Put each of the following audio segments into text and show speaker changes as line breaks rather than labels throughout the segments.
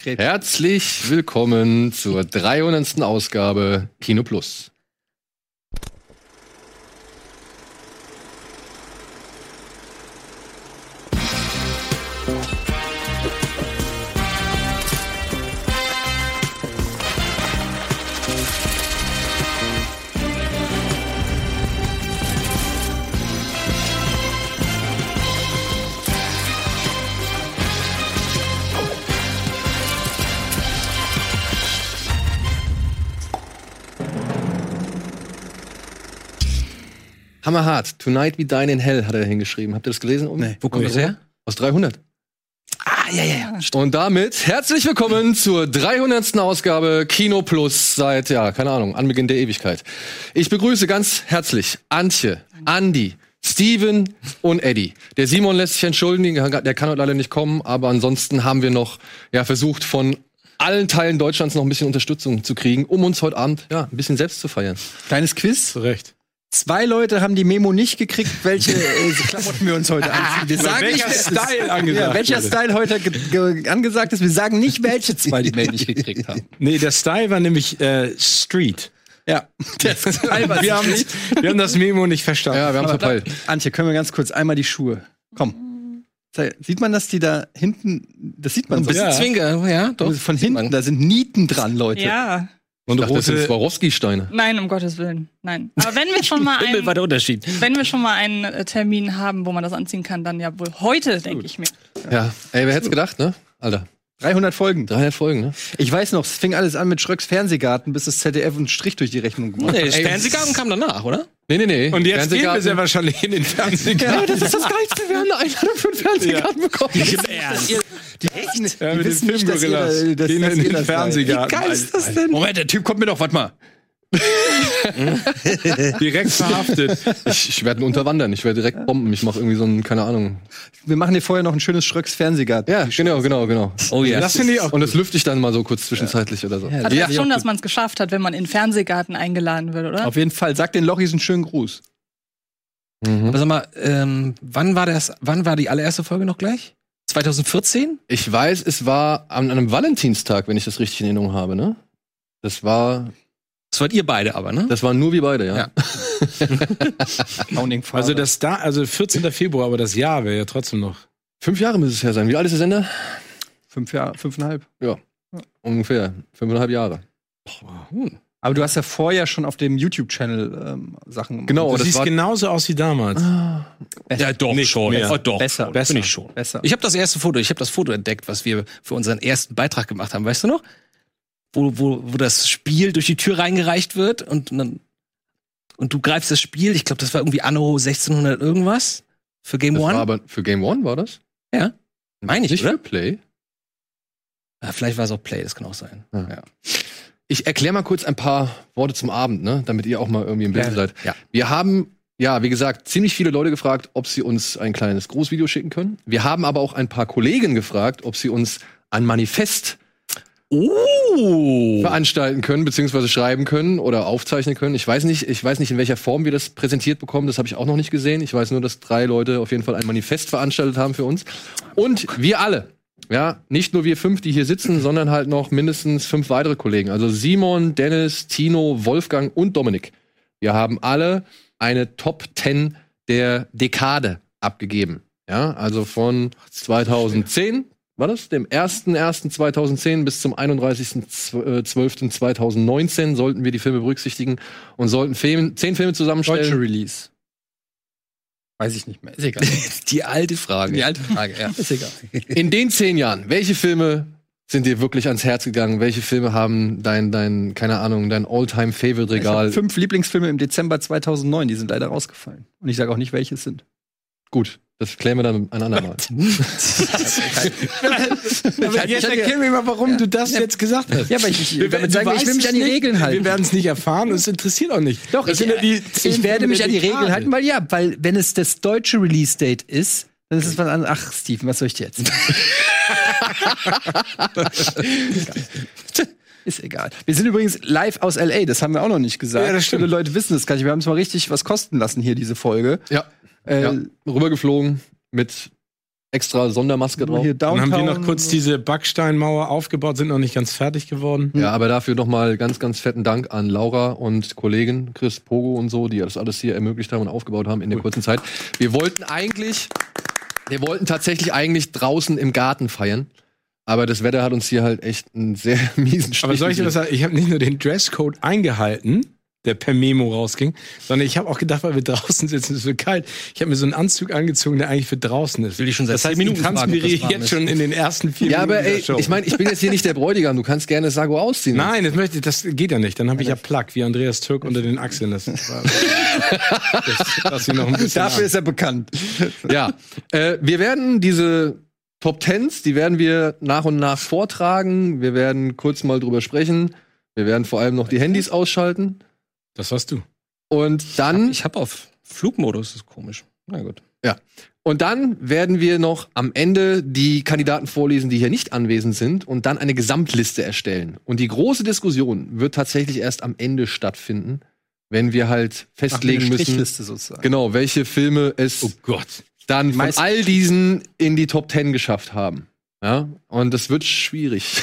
Krebs. Herzlich willkommen zur 300. Ausgabe Kino Plus. Hammerhart. Tonight We Dine in Hell hat er hingeschrieben. Habt ihr das gelesen?
Nee.
Wo kommt das her? Aus 300.
Ah, ja, ja, ja.
Und damit herzlich willkommen zur 300. Ausgabe Kino Plus seit, ja, keine Ahnung, Anbeginn der Ewigkeit. Ich begrüße ganz herzlich Antje, Andi, Steven und Eddie. Der Simon lässt sich entschuldigen, der kann heute leider nicht kommen, aber ansonsten haben wir noch ja, versucht, von allen Teilen Deutschlands noch ein bisschen Unterstützung zu kriegen, um uns heute Abend ja, ein bisschen selbst zu feiern.
Kleines Quiz.
Zu Recht.
Zwei Leute haben die Memo nicht gekriegt, welche äh, Klamotten wir uns heute anziehen. Wir sagen nicht,
welcher
wer-
Style angesagt
ja, welcher
wurde.
Style heute ge- ge- angesagt ist. Wir sagen nicht, welche zwei die Mail nicht gekriegt haben.
Nee, der Style war nämlich äh, Street.
Ja, der Style war
Wir haben,
nicht.
wir haben das Memo nicht verstanden.
Ja, wir haben verpeilt.
Antje, können wir ganz kurz einmal die Schuhe. Komm. Zeig- Sieht man, dass die da hinten, das sieht man so.
bisschen
ja.
Zwinker, ja, doch.
Von hinten, da sind Nieten dran, Leute.
Ja,
Und
Ach, das sind
rote,
Swarovski-Steine.
nein, um Gottes Willen, nein. Aber wenn wir schon mal einen,
der Unterschied.
wenn wir schon mal einen äh, Termin haben, wo man das anziehen kann, dann ja wohl heute, denke ich mir.
Ja. Ey, wer hätte gedacht, ne? Alter,
300 Folgen.
300 Folgen, ne?
Ich weiß noch, es fing alles an mit Schröcks Fernsehgarten, bis das ZDF einen Strich durch die Rechnung gemacht hat.
Ey, Fernsehgarten kam danach, oder? Nee, nee, nee.
Und jetzt gehen wir
Fernsehgarten-
sehr wahrscheinlich in den
Ja,
Fernsehgarten.
das ist das Geilste. Wir haben eine Einladung für den Fernsehgarten bekommen.
Die, echt?
Ja,
die
mit den
wissen nicht, dass ihr, da-
Filmgorillas.
dass, dass
Gehen
ihr
in
das
den
seid.
Fernsehgarten.
das denn?
Moment, der Typ kommt mir doch, warte mal.
Direkt verhaftet.
Ich, ich werde ihn unterwandern. Ich werde direkt bomben. Ich mache irgendwie so einen, keine Ahnung.
Wir machen hier vorher noch ein schönes Schröcks Fernsehgarten.
Ja, genau, genau, genau.
Oh ja.
Das finde ich auch.
Und das lüfte ich dann mal so kurz zwischenzeitlich oder so.
Hat ja, Also schon, dass man es geschafft hat, wenn man in den Fernsehgarten eingeladen wird, oder?
Auf jeden Fall, sag den Lochis einen schönen Gruß.
Mhm.
Aber sag mal, ähm, wann, war das, wann war die allererste Folge noch gleich? 2014?
Ich weiß, es war an einem Valentinstag, wenn ich das richtig in Erinnerung habe, ne? Das war,
Das wart ihr beide aber, ne?
das waren nur wir beide, ja.
Ja.
Founding
Also das da, also 14. Februar, aber das Jahr wäre ja trotzdem noch.
Fünf Jahre müssen es her sein. Wie alt ist der Sender?
fünf Jahre, fünfeinhalb.
Ungefähr. Fünfeinhalb Jahre.
Hm.
Aber du hast ja vorher schon auf dem YouTube-Channel ähm, Sachen gemacht.
Genau, Oh,
Du
das
siehst
war-
genauso aus wie damals.
Ja, doch,
Nicht
schon.
mehr.
Ja, doch.
Besser,
schon.
besser.
Bin ich schon.
Besser.
Ich habe das erste Foto, ich habe das Foto entdeckt, was wir für unseren ersten Beitrag gemacht haben, weißt du noch? Wo, wo, wo das Spiel durch die Tür reingereicht wird und dann und du greifst das Spiel, ich glaube, das war irgendwie Anno 1600 irgendwas für Game
Das war
One.
aber für Game One war das?
Ja. Meine ich,
Nicht
oder?
für Play. Äh,
Ja, vielleicht war es auch Play, das kann auch sein.
Ja.
Ja.
Ich erkläre mal kurz ein paar Worte zum Abend, ne? damit ihr auch mal irgendwie im Bild
Gerne.
seid.
Ja.
Wir haben, ja, wie gesagt, ziemlich viele Leute gefragt, ob sie uns ein kleines Grußvideo schicken können. Wir haben aber auch ein paar Kollegen gefragt, ob sie uns ein Manifest
Oh!
veranstalten können, beziehungsweise schreiben können oder aufzeichnen können. Ich weiß nicht, ich weiß nicht, in welcher Form wir das präsentiert bekommen. Das habe ich auch noch nicht gesehen. Ich weiß nur, dass drei Leute auf jeden Fall ein Manifest veranstaltet haben für uns. Und wir alle. Ja, nicht nur wir fünf, die hier sitzen, sondern halt noch mindestens fünf weitere Kollegen. Also Simon, Dennis, Tino, Wolfgang und Dominik. Wir haben alle eine Top 10 der Dekade abgegeben. Ja, also von 2010 war das? Dem 1.1.2010 bis zum 31.12.2019 sollten wir die Filme berücksichtigen und sollten Film, zehn Filme zusammenstellen.
Deutsche Release. Weiß ich nicht mehr. Ist egal.
Die alte Frage.
Die alte Frage, ja. Ist egal.
In den zehn Jahren, welche Filme sind dir wirklich ans Herz gegangen? Welche Filme haben dein, dein keine Ahnung, dein alltime favorite
Ich hab
regal
fünf Lieblingsfilme im Dezember 2009, die sind leider rausgefallen. Und ich sage auch nicht, welche es sind.
Gut, das klären wir dann ein andermal.
Ich hatte- ich hatte-
mir mal, warum du das
Ja.
jetzt gesagt hast.
Ja, aber ich- ich-
Wir
damit
werden-
sagen
du
wir, ich will
weißt
mich
es
an die
nicht,
Regeln halten.
Wir werden es nicht erfahren und es interessiert auch nicht.
Doch, ich, äh,
das sind ja die zehn
ich werde
Filme
mich
der
an die
Dekade.
Regeln halten, weil ja, weil wenn es das deutsche Release-Date ist, dann ist es was anderes. Ach, Steven, was soll ich dir jetzt? ist egal. Wir sind übrigens live aus L.A., das haben wir auch noch nicht gesagt.
Ja, das stimmt.
Viele Leute wissen das gar nicht. Wir haben es mal richtig was kosten lassen hier, diese Folge.
ja,
Äh,
ja, rübergeflogen mit extra Sondermaske
Nur
drauf.
hier
Dann
Downtown.
haben die noch kurz diese Backsteinmauer aufgebaut, sind noch nicht ganz fertig geworden.
Ja, aber dafür nochmal ganz, ganz fetten Dank an Laura und Kollegen Chris Pogo und so, die das alles hier ermöglicht haben und aufgebaut haben in der kurzen Zeit. Wir wollten eigentlich, wir wollten tatsächlich eigentlich draußen im Garten feiern. Aber das Wetter hat uns hier halt echt einen sehr miesen Stich.
Aber soll ich dir was sagen? Ich habe nicht nur den Dresscode eingehalten, der per Memo rausging, sondern ich habe auch gedacht, weil wir draußen sitzen, es wird kalt. Ich habe mir so einen Anzug angezogen, der eigentlich für draußen ist.
Will ich schon seit
das heißt,
zehn Minuten
ich
fragen, ob das
transpiriere ich
warm
jetzt
ist.
schon in den ersten vier
ja,
Minuten
aber ey,
der Show.
ich meine, ich bin jetzt hier nicht der Bräutigam. Du kannst gerne Sago ausziehen.
Nein, das möchte ich, das geht ja nicht. Dann habe ich ja Plug, wie Andreas Türk unter den Achseln. Das, war- das, das noch ein bisschen
Dafür
an.
ist er bekannt.
Ja, äh, wir werden diese Top Tens, die werden wir nach und nach vortragen. Wir werden kurz mal drüber sprechen. Wir werden vor allem noch die Handys ausschalten.
das warst du.
Und dann,
Ich habe auf Flugmodus, ist komisch. Na gut.
und dann werden wir noch am Ende die Kandidaten vorlesen, die hier nicht anwesend sind, und dann eine Gesamtliste erstellen. Und die große Diskussion wird tatsächlich erst am Ende stattfinden, wenn wir halt festlegen müssen,
sozusagen.
genau, welche Filme es
Oh Gott.
dann von
meisten-
all diesen in die Top Ten geschafft haben. Ja, und das wird schwierig.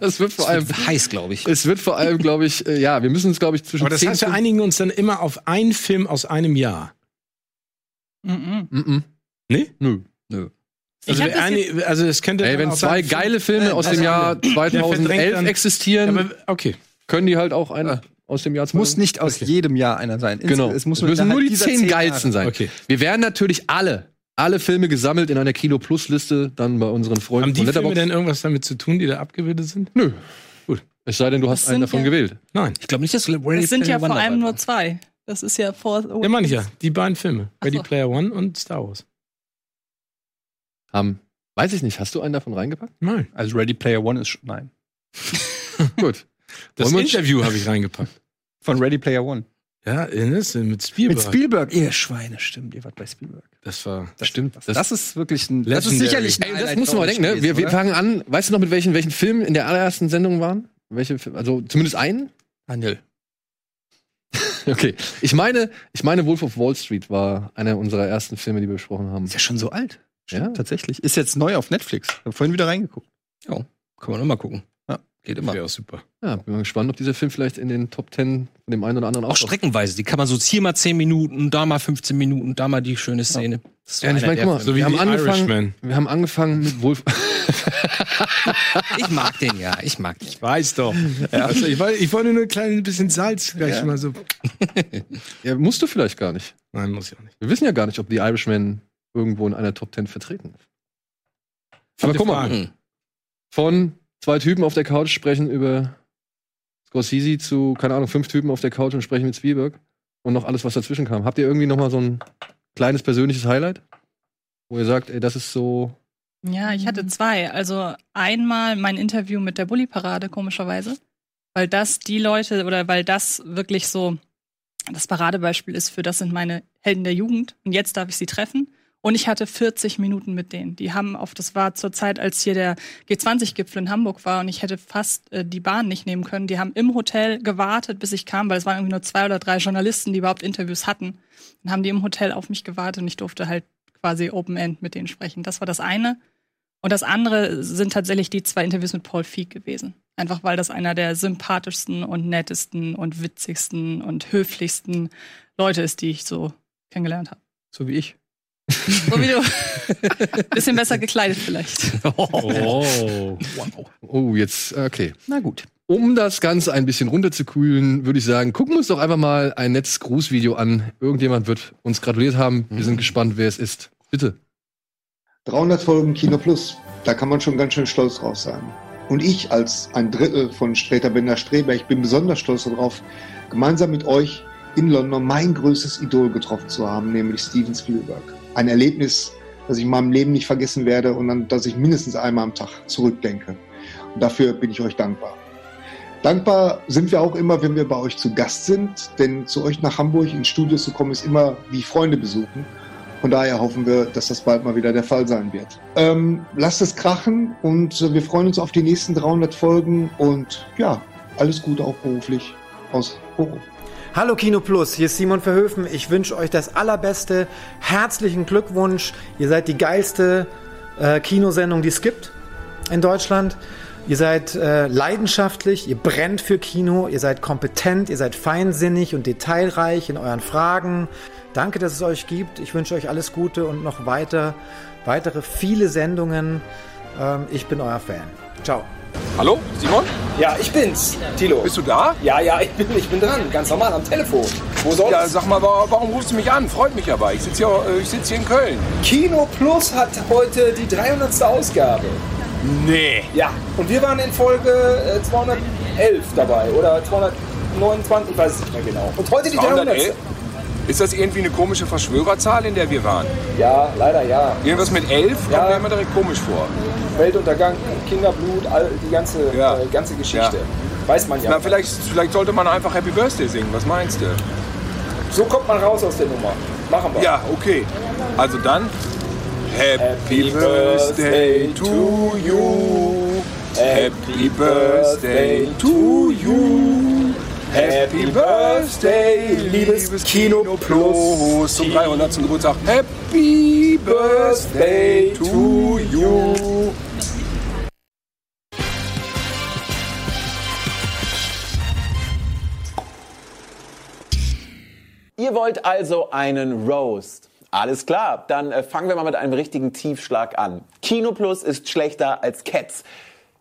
das wird vor allem,
heiß, glaube ich.
es wird vor allem, glaube ich, äh, ja, wir müssen uns, glaube ich, zwischen
Aber das
10
heißt, wir einigen uns dann immer auf einen Film aus einem Jahr.
Mhm.
Mm-mm.
Nee?
Nö.
Ich
Also,
hab
wir
das
einig- also es könnte.
Ey,
dann
wenn
auch
zwei
sein,
geile Filme aus dem
also-
Jahr
verdrängt
2011
dann-
existieren,
Aber, okay. Ah.
können die halt auch einer aus dem Jahr
Es muss
2011.
nicht aus jedem Jahr einer sein. Ins-
Genau.
Es, muss
es müssen
innerhalb
nur
halt
die
dieser
zehn
Jahre-
geilsten sein.
Okay.
Wir werden natürlich alle, alle Filme gesammelt in einer Kino Plus Liste dann bei unseren Freunden
Haben die
von
Filme
Letterboxd.
denn irgendwas damit zu tun, die da abgebildet sind?
Es sei denn, du
Das
hast einen
sind
davon
ja-
gewählt.
Nein.
Ich glaube nicht, dass Ready
Das sind
Player
ja vor
One
allem
dabei
nur zwei. Das ist ja vor.
Ja, meine ich ja. Die beiden Filme.
Ach
Ready
so.
Player One und Star Wars.
Haben, Ähm, weiß ich nicht, hast du einen davon reingepackt?
Nein.
Also Ready Player One ist schon, nein.
Gut.
Das
Wollen wir-
Interview habe ich reingepackt.
Von Ready Player One.
Ja, Ines, mit Spielberg.
Mit Spielberg. Ihr Schweine, stimmt. Ihr wart bei Spielberg.
das war.
Das,
Stimmt.
Das, das ist wirklich ein.
Legendary.
Ey, das muss man mal denken, ne? Wir, wir fangen an, weißt du noch, mit welchen, welchen Filmen in der allerersten Sendung waren? Welche, Fi- also zumindest einen?
Handel.
Okay. Ich meine, ich meine, Wolf of Wall Street war einer unserer ersten Filme, die wir besprochen haben.
Ist ja schon so alt.
Ja.
Tatsächlich. Ist jetzt neu auf Netflix. Hab vorhin wieder reingeguckt.
Kann man immer gucken.
Ja.
Geht immer.
Ja, super.
Ja, bin mal gespannt, ob dieser Film vielleicht in den Top Ten von dem einen oder anderen
Auch
auch.
streckenweise. Die kann man so hier mal 10 Minuten, da mal 15 Minuten, da mal die schöne Szene. Das ist so
Ja, und ich
einer
meine,
der
guck mal,
Filme.
So wie
wir haben
die
angefangen,
Irishman.
wir haben angefangen mit Wolf.
Ich mag den, ja. Ich mag den.
Weiß doch. Also ich, wollte, ich wollte nur ein kleines bisschen Salz gleich
Ja.
mal so.
ja, musst du vielleicht gar nicht.
Nein, muss ich auch nicht.
Wir wissen ja gar nicht, ob The Irishman irgendwo in einer Top Ten vertreten ist.
Aber guck
Hm.
mal.
Von zwei Typen auf der Couch sprechen über Scorsese zu, keine Ahnung, fünf Typen auf der Couch und sprechen mit Spielberg und noch alles, was dazwischen kam. Habt ihr irgendwie noch mal so ein kleines persönliches Highlight? Wo ihr sagt, ey, das ist so.
Ja, ich hatte zwei. Also einmal mein Interview mit der Bulli-Parade, komischerweise. Weil das die Leute oder weil das wirklich so das Paradebeispiel ist für das sind meine Helden der Jugend und jetzt darf ich sie treffen. Und ich hatte 40 Minuten mit denen. Die haben auf, das war zur Zeit, als hier der G20-Gipfel in Hamburg war und ich hätte fast äh, die Bahn nicht nehmen können. Die haben im Hotel gewartet, bis ich kam, weil es waren irgendwie nur zwei oder drei Journalisten, die überhaupt Interviews hatten. Dann haben die im Hotel auf mich gewartet und ich durfte halt quasi Open End mit denen sprechen. Das war das eine. Und das andere sind tatsächlich die zwei Interviews mit Paul Feig gewesen. Einfach weil das einer der sympathischsten und nettesten und witzigsten und höflichsten Leute ist, die ich so kennengelernt habe.
So wie ich.
So wie du. Bisschen besser gekleidet vielleicht.
Oh.
Oh, jetzt, okay.
Na gut.
Um das Ganze ein bisschen runterzukühlen, würde ich sagen, gucken wir uns doch einfach mal ein nettes Grußvideo an. Irgendjemand wird uns gratuliert haben. Wir sind gespannt, wer es ist. Bitte.
300 Folgen Kino Plus, da kann man schon ganz schön stolz drauf sein. Und ich als ein Drittel von Streter Bender Streber, ich bin besonders stolz darauf, gemeinsam mit euch in London mein größtes Idol getroffen zu haben, nämlich Steven Spielberg. Ein Erlebnis, das ich in meinem Leben nicht vergessen werde und an das ich mindestens einmal am Tag zurückdenke. Und dafür bin ich euch dankbar. Dankbar sind wir auch immer, wenn wir bei euch zu Gast sind, denn zu euch nach Hamburg ins Studio zu kommen, ist immer wie Freunde besuchen. Von daher hoffen wir, dass das bald mal wieder der Fall sein wird. Ähm, lasst es krachen und äh, wir freuen uns auf die nächsten 300 Folgen und ja, alles Gute auch beruflich aus Bochum.
Hallo Kino Plus, hier ist Simon Verhöfen. Ich wünsche euch das Allerbeste. Herzlichen Glückwunsch. Ihr seid die geilste äh, Kinosendung, die es gibt in Deutschland. Ihr seid äh, leidenschaftlich, ihr brennt für Kino, ihr seid kompetent, ihr seid feinsinnig und detailreich in euren Fragen. Danke, dass es euch gibt. Ich wünsche euch alles Gute und noch weiter, weitere viele Sendungen. Ähm, ich bin euer Fan. Ciao.
Hallo, Simon?
Ja, ich bin's, Tilo.
Bist du da?
Ja, ja, ich bin, ich bin dran, ganz normal am Telefon. Wo soll
Ja,
das?
sag mal, wa- warum rufst du mich an? Freut mich aber. Ich sitze hier, äh, ich sitz hier in Köln.
Kino Plus hat heute die 300. Ausgabe.
Nee.
Ja, und wir waren in Folge äh, 211 dabei oder 229, ich weiß es nicht mehr genau. Und heute die 300.
211? Ist das irgendwie eine komische Verschwörerzahl, in der wir waren?
Ja, leider ja.
Irgendwas mit 11
Ja.
kommt mir immer direkt komisch vor.
Weltuntergang, Kinderblut, all, die ganze,
Ja.
äh, ganze Geschichte. Weiß man ja.
Na, vielleicht, vielleicht sollte man einfach Happy Birthday singen. Was meinst du?
So kommt man raus aus der Nummer. Machen wir.
Ja, okay. Also dann. Happy Birthday to you. Happy Birthday to you. Happy Birthday, liebes Kino Plus. Zum 300. Geburtstag. Happy Birthday to you.
Ihr wollt also einen Roast. Alles klar, dann äh, fangen wir mal mit einem richtigen Tiefschlag an. Kino Plus ist schlechter als Cats,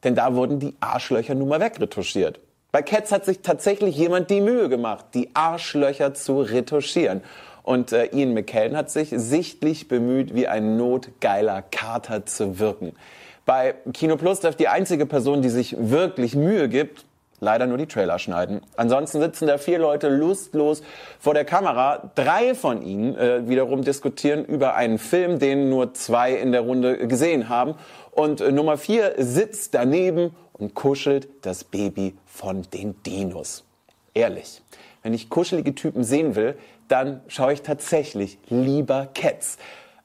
denn da wurden die Arschlöcher nun mal wegretuschiert. Bei Cats hat sich tatsächlich jemand die Mühe gemacht, die Arschlöcher zu retuschieren. Und äh, Ian McKellen hat sich sichtlich bemüht, wie ein notgeiler Kater zu wirken. Bei Kino Plus darf die einzige Person, die sich wirklich Mühe gibt, leider nur die Trailer schneiden. Ansonsten sitzen da vier Leute lustlos vor der Kamera. Drei von ihnen äh, wiederum diskutieren über einen Film, den nur zwei in der Runde gesehen haben. Und äh, Nummer vier sitzt daneben und kuschelt das Baby von den Dinos. Ehrlich, wenn ich kuschelige Typen sehen will, dann schaue ich tatsächlich lieber Cats.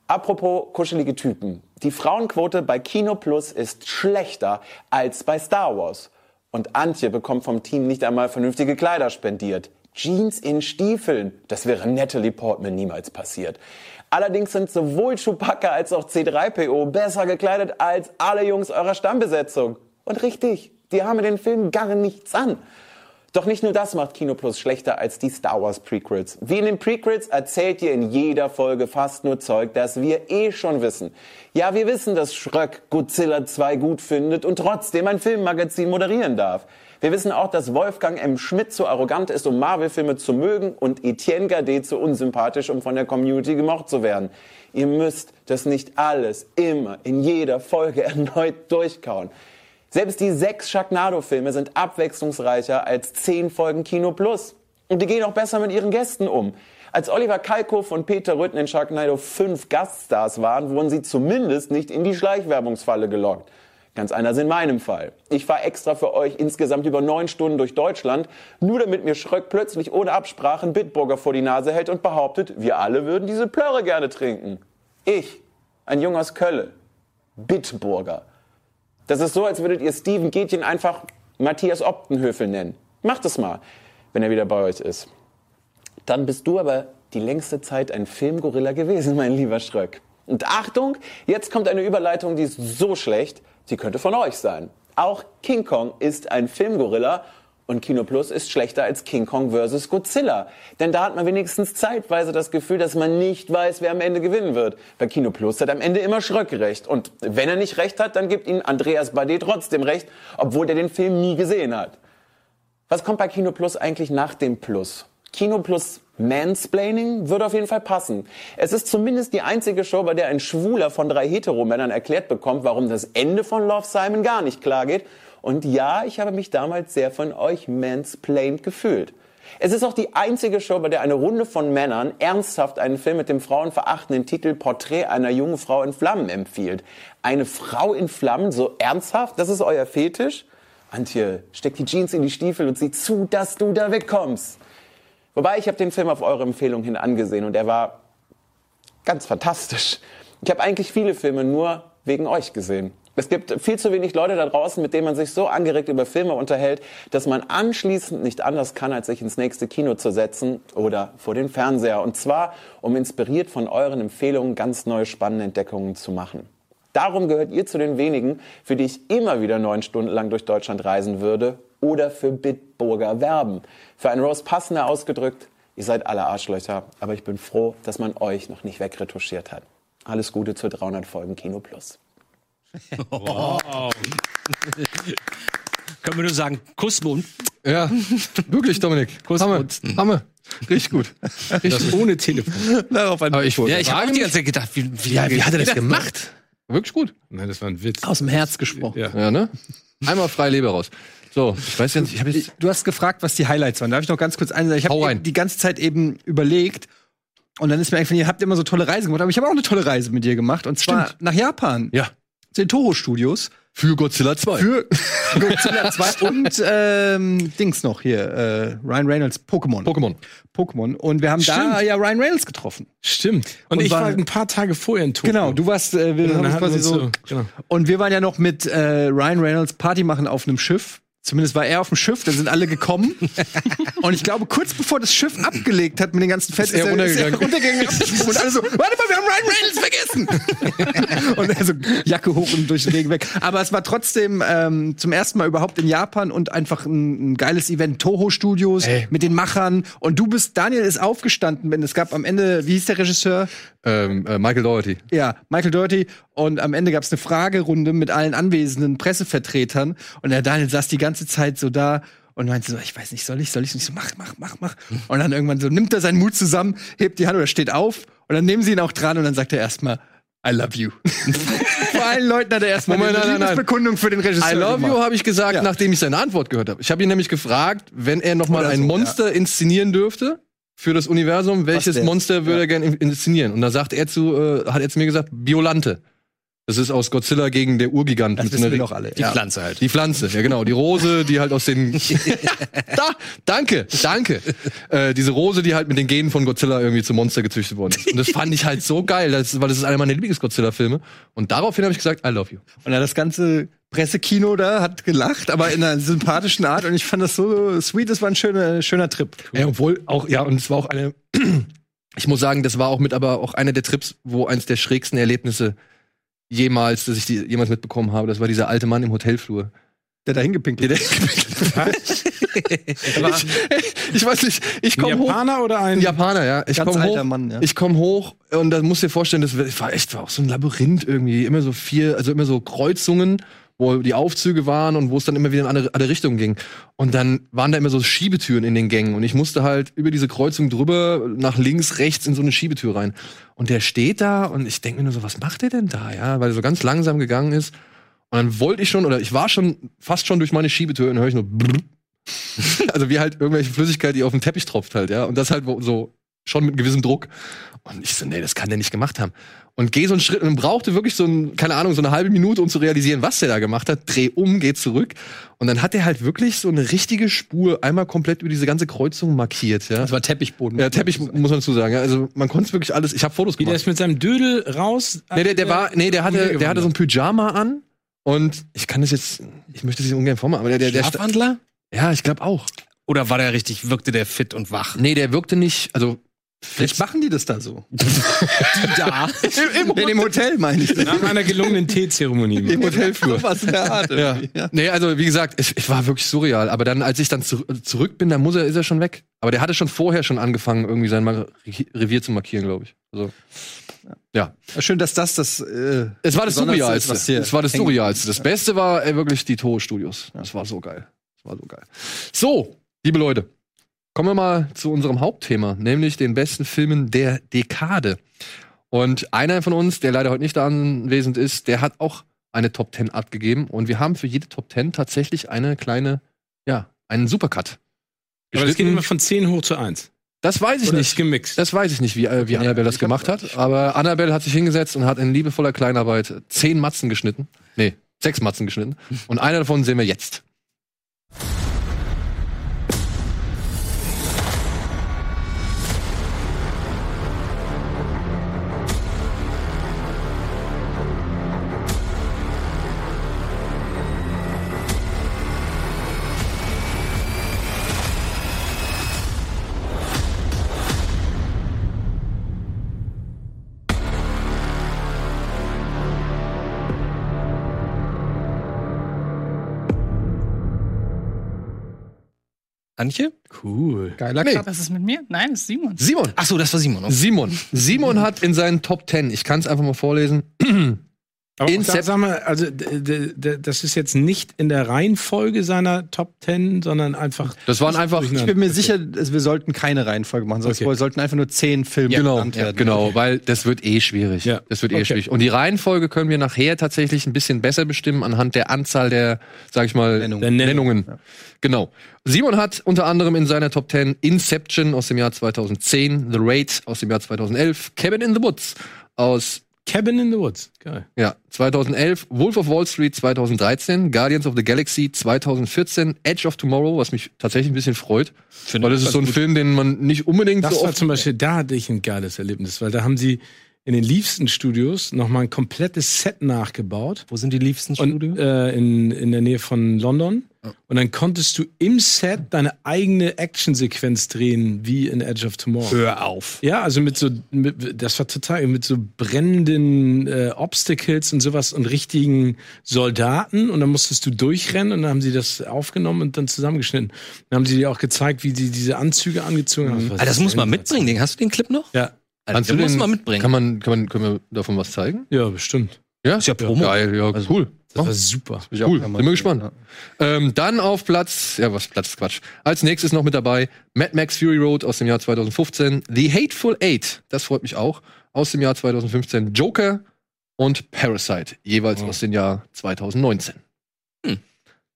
Apropos kuschelige Typen. Die Frauenquote bei Kino Plus ist schlechter als bei Star Wars. Und Antje bekommt vom Team nicht einmal vernünftige Kleider spendiert. Jeans in Stiefeln, das wäre Natalie Portman niemals passiert. Allerdings sind sowohl Chewbacca als auch C3PO besser gekleidet als alle Jungs eurer Stammbesetzung. Und richtig, die haben den Film gar nichts an. Doch nicht nur das macht Kino Plus schlechter als die Star Wars Prequels. Wie in den Prequels erzählt ihr in jeder Folge fast nur Zeug, das wir eh schon wissen. Ja, wir wissen, dass Schröck Godzilla 2 gut findet und trotzdem ein Filmmagazin moderieren darf. Wir wissen auch, dass Wolfgang M. Schmidt zu arrogant ist, um Marvel-Filme zu mögen und Etienne Gade zu unsympathisch, um von der Community gemocht zu werden. Ihr müsst das nicht alles immer in jeder Folge erneut durchkauen. Selbst die sechs Schagnado-Filme sind abwechslungsreicher als zehn Folgen Kino Plus. Und die gehen auch besser mit ihren Gästen um. Als Oliver Kalkow und Peter Rütten in Sharknado fünf Gaststars waren, wurden sie zumindest nicht in die Schleichwerbungsfalle gelockt. Ganz anders in meinem Fall. Ich fahre extra für euch insgesamt über neun Stunden durch Deutschland, nur damit mir Schröck plötzlich ohne Absprachen Bitburger vor die Nase hält und behauptet, wir alle würden diese Plörre gerne trinken. Ich, ein Junge aus Kölle, Bitburger. Das ist so, als würdet ihr Steven Gätjen einfach Matthias Optenhöfel nennen. Macht es mal, wenn er wieder bei euch ist. Dann bist du aber die längste Zeit ein Filmgorilla gewesen, mein lieber Schröck. Und Achtung, jetzt kommt eine Überleitung, die ist so schlecht, die könnte von euch sein. Auch King Kong ist ein Filmgorilla und Kino Plus ist schlechter als King Kong vs. Godzilla. Denn da hat man wenigstens zeitweise das Gefühl, dass man nicht weiß, wer am Ende gewinnen wird. Bei Kino Plus hat am Ende immer Schröck recht. Und wenn er nicht recht hat, dann gibt ihm Andreas Bardet trotzdem recht, obwohl der den Film nie gesehen hat. Was kommt bei Kino Plus eigentlich nach dem Plus? Kino Plus Mansplaining würde auf jeden Fall passen. Es ist zumindest die einzige Show, bei der ein Schwuler von drei Heteromännern erklärt bekommt, warum das Ende von Love Simon gar nicht klar geht. Und ja, ich habe mich damals sehr von euch mansplained gefühlt. Es ist auch die einzige Show, bei der eine Runde von Männern ernsthaft einen Film mit dem frauenverachtenden Titel Porträt einer jungen Frau in Flammen empfiehlt. Eine Frau in Flammen, so ernsthaft? Das ist euer Fetisch? Antje, steck die Jeans in die Stiefel und sieh zu, dass du da wegkommst. Wobei, ich habe den Film auf eure Empfehlung hin angesehen und er war ganz fantastisch. Ich habe eigentlich viele Filme nur wegen euch gesehen. Es gibt viel zu wenig Leute da draußen, mit denen man sich so angeregt über Filme unterhält, dass man anschließend nicht anders kann, als sich ins nächste Kino zu setzen oder vor den Fernseher. Und zwar, um inspiriert von euren Empfehlungen ganz neue spannende Entdeckungen zu machen. Darum gehört ihr zu den wenigen, für die ich immer wieder neun Stunden lang durch Deutschland reisen würde oder für Bitburger werben. Für einen Rose passender ausgedrückt, ihr seid alle Arschlöcher, aber ich bin froh, dass man euch noch nicht wegretuschiert hat. Alles Gute zur 300 Folgen Kino Plus.
Können wir nur sagen, Kussmund.
Ja, wirklich, Dominik. Hammer. Hammer. Richtig gut.
Das ohne Telefon.
Darauf ein Aber ich wollte
Ja, ich habe
fragen,
die ganze Zeit gedacht, wie, wie,
Ja, wie hat er das
das
gemacht? Wirklich gut.
Nein, das war ein Witz.
Aus dem Herz gesprochen.
Ja.
Ja, ne? Einmal frei Leber raus. So, ich weiß ja nicht, ich habe jetzt.
Du hast gefragt, was die Highlights waren. Darf ich noch ganz kurz einen sagen? Ich
Hau
habe
rein.
die ganze Zeit eben überlegt und dann ist mir eingefallen, ihr habt immer so tolle Reisen gemacht, aber ich habe auch eine tolle Reise mit dir gemacht und zwar nach Japan,
Ja.
zu den Toro Studios
Für Godzilla 2.
für Godzilla 2 und ähm, Dings noch hier, äh, Ryan Reynolds, Pokémon.
Pokémon.
Pokémon und wir haben da ja Ryan Reynolds getroffen.
Stimmt. Und,
Und
ich
war-
war ein paar Tage vorher in Tokio.
Genau, du warst äh, wir
Und dann
haben
hatten wir
quasi
uns
so,
so- genau.
und wir waren ja noch mit äh, Ryan Reynolds Party machen auf einem Schiff. Zumindest war er auf dem Schiff, dann sind alle gekommen. und ich glaube, kurz bevor das Schiff abgelegt hat mit den ganzen Fans, ist,
er runtergegangen.
runtergegangen abgesprungen und alle so, warte mal, wir haben Ryan Reynolds vergessen. und er so Jacke hoch und durch den Regen weg. Aber es war trotzdem ähm, zum ersten Mal überhaupt in Japan und einfach ein, ein geiles Event. Toho Studios mit den Machern. Und du bist, Daniel ist aufgestanden, wenn es gab am Ende, wie hieß der Regisseur?
Ähm, äh, Michael Doherty.
Ja, Michael Doherty. Und am Ende gab es eine Fragerunde mit allen anwesenden Pressevertretern. Und der Daniel saß die ganze Zeit so da und meinte so, ich weiß nicht, soll ich, soll ich nicht so, mach, mach, mach, mach. Und dann irgendwann so nimmt er seinen Mut zusammen, hebt die Hand oder steht auf und dann nehmen sie ihn auch dran und dann sagt er erstmal, I love you. Vor allen Leuten hat er erstmal
Moment, nein, nein, nein.
Liebesbekundung für den Regisseur
I love
gemacht.
you, habe ich gesagt,
Ja.
nachdem ich seine Antwort gehört habe. Ich habe ihn nämlich gefragt, wenn er nochmal
Oder
ein
so,
Monster inszenieren dürfte für das Universum, welches
wär's?
Monster würde
Ja.
er gerne in- inszenieren? Und da sagt er zu, äh, hat er zu mir gesagt, Biolante. Das ist aus Godzilla gegen der Urgigant.
Das
mit so
wissen
einer
wir
ri-
doch alle.
Die Pflanze halt.
Die Pflanze, ja genau. Die Rose, die halt aus den. da, danke, danke. Äh, diese Rose, die halt mit den Genen von Godzilla irgendwie zum Monster gezüchtet worden ist. Und das fand ich halt so geil, das, weil das ist einer meiner Lieblings-Godzilla-Filme. Und daraufhin habe ich gesagt, I love you.
Und dann das ganze Pressekino da hat gelacht, aber in einer sympathischen Art. Und ich fand das so sweet, das war ein schöner, schöner Trip.
Ey, Äh, obwohl auch, ja, und es war auch eine, ich muss sagen, das war auch mit aber auch einer der Trips, wo eins der schrägsten Erlebnisse jemals, dass ich die jemals mitbekommen habe, das war dieser alte Mann im Hotelflur.
Der da hingepinkelt. Der,
Ich weiß nicht, ich
Ein
komme hoch.
Japaner oder ein
Ein Japaner, ja. Ich
Ganz
komme
alter
hoch,
Mann, ja.
ich komme hoch und dann musst du dir vorstellen, das war echt war auch so ein Labyrinth irgendwie, immer so vier, also immer so Kreuzungen, wo die Aufzüge waren und wo es dann immer wieder in eine andere Richtung ging. Und dann waren da immer so Schiebetüren in den Gängen und ich musste halt über diese Kreuzung drüber nach links, rechts in so eine Schiebetür rein. Und der steht da und ich denke mir nur so, was macht der denn da, ja, weil er so ganz langsam gegangen ist. Und dann wollte ich schon oder ich war schon fast schon durch meine Schiebetür und höre ich nur brrr. also wie halt irgendwelche Flüssigkeit, die auf den Teppich tropft halt, ja. Und das halt wo- so schon mit gewissem Druck. Und ich so, nee, das kann der nicht gemacht haben. Und geh so einen Schritt und brauchte wirklich so, ein, keine Ahnung, so eine halbe Minute, um zu realisieren, was der da gemacht hat. Dreh um, geh zurück. Und dann hat er halt wirklich so eine richtige Spur einmal komplett über diese ganze Kreuzung markiert, ja.
das war Teppichboden.
Ja, Teppich muss man dazu sagen. Ja. Also man konnte wirklich alles. Ich habe Fotos
Wie der
gemacht.
ist mit seinem Dödel raus.
Nee, der, der war, nee, der hatte, der hatte
umhergewandert.
so ein Pyjama an und ich kann das jetzt, ich möchte das jetzt ungern vormachen, aber der, der, der
Schlafwandler?
ja, ich glaube auch.
Oder war der richtig, wirkte der fit und wach?
Nee, der wirkte nicht, also
Vielleicht machen die das da so.
Da.
Im, Hotel. Im Hotel meine ich.
Nach einer gelungenen Teezeremonie.
Hotelflur. Was in der Art.
ja.
irgendwie, ja.
Nee, also wie gesagt, ich, ich war wirklich surreal, aber dann als ich dann zur, zurück bin, dann muss er ist er schon weg. Aber der hatte schon vorher schon angefangen irgendwie sein Mar Revier zu markieren, glaube ich. Also
Schön, dass das das. Äh,
es war das
Besonders
surrealste.
ist, was hier
Es war das
hängen
surrealste. Das Beste war äh, wirklich die Toho Studios. Das war so geil. Das war so geil. So, liebe Leute, kommen wir mal zu unserem Hauptthema, nämlich den besten Filmen der Dekade. Und einer von uns, der leider heute nicht da anwesend ist, der hat auch eine Top 10 abgegeben und wir haben für jede Top 10 tatsächlich eine kleine, ja, einen Supercut.
Aber das geht
Geschnitten.
immer von 10 hoch zu 1.
das weiß ich
Oder
nicht.
ist gemixt.
Das weiß ich nicht, wie, äh, wie Annabelle das gemacht hat. Aber Annabelle hat sich hingesetzt und hat in liebevoller Kleinarbeit zehn Matzen geschnitten. Nee, sechs Matzen geschnitten. Und einer davon sehen wir jetzt.
Antje?
Cool.
Geiler
Nee.
Cut.
Was ist mit mir? Nein, das ist Simon.
Simon.
Ach so, das war Simon. Okay.
Simon. Simon hat in seinen Top 10, ich kann es einfach mal vorlesen,
Aber auch da,
Incept-
sag mal, also d- d- d- das ist jetzt nicht in der Reihenfolge seiner Top Ten, sondern einfach.
das waren einfach,
durcheinander.
Ich bin mir sicher, also wir sollten keine Reihenfolge machen, sondern
Okay.
wir sollten einfach nur zehn Filme
genau,
genannt werden.
genau, weil das wird eh schwierig.
Ja.
Das wird eh
Okay.
schwierig. Und die Reihenfolge können wir nachher tatsächlich ein bisschen besser bestimmen anhand der Anzahl der, sag ich mal,
Nennungen.
Der Nennung.
Nennungen. Genau. Simon hat unter anderem in seiner Top 10 Inception aus dem Jahr 2010, The Raid aus dem Jahr 2011, Cabin in the Woods aus
Cabin in the Woods. Geil.
ja, 2011, Wolf of Wall Street 2013, Guardians of the Galaxy 2014, Edge of Tomorrow, was mich tatsächlich ein bisschen freut, weil das ist so ein Film, den man nicht unbedingt
Das
so
war
oft
zum Beispiel, da hatte ich ein geiles Erlebnis, weil da haben sie in den liebsten Studios nochmal ein komplettes Set nachgebaut.
Wo sind die liebsten
Und, äh, in, in der Nähe von London.
Oh.
Und dann konntest du im Set deine eigene Actionsequenz drehen, wie in Edge of Tomorrow.
Hör auf.
Ja, also mit so, mit, das war total, mit so brennenden äh, Obstacles und sowas und richtigen Soldaten und dann musstest du durchrennen und dann haben sie das aufgenommen und dann zusammengeschnitten. Dann haben sie dir auch gezeigt, wie sie diese Anzüge angezogen haben.
Alter, Ah, das muss man mitbringen. Den, hast du den Clip noch?
Ja,
Alter,
Kannst du
den Also muss
den-
man mitbringen.
Kann man, kann man, können wir davon was zeigen?
ja, bestimmt.
Ja,
Ist ja Promo.
Geil, ja,
Also,
cool.
Das
Mach.
war super.
Cool, bin mal gespannt. Ähm, dann auf Platz, ja, was Platz ist Quatsch. Als nächstes noch mit dabei Mad Max Fury Road aus dem Jahr 2015, The Hateful Eight, das freut mich auch, aus dem Jahr 2015, Joker und Parasite, jeweils aus dem Jahr 2019.
Hm.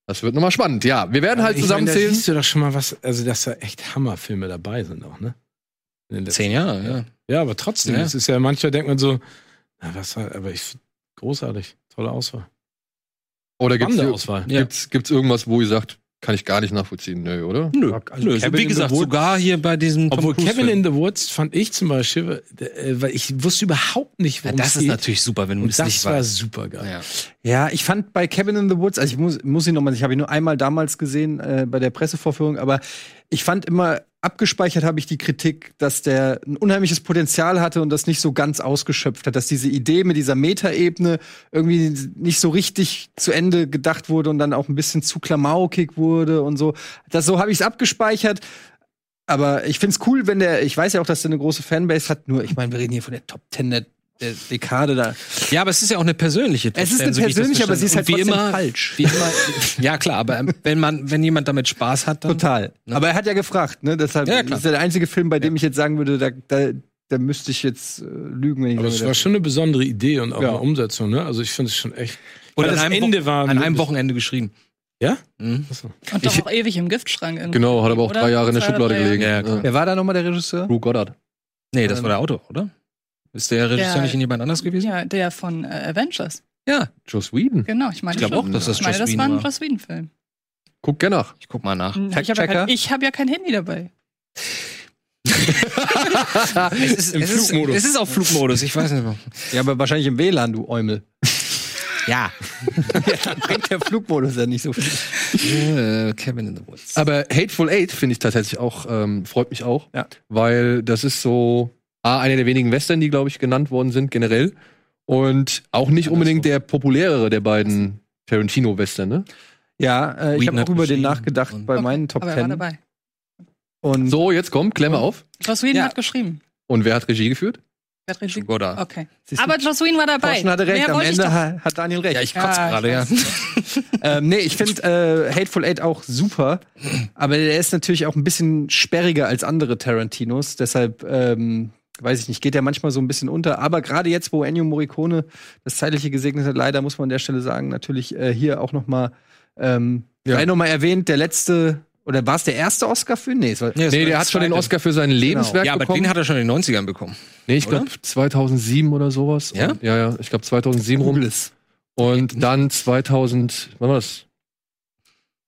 Das wird nochmal spannend, ja. Wir werden halt
Ich meine, Da
zusammenzählen.
siehst du doch schon mal was, also dass da echt Hammerfilme dabei sind auch, ne? In den letzten-
Zehn Jahre, ja.
Ja, aber trotzdem,
Ja.
es ist ja manchmal denkt man so, na, was, aber ich großartig, tolle Auswahl.
Oder gibt's,
Spannende Auswahl.
Ja.
gibt's, gibt's irgendwas, wo ihr sagt, kann ich gar nicht nachvollziehen, nö, oder?
Nö.
Also
Nö.
Cabin
Wie
in the
gesagt,
Woods-
sogar hier bei diesem
Obwohl
Cruise
Cabin
Film.
in the Woods fand ich zum Beispiel, äh, weil ich wusste überhaupt nicht,
ja,
worum
das
es
ist
geht.
natürlich super, wenn du
und
es
das
nicht
war
weißt.
super geil.
Ja.
Ja, ich fand bei Cabin in the Woods, also ich muss, muss ihn nochmal, ich habe ihn nur einmal damals gesehen äh, bei der Pressevorführung, aber ich fand immer, abgespeichert habe ich die Kritik, dass der ein unheimliches Potenzial hatte und das nicht so ganz ausgeschöpft hat, dass diese Idee mit dieser Metaebene irgendwie nicht so richtig zu Ende gedacht wurde und dann auch ein bisschen zu klamaukig wurde und so. Das, so habe ich es abgespeichert. Aber ich find's cool, wenn der, ich weiß ja auch, dass der eine große Fanbase hat, nur ich meine, wir reden hier von der Top Ten der, der Dekade da.
ja, aber es ist ja auch eine persönliche Top
Es ist
Ten,
eine
so wie ich das
persönliche, aber sie ist halt
verstanden
trotzdem
habe. Und
falsch.
wie immer, Wie immer, ja klar, aber ähm, wenn man, wenn jemand damit Spaß hat, dann
Total.
Ne?
Aber er hat ja gefragt, ne? Deshalb
Ja, klar.
das ist ja der einzige Film, bei dem ich jetzt sagen würde, da, da, da müsste ich jetzt äh, lügen, wenn ich
Aber
sagen
es war
würde.
schon eine besondere Idee und auch
Ja.
eine Umsetzung, ne? Also ich finde es schon echt.
Und
Weil
an
das
einem
Ende
Wo-
war
an einem
wirklich-
Wochenende geschrieben.
Ja?
Mhm.
Und doch auch ewig im Giftschrank. In
Genau, hat aber auch
Oder?
drei Jahre in der
Zwei oder
Schublade
drei Jahre.
gelegen.
Ja, klar.
Wer war da nochmal der Regisseur? Ähm,
Lou Goddard.
Nee, das war der Autor, oder? Ist der Regisseur
Der-
nicht in jemand anders gewesen?
Ja, der von äh, Avengers.
Ja.
Joe Sweden.
Genau, ich meine
Ich glaube
schon.
auch, dass das
Ich meine,
Joss
das war ein
Whedon war.
Joss Whedon-Film.
Guck gerne nach.
Ich guck mal nach.
Hm, Ich habe ja, kein- ich hab ja kein Handy dabei.
Es ist,
Im
es ist-
Flugmodus.
Es ist auf Flugmodus, ich weiß nicht mehr.
Ja, aber wahrscheinlich im WLAN, du Eumel.
Ja.
Bringt der Flugmodus ja nicht so viel.
Äh, Cabin in the Woods.
Aber Hateful Eight finde ich tatsächlich auch, ähm, freut mich auch.
Ja.
Weil das ist so A, einer der wenigen Western, die, glaube ich, genannt worden sind, generell. Und auch nicht unbedingt der populärere der beiden Tarantino-Western, ne?
Ja, äh, ich
Whedon
habe auch
hat
über den
geschrieben
nachgedacht
und-
bei
Okay,
meinen Top
Aber er war
Ten.
dabei.
Und
So, jetzt komm, Klemme auf.
Joss Whedon
Ja.
hat geschrieben.
Und wer hat Regie geführt?
Wer hat Regie?
Oder?
Okay.
siehst du,
Aber Joss Whedon war dabei.
Thorsten hatte recht,
Mehr
am
wollte ich
Ende
doch-
ha- hat Daniel recht.
Ja, ich kotze
Ah,
Ja, ich
gerade, ja.
ähm, nee, ich finde äh, Hateful Eight auch super, aber der ist natürlich auch ein bisschen sperriger als andere Tarantinos. Deshalb, ähm, weiß ich nicht, geht der manchmal so ein bisschen unter. Aber gerade jetzt, wo Ennio Morricone das Zeitliche gesegnet hat, leider muss man an der Stelle sagen, natürlich äh, hier auch noch mal, ähm,
Ja.
sei noch mal erwähnt, der letzte, oder war es der erste Oscar für ihn? Nee, es war, Genau.
Nee,
Nee, der hat schon den Oscar für sein Lebenswerk
Ja, aber
bekommen.
den hat er schon in den 90ern bekommen.
nee, ich glaube 2007 oder sowas.
Ja? Hm.
Und, ja, ja, ich glaube 2007 rum. Und dann 2000, wann war das?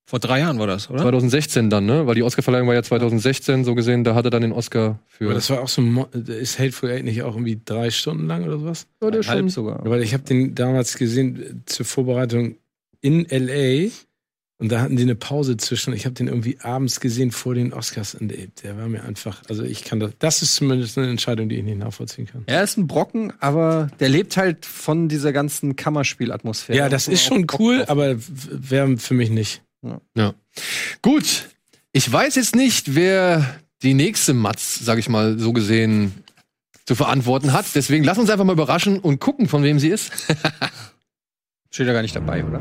Vor drei Jahren war das, oder?
2016 dann, ne? Weil die Oscarverleihung war ja 2016, so gesehen, da hat er dann den Oscar
Aber
für.
das war auch so, ein Mo- ist Hateful Eight nicht auch irgendwie drei Stunden lang oder sowas?
Oder
halb sogar.
Ja, Weil ich habe den damals gesehen äh, zur Vorbereitung in LA und da hatten die eine Pause zwischen. Ich habe den irgendwie abends gesehen vor den Oscars und ey, der war mir einfach, also ich kann das, das ist zumindest eine Entscheidung, die ich nicht nachvollziehen kann.
Er ist ein Brocken, aber der lebt halt von dieser ganzen Kammerspielatmosphäre.
Ja, das ist schon cool, aber w- wäre für mich nicht.
Gut, Ich weiß jetzt nicht, wer die nächste Matz, sag ich mal, so gesehen zu verantworten hat. Deswegen lass uns einfach mal überraschen und gucken, von wem sie ist.
Steht ja gar nicht dabei, oder?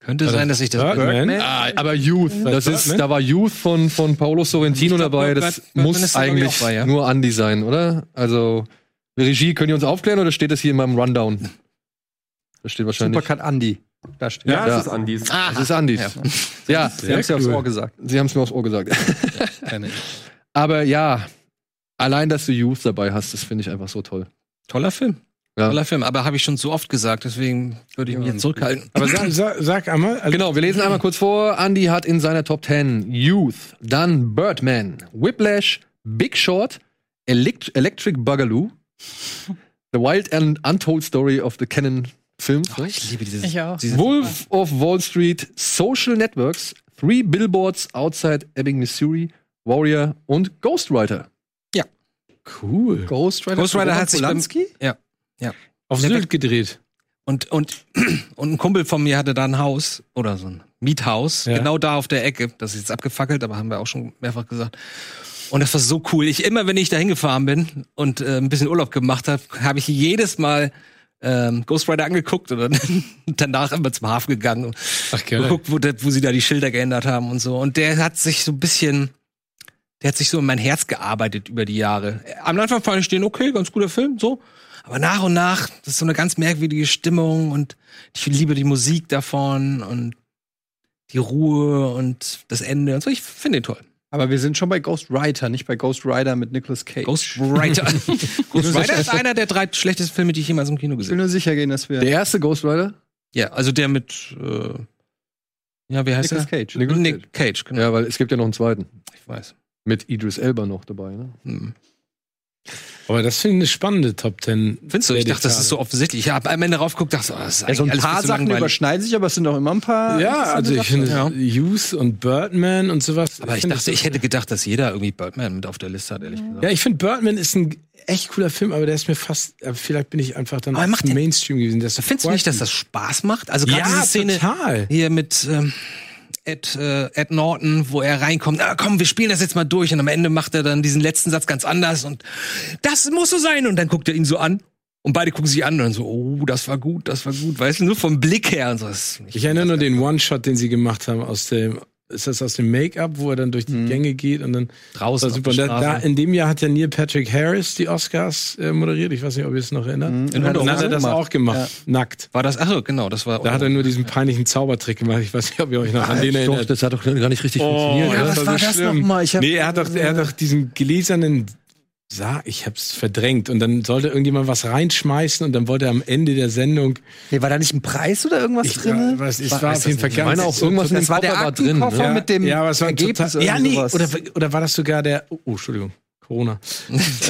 Könnte sein, dass ich das bin.
Birdman?
Ah, aber Youth, das ist, da war Youth von, von Paolo Sorrentino dabei. Das
Birdman
muss
ist da, glaub ich,
eigentlich
auch bei, ja.
nur Andy sein, oder? Also, Regie, könnt ihr uns aufklären oder steht das hier in meinem Rundown? Das steht wahrscheinlich.
Supercut Andy. Da steht.
Ja,
Ja.
es ist Andis.
Ah, das ist Andys. Ja,
Sie haben es ja aufs
cool.
Ohr gesagt.
sie haben es mir aufs Ohr gesagt. aber ja, allein, dass du Youth dabei hast, das finde ich einfach so toll.
Toller Film.
Ja.
Toller Film, aber habe ich schon so oft gesagt, deswegen würde ich mich jetzt zurückhalten.
Aber sag, sag, sag einmal. Also
Genau, wir lesen einmal kurz vor. Andy hat in seiner Top 10 Youth, dann Birdman, Whiplash, Big Short, Elect Electric Boogaloo, The Wild and Untold Story of the Canon Films, ne?
Oh, Ich liebe dieses.
Ich auch.
dieses
Wolf of Wall Street, Social Networks, Three Billboards Outside Ebbing, Missouri, Warrior und Ghostwriter.
cool.
Ghost Rider,
Ghost Rider hat sich beim-
Auf Sylt gedreht.
Und, und, und ein Kumpel von mir hatte da ein Haus oder so ein Miethaus,
Ja.
genau da auf der Ecke. Das ist jetzt abgefackelt, aber haben wir auch schon mehrfach gesagt. Und das war so cool. Ich immer, wenn ich da hingefahren bin und äh, ein bisschen Urlaub gemacht habe, habe ich jedes Mal ähm, Ghost Rider angeguckt und dann danach immer zum Hafen gegangen und
Ach,
geguckt, wo, der- wo sie da die Schilder geändert haben und so. Und der hat sich so ein bisschen, der hat sich so in mein Herz gearbeitet über die Jahre. Am Anfang fand ich den okay, ganz guter Film, so. Aber nach und nach, das ist so eine ganz merkwürdige Stimmung und ich liebe die Musik davon und die Ruhe und das Ende und so. Ich finde den toll.
Aber wir sind schon bei Ghost Rider, nicht bei Ghost Rider mit Nicolas Cage.
Ghost Rider. Ghost Rider ist einer der drei schlechtesten Filme, die ich jemals im Kino
ich will
gesehen habe.
nur sicher gehen, dass wir
Der erste Ghostwriter?
Ja, also der mit, äh, ja, wie heißt
Nicolas
er?
Cage.
Nicolas
Nick Cage, genau.
Ja, weil es gibt ja noch einen zweiten.
Ich weiß.
Mit Idris Elba noch dabei. Ne?
Hm.
Aber das finde ich eine spannende Top Ten.
Findest du? Ich dachte, das ist so offensichtlich. Ich habe am Ende drauf geguckt, dachte, oh, das ist
Ja, so ein
eigentlich alles
paar
bisschen
Sachen
langweilig.
überschneiden sich, aber es sind auch immer ein paar. interessante
Ja, also ich
Sachen.
finde
Ja.
Youth und Birdman und sowas.
Aber ich
finde
dachte,
das-
ich hätte gedacht, dass jeder irgendwie Birdman mit auf der Liste hat, ehrlich gesagt.
Ja, ich finde Birdman ist ein echt cooler Film, aber der ist mir fast. äh, Vielleicht bin ich einfach dann
Aber
auch
macht
zu
den-
Mainstream gewesen. Der ist so
Findest du nicht, dass
quirky.
das Spaß macht? Also gerade
Ja,
diese Szene
total.
hier mit ähm, Ed, äh, Ed Norton, wo er reinkommt, ah, komm, wir spielen das jetzt mal durch und am Ende macht er dann diesen letzten Satz ganz anders und das muss so sein und dann guckt er ihn so an und beide gucken sich an und dann so, oh, das war gut, das war gut, weißt du, nur vom Blick her und so. Das-
Ich erinnere nur den One-Shot, den sie gemacht haben aus dem. Ist das aus dem Make-up, wo er dann durch die Gänge geht und dann
Draußen
Das war
auf
super.
der
Da, da,
Straße.
in dem Jahr hat ja Neil Patrick Harris die Oscars äh, moderiert. Ich weiß nicht, ob ihr es noch erinnert.
Mhm.
Und
Und hat
dann
er
hat er das
gemacht.
auch gemacht, nackt.
War das, ach so, genau, das war. Ah,
Da hat er nur diesen peinlichen Zaubertrick gemacht. Ich weiß nicht, ob ihr euch noch an den
Doch,
erinnert. Oh,
das hat doch gar nicht richtig funktioniert.
das
was war das nochmal? Ich hab-
nee, er hat doch, er hat doch diesen gläsernen Sarg, ich hab's verdrängt. Und dann sollte irgendjemand was reinschmeißen und dann wollte er am Ende der Sendung.
Nee, war da nicht ein Preis oder irgendwas
Ich, äh,
drin?
was, ich war auf jeden Fall
Ich meine auch irgendwas in dem
das war der
Koffer war drin.
Aktenkoffer.
Ne?
mit dem
ja, aber es war ein
Ergebnis
total, ja,
irgendwie
nee,
sowas.
oder, oder war das sogar der. Oh, oh, Entschuldigung, Corona.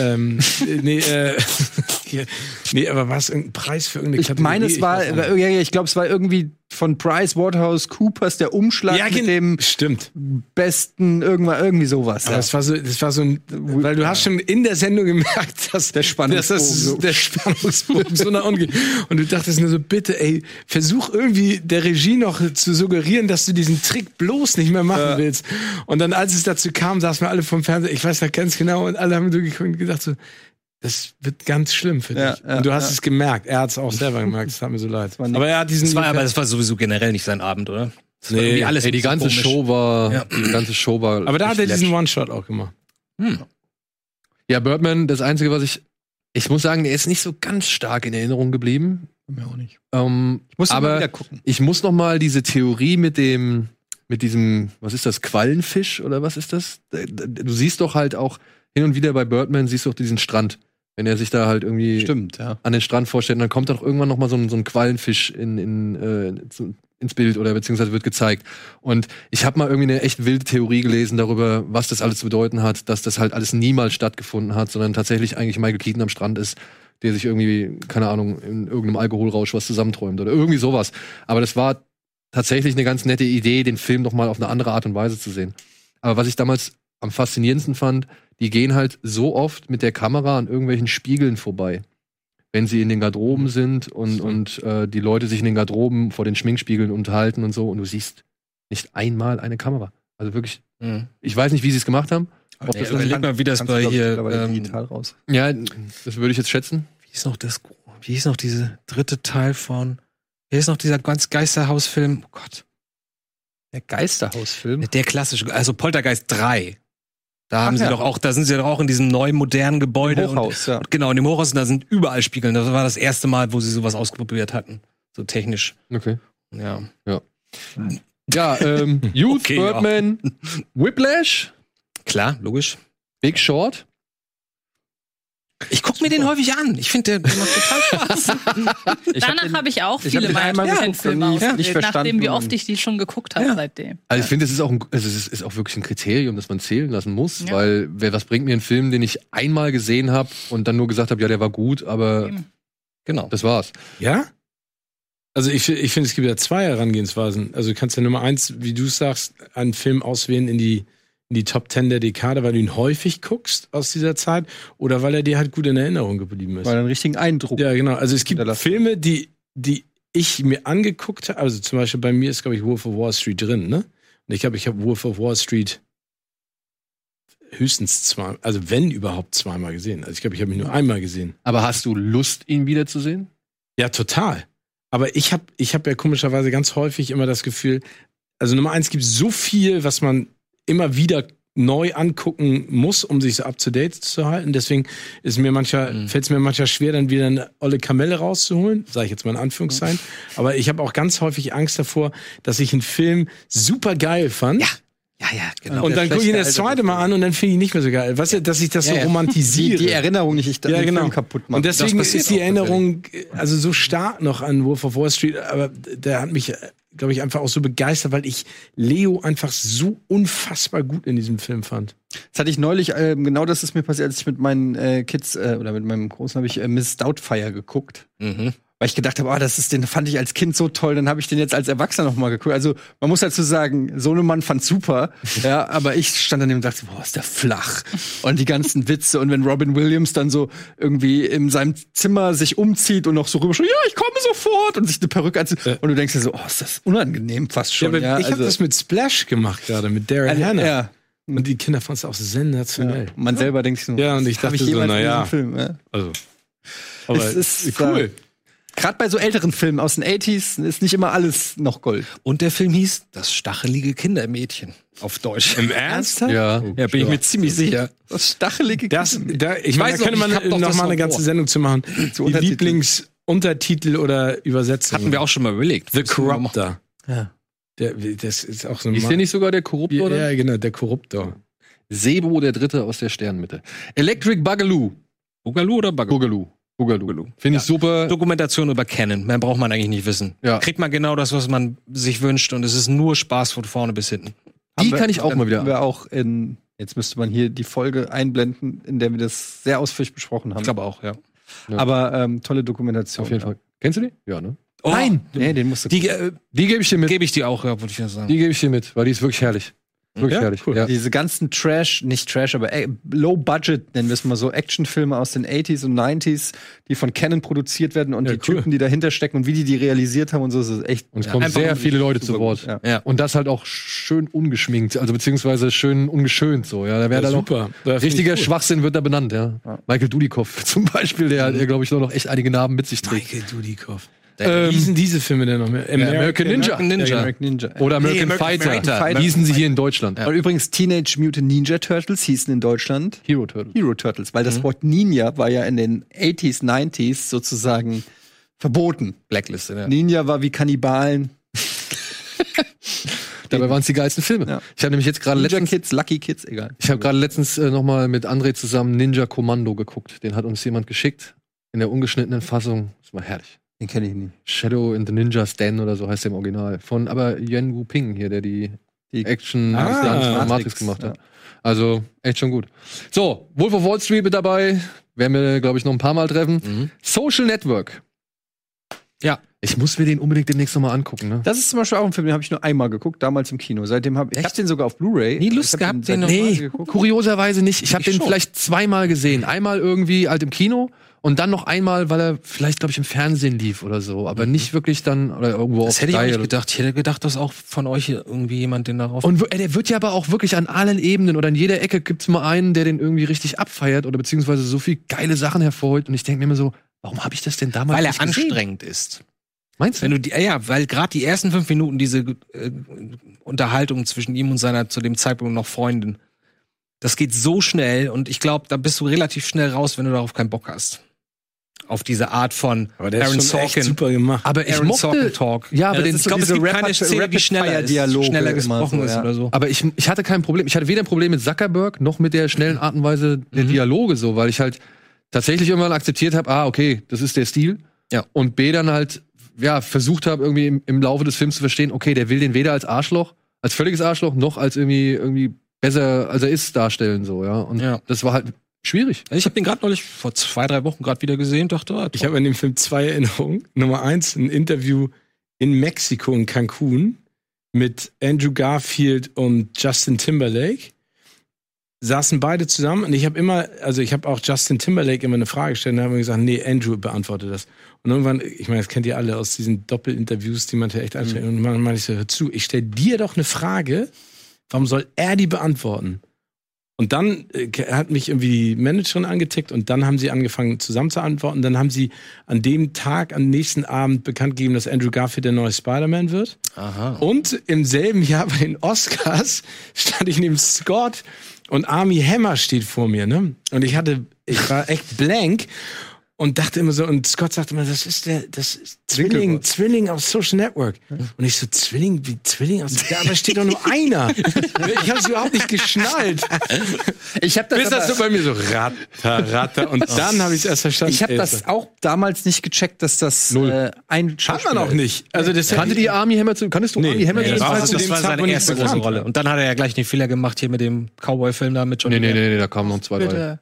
ähm, nee, äh, hier, nee, aber war es irgendein Preis für irgendeine
Ich meine, es war, äh,
weiß nicht.
ja, ja, ich glaube, es war irgendwie von Price Waterhouse Coopers der Umschlag
ja,
mit
gen-
dem
stimmt.
besten irgendwann äh, irgendwie sowas.
Aber es war so, das war so ein, weil du hast schon in der Sendung gemerkt, dass der
Spannungsbogen
dass das,
so-
der Spannungsbogen so nach unten geht. Und du dachtest nur so, bitte, ey, versuch irgendwie der Regie noch zu suggerieren, dass du diesen Trick bloß nicht mehr machen willst. Und dann, als es dazu kam, saßen wir alle vom Fernseher, ich weiß noch ganz genau, und alle haben so geguckt und gedacht so, das wird ganz schlimm für
Ja,
dich.
ja,
und du hast
ja.
es gemerkt. Er hat es auch selber gemerkt. Es tat mir so leid.
war nix.
Aber er hat diesen.
das war aber das war sowieso generell nicht sein Abend, oder? Das war
Nee,
irgendwie
Ey,
ein
die
bisschen
ganze
komisch.
Show war,
Ja.
die ganze Show war.
aber da hat er
läppisch.
diesen One-Shot auch gemacht.
Hm.
Ja, Birdman, das Einzige, was ich. Ich muss sagen, der ist nicht so ganz stark in Erinnerung geblieben.
mir auch nicht.
Ähm,
Ich muss
aber
immer wieder gucken.
ich muss noch mal diese Theorie mit dem, mit diesem, was ist das, Quallenfisch oder was ist das? Äh, Du siehst doch halt auch hin und wieder bei Birdman siehst du auch diesen Strand, wenn er sich da halt irgendwie
Stimmt, ja.
an den Strand vorstellt, und dann kommt doch irgendwann noch mal so ein, so ein Quallenfisch in, in äh, zu, ins Bild oder beziehungsweise wird gezeigt. Und ich habe mal irgendwie eine echt wilde Theorie gelesen darüber, was das alles zu bedeuten hat, dass das halt alles niemals stattgefunden hat, sondern tatsächlich eigentlich Michael Keaton am Strand ist, der sich irgendwie, keine Ahnung, in irgendeinem Alkoholrausch was zusammenträumt oder irgendwie sowas. Aber das war tatsächlich eine ganz nette Idee, den Film noch mal auf eine andere Art und Weise zu sehen. Aber was ich damals am faszinierendsten fand, die gehen halt so oft mit der Kamera an irgendwelchen Spiegeln vorbei. Wenn sie in den Garderoben sind und, und äh, die Leute sich in den Garderoben vor den Schminkspiegeln unterhalten und so und du siehst nicht einmal eine Kamera. Also wirklich,
Mhm.
ich weiß nicht, wie sie es gemacht haben.
Aber ja, überleg mal, wie das
Kannst du,
bei
glaub ich,
hier.
mittlerweile
Ähm,
digital raus.
Ja, das würde ich jetzt schätzen.
wie ist noch das? Wie ist noch dieser dritte Teil von? Wie ist noch dieser ganz Geisterhausfilm? Oh Gott.
Der Geisterhausfilm.
Der klassische, also Poltergeist 3. Da haben
Ach
sie
ja.
doch auch, da sind sie doch auch in diesem neuen modernen Gebäude.
Hochhaus, ja.
und, genau, in dem Hochhaus, und da sind überall Spiegeln. Das war das erste Mal, wo sie sowas ausprobiert hatten. So technisch.
Okay.
Ja.
Ja, ähm, Youth,
Okay, ja.
Birdman, Whiplash,
Klar, logisch.
Big Short.
Ich guck mir den häufig an. Ich finde, der, der macht total Spaß.
Danach habe ich auch
ich hab
viele
den
Mal
einmal
den
geguckt und
Film
nie-
ausgewählt,
nicht verstanden
nachdem wie
und-
oft ich die schon geguckt habe seitdem.
Also ich finde, es ist auch ein, also es ist, ist auch wirklich ein Kriterium, das man zählen lassen muss,
Ja.
weil wer was bringt mir einen Film, den ich einmal gesehen habe und dann nur gesagt habe, ja, der war gut, aber
Eben.
genau.
das war's.
Ja? Also ich, fi- ich finde, es gibt ja zwei Herangehensweisen. Also du kannst ja Nummer eins, wie du sagst, einen Film auswählen in die, in die Top Ten der Dekade, weil du ihn häufig guckst aus dieser Zeit oder weil er dir halt gut in Erinnerung geblieben ist.
Weil er einen richtigen Eindruck.
Ja, genau. Also es gibt
hinterlassen.
Filme, die, die ich mir angeguckt habe. Also zum Beispiel bei mir ist, glaube ich, Wolf of Wall Street drin, ne? Und ich glaube, ich habe Wolf of Wall Street höchstens zwei, also wenn überhaupt zweimal gesehen. Also ich glaube, ich habe ihn nur einmal gesehen.
Aber hast du Lust, ihn wiederzusehen?
Ja, total. Aber ich habe ich hab ja komischerweise ganz häufig immer das Gefühl, also Nummer eins gibt so viel, was man immer wieder neu angucken muss, um sich so up to date zu halten. Deswegen ist mir mancher, fällt es mir mancher schwer, dann wieder eine olle Kamelle rauszuholen, sage ich jetzt mal in Anführungszeichen. Aber ich habe auch ganz häufig Angst davor, dass ich einen Film super geil fand.
Ja, ja, genau.
Und dann gucke ich ihn das
schlechte
zweite Mal an und dann finde ich ihn nicht mehr so geil. Weißt du, dass ich das so
ja.
Die,
romantisiere
die Erinnerung nicht, ich den Film kaputt machen.
genau. und deswegen
passiert
ist die
auch
Erinnerung äh, also so stark noch an Wolf of Wall Street, aber der hat mich, glaube ich, einfach auch so begeistert, weil ich Leo einfach so unfassbar gut in diesem Film fand.
Das hatte ich neulich, ähm, genau das ist mir passiert, als ich mit meinen äh, Kids äh, oder mit meinem Großen habe ich äh, Miss Doubtfire geguckt.
Mhm.
Weil ich gedacht habe, ah, das ist den fand ich als Kind so toll, dann habe ich den jetzt als Erwachsener noch mal geguckt. Also man muss dazu sagen, Sohnemann fand super, ja, aber ich stand daneben und dachte, boah, ist der flach und die ganzen Witze und wenn Robin Williams dann so irgendwie in seinem Zimmer sich umzieht und noch so rüber, ja, ich komme sofort und sich eine Perücke anzieht und du denkst dir so, oh, ist das unangenehm fast schon. Ja,
Äh. ich habe
also-
das mit Splash gemacht gerade, mit Daryl Hannah.
ja.
Und die Kinder fanden es auch sensationell.
Und man selber denkt sich so,
Ja, und ich
was hab
dachte so,
jemals
na
in diesem
ja.
Film, ja.
Also, aber
Es ist,
cool.
Gerade bei so älteren Filmen aus den 80s ist nicht immer alles noch Gold.
Und der Film hieß Das stachelige Kindermädchen. Auf Deutsch.
Im Ernst?
Ja.
Ja, bin ich mir ziemlich sicher.
Das stachelige
Das, da, ich,
weiß noch,
meine, da könnte
ich
man
hab doch
noch
das
mal
noch
eine ganze
vor.
Sendung zu machen. Die
Untertiteln.
Lieblingsuntertitel oder Übersetzung.
Hatten wir auch schon mal überlegt.
The
Müssen wir mal machen.
Corruptor.
Ja.
Der, das ist auch so ein
Ist der nicht sogar der Korrupte,
Ja,
oder?
ja, genau, der Korruptor.
Sebo, der Dritte aus der Sternmitte. Electric Bugaloo.
Bugaloo oder Bugaloo?
Bugaloo. Bugaloo. Finde ich super.
Dokumentation über Canon. Mehr braucht man eigentlich nicht wissen.
Ja.
Kriegt man genau das, was man sich wünscht und es ist nur Spaß von vorne bis hinten.
Die kann ich auch mal wieder.
Haben wir auch in, jetzt müsste man hier die Folge einblenden, in der wir das sehr ausführlich besprochen haben.
Ich glaube auch, ja.
Aber ähm, tolle Dokumentation.
Auf jeden Fall. Kennst du die? Ja, ne?
Oh,
Nein! Nee, den musst du
Die äh,
Die gebe ich dir mit.
gebe ich dir auch, ja, würde ich ja sagen.
Die gebe ich dir mit, weil die ist wirklich herrlich. Wirklich
Ja?
herrlich.
Cool.
Ja.
Diese ganzen Trash, nicht Trash, aber äh, Low Budget, nennen wir es mal so, Actionfilme aus den 80s und 90s, die von Canon produziert werden und
Ja,
die
cool.
Typen, die dahinter stecken und wie die die realisiert haben und so, das ist echt.
Und es kommen
einfach
sehr
um-
viele Leute zu
super
Wort.
gut, ja.
Ja.
Und das halt auch schön ungeschminkt, also beziehungsweise schön ungeschönt so. Ja, da wäre dann auch
Da find
richtiger
ich cool.
Schwachsinn wird da benannt. Ja. Michael Dudikoff zum Beispiel, der, der glaube ich nur noch echt einige Narben mit sich trägt.
Michael Dudikoff.
Ähm,
Wie hießen diese Filme denn noch mehr? American,
Ninja.
American Ninja.
genau, American Ninja.
Oder American,
American
Fighter.
Fighter.
Fighter. Hießen sie hier in Deutschland.
Und übrigens, Teenage Mutant Ninja Turtles hießen in Deutschland
Hero Turtle.
Hero Turtles, weil das Wort Ninja war ja in den 80s, 90s sozusagen verboten.
Blacklist, ja.
Ninja war wie Kannibalen,
Dabei waren es die geilsten Filme.
Ja.
Ich habe nämlich jetzt gerade
Ninja
letztens,
Kids, Lucky Kids, egal.
ich habe gerade letztens äh, nochmal mit André zusammen Ninja Kommando geguckt. Den hat uns jemand geschickt in der ungeschnittenen Fassung. Das war herrlich.
Den kenne ich nicht.
Shadow in the Ninja's Den oder so heißt der im Original. Von aber Yuen Wu Ping hier, der die,
Die-
Action
Ah,
Stunts von Matrix,
Matrix,
gemacht hat. Also echt schon gut. So, Wolf of Wall Street mit dabei. Werden wir, glaube ich, noch ein paar Mal treffen.
Mhm.
Social Network.
Ja.
Ich muss mir den unbedingt demnächst nochmal angucken, ne?
Das ist zum Beispiel auch ein Film, den habe ich nur einmal geguckt, damals im Kino. Seitdem habe ich hab den sogar auf Blu-ray.
Nie Lust
Ich hab
gehabt,
seitdem
den noch-
mal
Nee.
geguckt.
Kurioserweise nicht. Ich habe
Ich
den
schon.
vielleicht zweimal gesehen. Einmal irgendwie halt im Kino und dann noch einmal, weil er vielleicht, glaube ich, im Fernsehen lief oder so. Aber nicht wirklich dann oder irgendwo
Mhm. Das hätte ich auch
Sky
nicht
oder so.
gedacht. Ich hätte gedacht, dass auch von euch hier irgendwie jemand den darauf.
Und w- äh, der wird ja aber auch wirklich an allen Ebenen oder an jeder Ecke gibt's mal einen, der den irgendwie richtig abfeiert oder beziehungsweise so viel geile Sachen hervorholt. Und ich denke mir immer so, warum habe ich das denn damals
weil er
nicht gesehen?
anstrengend ist.
Meinst du?
Wenn du die, ja, weil gerade die ersten fünf Minuten diese äh, Unterhaltung zwischen ihm und seiner zu dem Zeitpunkt noch Freundin, das geht so schnell und ich glaube, da bist du relativ schnell raus, wenn du darauf keinen Bock hast. Auf diese Art von
Aber der
Aaron
ist schon echt
Sorkin.
super gemacht.
aber ich
Aaron Sorkin
mochte,
Talk.
ja, aber
das
den,
ist, ich glaube, es
diese
gibt
Rapid-
keine Szene, die schneller ist,
Rapid-Fire-Dialoge
schneller
immer
gesprochen
so,
ist
ja.
oder so.
aber ich, ich hatte kein Problem. Ich hatte weder ein Problem mit Zuckerberg noch mit der schnellen Art und Weise der
Mhm.
Dialoge so, weil ich halt tatsächlich irgendwann akzeptiert habe, ah, okay, das ist der Stil.
Ja.
Und B dann halt, ja, versucht habe, irgendwie im, im Laufe des Films zu verstehen, okay, der will den weder als Arschloch, als völliges Arschloch, noch als irgendwie, irgendwie besser, als er ist, darstellen, so, ja. Und
Ja.
das war halt schwierig.
Ich habe den gerade neulich vor zwei, drei Wochen gerade wieder gesehen, dachte, ah,
Ich habe an dem Film zwei Erinnerungen. Nummer eins, ein Interview in Mexiko, in Cancun, mit Andrew Garfield und Justin Timberlake. Saßen beide zusammen und ich habe immer, also ich habe auch Justin Timberlake immer eine Frage gestellt und da haben wir gesagt, nee, Andrew beantwortet das. Und irgendwann, ich meine, das kennt ihr alle aus diesen Doppelinterviews, die man ja echt anstellt. Und dann meinte ich so, hör zu, ich stell dir doch eine Frage, warum soll er die beantworten? Und dann äh, hat mich irgendwie die Managerin angetickt und dann haben sie angefangen zusammen zu antworten. Dann haben sie an dem Tag, am nächsten Abend bekannt gegeben, dass Andrew Garfield der neue Spider-Man wird.
Aha.
Und im selben Jahr bei den Oscars stand ich neben Scott und Army Hammer steht vor mir, ne? Und ich hatte, ich war echt blank und dachte immer so, und Scott sagte immer, das ist der, das ist Zwilling, Zwilling aus Social Network. Und ich so, Zwilling, wie Zwilling aus, da aber steht doch nur einer. ich hab's überhaupt nicht geschnallt.
Ich habe das,
Bis
aber- Oh.
das so bei mir so ratter, ratter. Und dann habe ich es erst verstanden.
ich hab
Ey,
das auch damals nicht gecheckt, dass das äh, ein
hat man auch nicht. Also das
Kannte die Army Hammer zu, kanntest du Army Hammer
nee,
zu
das war-
nee,
zu dem Zeitpunkt nicht bekannt.
Und dann hat er ja gleich den Fehler gemacht hier mit dem Cowboy-Film da mit Johnny.
nee, nee,
Depp.
nee, da kamen noch zwei, drei.
Bitte.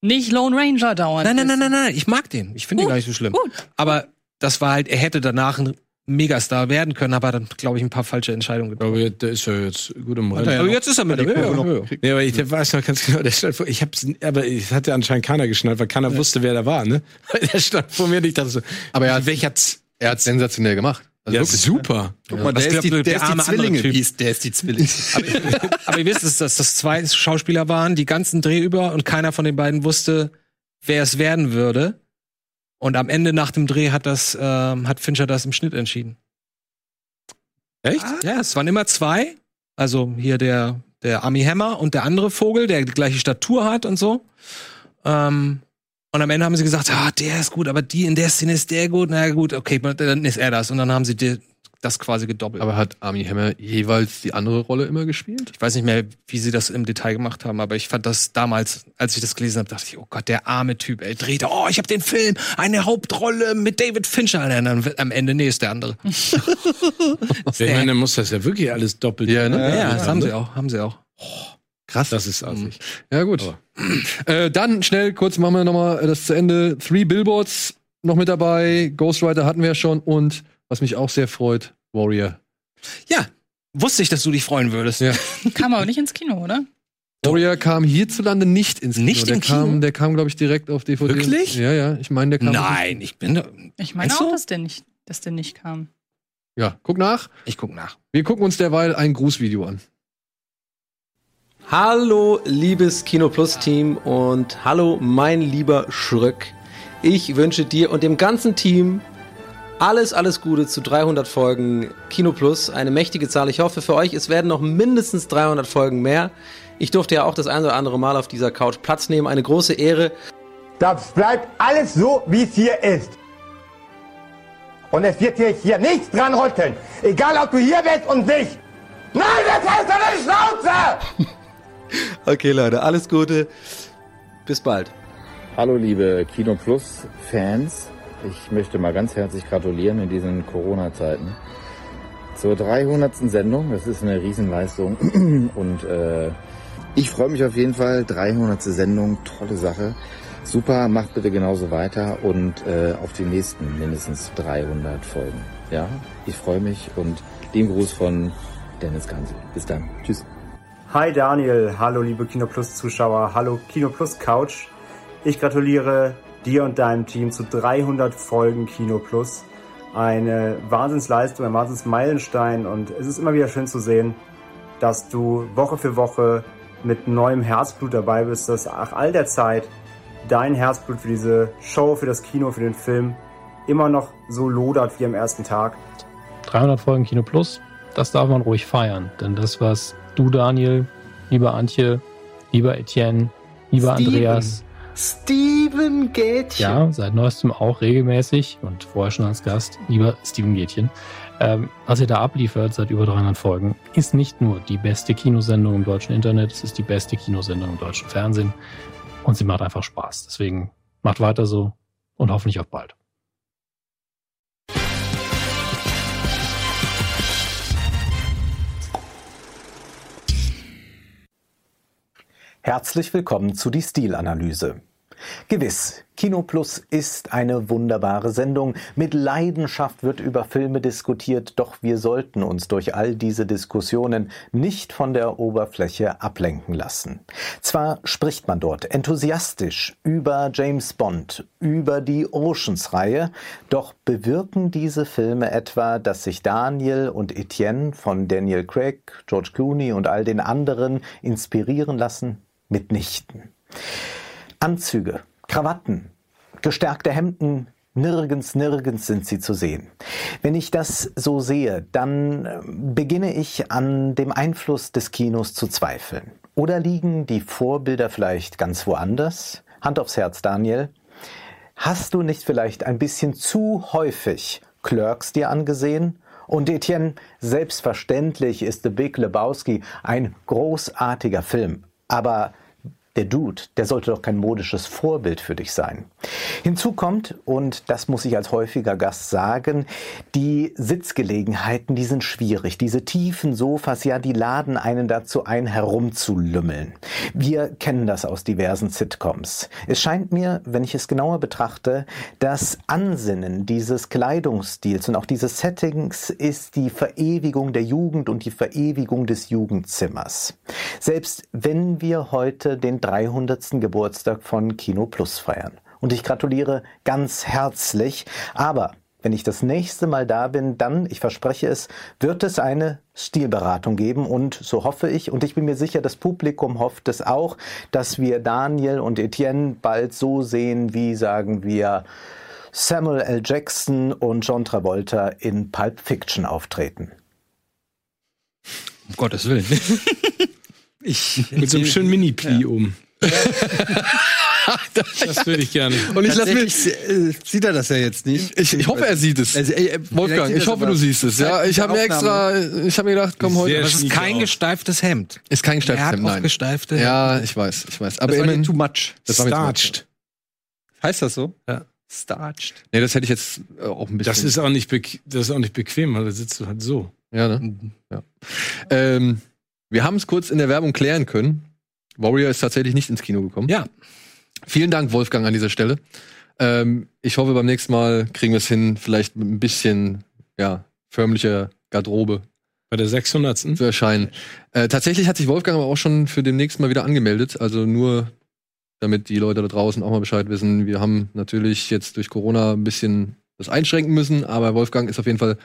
Nicht Lone Ranger dauernd.
Nein, nein, nein, nein, nein. Ich mag den. Ich finde ihn
Gut,
gar nicht so schlimm.
gut.
Aber das war halt, er hätte danach ein Megastar werden können, aber dann, glaube ich, ein paar falsche Entscheidungen getroffen.
Aber der ist ja jetzt gut im Rennen.
Aber jetzt ist er mit dem. Ja, ja, ja.
Nee, aber ich der weiß noch ganz genau, der stand vor, ich hab's, aber es hatte anscheinend keiner geschnallt, weil keiner wusste, wer da war, ne? Weil der stand vor mir und ich dachte so,
Aber er hat-
welcher Z
Er hat sensationell gemacht. Also
ja,
wirklich.
super.
Guck mal,
Was
der ist
glaubt
die,
ihr,
der
der
ist die
arme andere
Zwillinge.
Typ?
Die ist, der ist die Zwillinge.
Aber ihr wisst es, dass das zwei Schauspieler waren, die ganzen Dreh über und keiner von den beiden wusste, wer es werden würde. Und am Ende nach dem Dreh hat das, ähm, hat Fincher das im Schnitt entschieden.
Echt?
Ja, es waren immer zwei. Also hier der, der Army Hammer und der andere Vogel, der die gleiche Statur hat und so. Ähm, und am Ende haben sie gesagt, ah, der ist gut, aber die in der Szene ist der gut. Na ja, gut, okay, dann ist er das. Und dann haben sie die, das quasi gedoppelt.
Aber hat Army Hammer jeweils die andere Rolle immer gespielt?
Ich weiß nicht mehr, wie sie das im Detail gemacht haben, aber ich fand das damals, als ich das gelesen habe, dachte ich, oh Gott, der arme Typ, ey, dreht, oh, ich habe den Film, eine Hauptrolle mit David Fincher. Und dann wird am Ende, nee, ist der andere.
Ich meine, dann muss das ja wirklich alles doppelt.
Ja, ne?
Ja, das haben sie auch, haben sie auch.
Krass.
Das ist artig.
Ja, gut. Äh, dann schnell, kurz machen wir nochmal das zu Ende. Three Billboards noch mit dabei. Ghost Rider hatten wir ja schon. Und was mich auch sehr freut, Warrior.
Ja, wusste ich, dass du dich freuen würdest.
Ja.
Kam aber nicht ins Kino, oder?
Warrior kam hierzulande nicht ins Kino.
Nicht
der
im Kino?
kam, Der kam, glaube ich, direkt auf DVD.
Wirklich?
Ja, ja. Ich meine, der kam.
Nein, ich bin, da-
Ich meine
Meinst
auch,
du?
dass der nicht, dass der nicht kam.
Ja, guck nach.
ich guck nach.
Wir gucken uns derweil ein Grußvideo an.
Hallo, liebes KinoPlus-Team und hallo, mein lieber Schröck. Ich wünsche dir und dem ganzen Team alles, alles Gute zu 300 Folgen KinoPlus. Eine mächtige Zahl. Ich hoffe für euch, es werden noch mindestens 300 Folgen mehr. Ich durfte ja auch das ein oder andere Mal auf dieser Couch Platz nehmen. Eine große Ehre.
Das bleibt alles so, wie es hier ist. Und es wird hier, hier nichts dran rütteln. Egal, ob du hier bist und nicht. Nein, das heißt eine Schnauze!
Okay, Leute, alles Gute. Bis bald.
Hallo liebe Kino Plus Fans.
Ich möchte mal ganz herzlich gratulieren in diesen Corona-Zeiten zur 300. Sendung. Das ist eine Riesenleistung. Und äh, ich freue mich auf jeden Fall. 300. Sendung, tolle Sache. Super, macht bitte genauso weiter und äh, auf die nächsten mindestens 300 Folgen. Ja, ich freue mich und den Gruß von Dennis Gansel. Bis dann. Tschüss.
Hi Daniel, hallo liebe KinoPlus Zuschauer, hallo KinoPlus Couch. Ich gratuliere dir und deinem Team zu 300 Folgen KinoPlus. Eine Wahnsinnsleistung, ein Wahnsinnsmeilenstein und es ist immer wieder schön zu sehen, dass du Woche für Woche mit neuem Herzblut dabei bist, dass nach all der Zeit dein Herzblut für diese Show, für das Kino, für den Film immer noch so lodert wie am ersten Tag.
300 Folgen Kino Plus, das darf man ruhig feiern. Denn das, was du, Daniel, lieber Antje, lieber Etienne, lieber
Steven.
Andreas,
Steven Gätchen.
ja, seit neuestem auch regelmäßig und vorher schon als Gast, lieber Steven Gätchen, ähm, was ihr da abliefert seit über 300 Folgen, ist nicht nur die beste Kinosendung im deutschen Internet, es ist die beste Kinosendung im deutschen Fernsehen und sie macht einfach Spaß. Deswegen macht weiter so und hoffentlich auf bald.
Herzlich willkommen zu die Stilanalyse. Gewiss, Kino Plus ist eine wunderbare Sendung. Mit Leidenschaft wird über Filme diskutiert, doch wir sollten uns durch all diese Diskussionen nicht von der Oberfläche ablenken lassen. Zwar spricht man dort enthusiastisch über James Bond, über die Oceans-Reihe, doch bewirken diese Filme etwa, dass sich Daniel und Etienne von Daniel Craig, George Clooney und all den anderen inspirieren lassen? Mitnichten. Anzüge, Krawatten, gestärkte Hemden, nirgends, nirgends sind sie zu sehen. Wenn ich das so sehe, dann äh, beginne ich an dem Einfluss des Kinos zu zweifeln. Oder liegen die Vorbilder vielleicht ganz woanders? Hand aufs Herz, Daniel. Hast du nicht vielleicht ein bisschen zu häufig Clerks dir angesehen? Und Etienne, selbstverständlich ist The Big Lebowski ein großartiger Film. Aber der Dude, der sollte doch kein modisches Vorbild für dich sein. Hinzu kommt, und das muss ich als häufiger Gast sagen, die Sitzgelegenheiten, die sind schwierig. Diese tiefen Sofas, ja, die laden einen dazu ein, herumzulümmeln. Wir kennen das aus diversen Sitcoms. Es scheint mir, wenn ich es genauer betrachte, das Ansinnen dieses Kleidungsstils und auch dieses Settings ist die Verewigung der Jugend und die Verewigung des Jugendzimmers. Selbst wenn wir heute den 300. Geburtstag von Kino Plus feiern. Und ich gratuliere ganz herzlich. Aber wenn ich das nächste Mal da bin, dann, ich verspreche es, wird es eine Stilberatung geben. Und so hoffe ich, und ich bin mir sicher, das Publikum hofft es auch, dass wir Daniel und Etienne bald so sehen, wie sagen wir, Samuel L. Jackson und John Travolta in Pulp Fiction auftreten.
Um Gottes Willen. Ich, Mit so einem schönen Mini-Pli
um.
oben. das würde ich gerne.
Und ich lasse
Tatsächlich
mich. Äh, sieht er das ja jetzt nicht?
Ich, ich hoffe, er sieht es.
Also, äh, vielleicht
Wolfgang,
sieht
ich
er's
hoffe,
aber.
du siehst es. Ja, ich habe mir extra, ich habe mir gedacht, komm heute.
Aber es ist
Oh.
kein gesteiftes Hemd.
Ist kein
Er
gesteiftes
hat
Hemd,
auch
nein.
gesteifte
Ja, ich weiß, ich weiß. Aber
war mir
immerhin.
too much.
Das war mir too much.
Starched. Heißt das so?
Ja.
Starched.
Nee, das hätte ich jetzt äh, auch ein bisschen.
Das ist auch nicht, bequ- das ist auch nicht bequem, weil da sitzt du halt so.
Ja, ne? Ja. Ähm, wir haben es kurz in der Werbung klären können. Warrior ist tatsächlich nicht ins Kino gekommen.
Ja.
Vielen Dank, Wolfgang, an dieser Stelle. Ähm, ich hoffe, beim nächsten Mal kriegen wir es hin, vielleicht mit ein bisschen ja, förmlicher Garderobe.
Bei der 600.
Zu erscheinen. Äh, tatsächlich hat sich Wolfgang aber auch schon für demnächst mal wieder angemeldet. Also nur, damit die Leute da draußen auch mal Bescheid wissen. Wir haben natürlich jetzt durch Corona ein bisschen das einschränken müssen, aber Wolfgang ist auf jeden Fall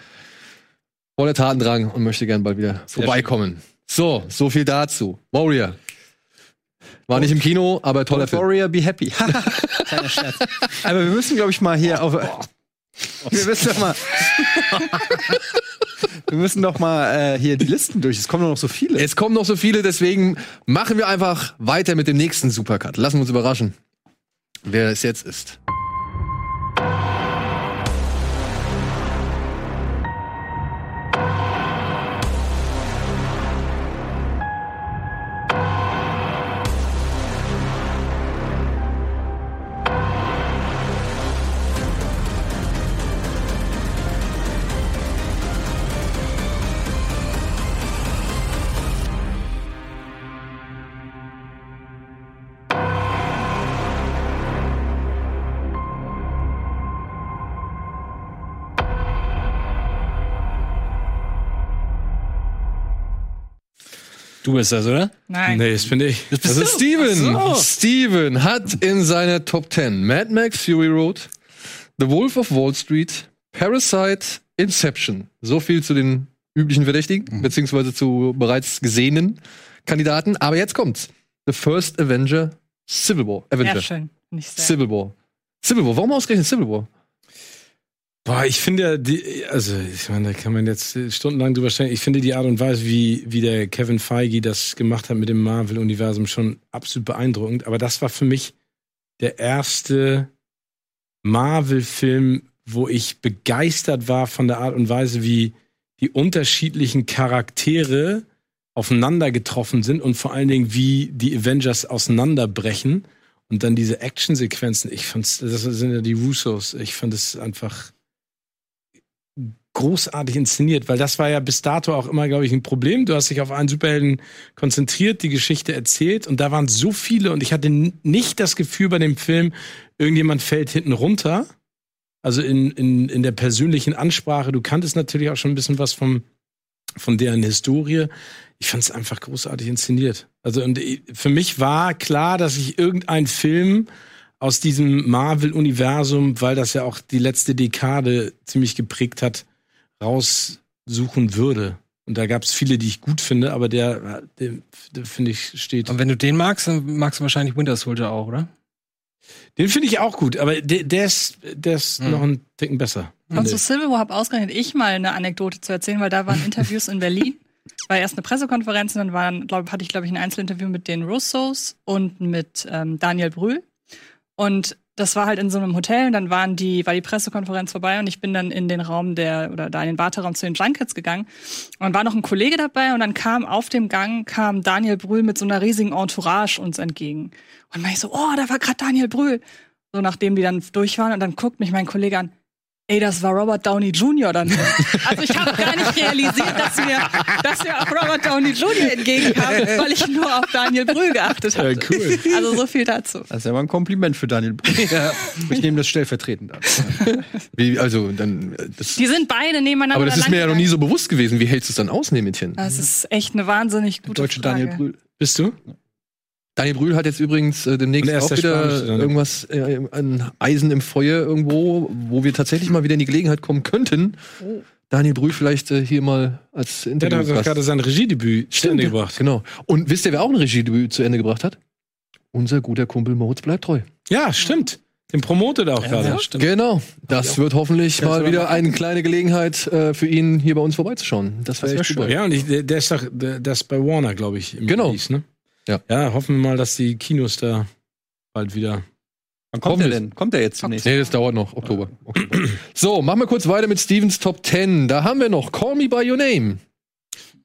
voller Tatendrang und möchte gern bald wieder vorbeikommen. So, so viel dazu. Warrior. War nicht im Kino, aber toller Film.
Warrior be happy. Kleiner Scherz. Aber wir müssen, glaube ich, mal hier auf. Wir müssen doch mal. wir müssen doch mal äh, hier die Listen durch. Es kommen nur noch so viele.
Es kommen noch so viele, deswegen machen wir einfach weiter mit dem nächsten Supercut. Lassen wir uns überraschen, wer es jetzt ist.
Du bist das, oder?
Nein.
Nee, das bin ich.
Das,
Das ist Steven. Steven hat in seiner Top 10 Mad Max Fury Road, The Wolf of Wall Street, Parasite, Inception. So viel zu den üblichen Verdächtigen, beziehungsweise zu bereits gesehenen Kandidaten. Aber jetzt kommt's. The First Avenger, Civil War. Avenger.
Ja, schön. Nicht sehr.
Civil War. Civil War. Warum ausgerechnet Civil War?
Boah, ich finde ja, die, also ich meine, da kann man jetzt äh, stundenlang drüber sprechen. Ich finde die Art und Weise, wie, wie der Kevin Feige das gemacht hat mit dem Marvel-Universum, schon absolut beeindruckend. Aber das war für mich der erste Marvel-Film, wo ich begeistert war von der Art und Weise, wie die unterschiedlichen Charaktere aufeinander getroffen sind und vor allen Dingen, wie die Avengers auseinanderbrechen. Und dann diese Actionsequenzen, ich fand's, das sind ja die Russos, ich fand es einfach großartig inszeniert, weil das war ja bis dato auch immer, glaube ich, ein Problem. Du hast dich auf einen Superhelden konzentriert, die Geschichte erzählt und da waren so viele und ich hatte n- nicht das Gefühl bei dem Film, irgendjemand fällt hinten runter. Also in, in, in der persönlichen Ansprache, du kanntest natürlich auch schon ein bisschen was vom, von deren Historie. Ich fand es einfach großartig inszeniert. Also und ich- für mich war klar, dass ich irgendein Film aus diesem Marvel-Universum, weil das ja auch die letzte Dekade ziemlich geprägt hat, raussuchen würde. Und da gab es viele, die ich gut finde, aber der, der, der finde ich, steht.
Und wenn du den magst, dann magst du wahrscheinlich Winter Soldier auch, oder?
Den finde ich auch gut, aber der, der ist, der ist
Hm.
noch einen Ticken besser.
Und zu Civil War habe ausgerechnet ich mal eine Anekdote zu erzählen, weil da waren Interviews in Berlin. War erst eine Pressekonferenz und dann waren, glaub, hatte ich, glaube ich, ein Einzelinterview mit den Russos und mit ähm, Daniel Brühl. Und das war halt in so einem Hotel und dann waren die, war die Pressekonferenz vorbei und ich bin dann in den Raum der, oder da in den Warteraum zu den Junkets gegangen. Und dann war noch ein Kollege dabei und dann kam auf dem Gang, kam Daniel Brühl mit so einer riesigen Entourage uns entgegen. Und war ich so, oh, da war gerade Daniel Brühl. So nachdem die dann durch waren und dann guckt mich mein Kollege an, Ey, das war Robert Downey Jr. dann. Also ich habe gar nicht realisiert, dass mir, dass mir auch Robert Downey Jr. entgegenkam, weil ich nur auf Daniel Brühl geachtet habe.
Ja, cool.
Also so viel dazu.
Das ist ja mal ein Kompliment für Daniel Brühl. Ich nehme das stellvertretend an.
Wie, also, dann, äh, das,
Die sind beide nebeneinander.
aber das ist mir ja noch
lang
nie so bewusst gewesen. Wie hältst du es dann aus, Mädchen?
gegangen. Das ist echt eine wahnsinnig Äh, gute
deutsche
Frage.
Daniel Brühl.
Bist du?
Daniel Brühl hat jetzt übrigens äh,
Und
demnächst
er ist
auch
der
wieder
Spanische dann.
irgendwas, äh, ein Eisen im Feuer irgendwo, wo wir tatsächlich mal wieder in die Gelegenheit kommen könnten. Daniel Brühl vielleicht äh, hier mal als
Der hat doch
Interviewgast.
gerade sein Regiedebüt zu Ende gebracht.
Genau. Und wisst ihr, wer auch ein Regiedebüt zu Ende gebracht hat? Unser guter Kumpel Moritz bleibt treu.
Ja, stimmt. Den promotet er auch gerade.
Genau. Das wird hoffentlich
Kannst
mal
du
wieder
dann machen.
eine kleine Gelegenheit äh, für ihn, hier bei uns vorbeizuschauen. Das wäre
wär
echt super.
Ja, und ich, der, der ist doch, der, der ist bei Warner, glaube ich, im genau. Release, ne?
Ja.
ja, hoffen wir mal, dass die Kinos da bald wieder.
Wann
kommt
der
es.
denn? Kommt der jetzt zunächst?
Nee, das dauert noch. Oktober. Oktober. so, machen wir kurz weiter mit Stevens Top 10. Da haben wir noch Call Me By Your Name.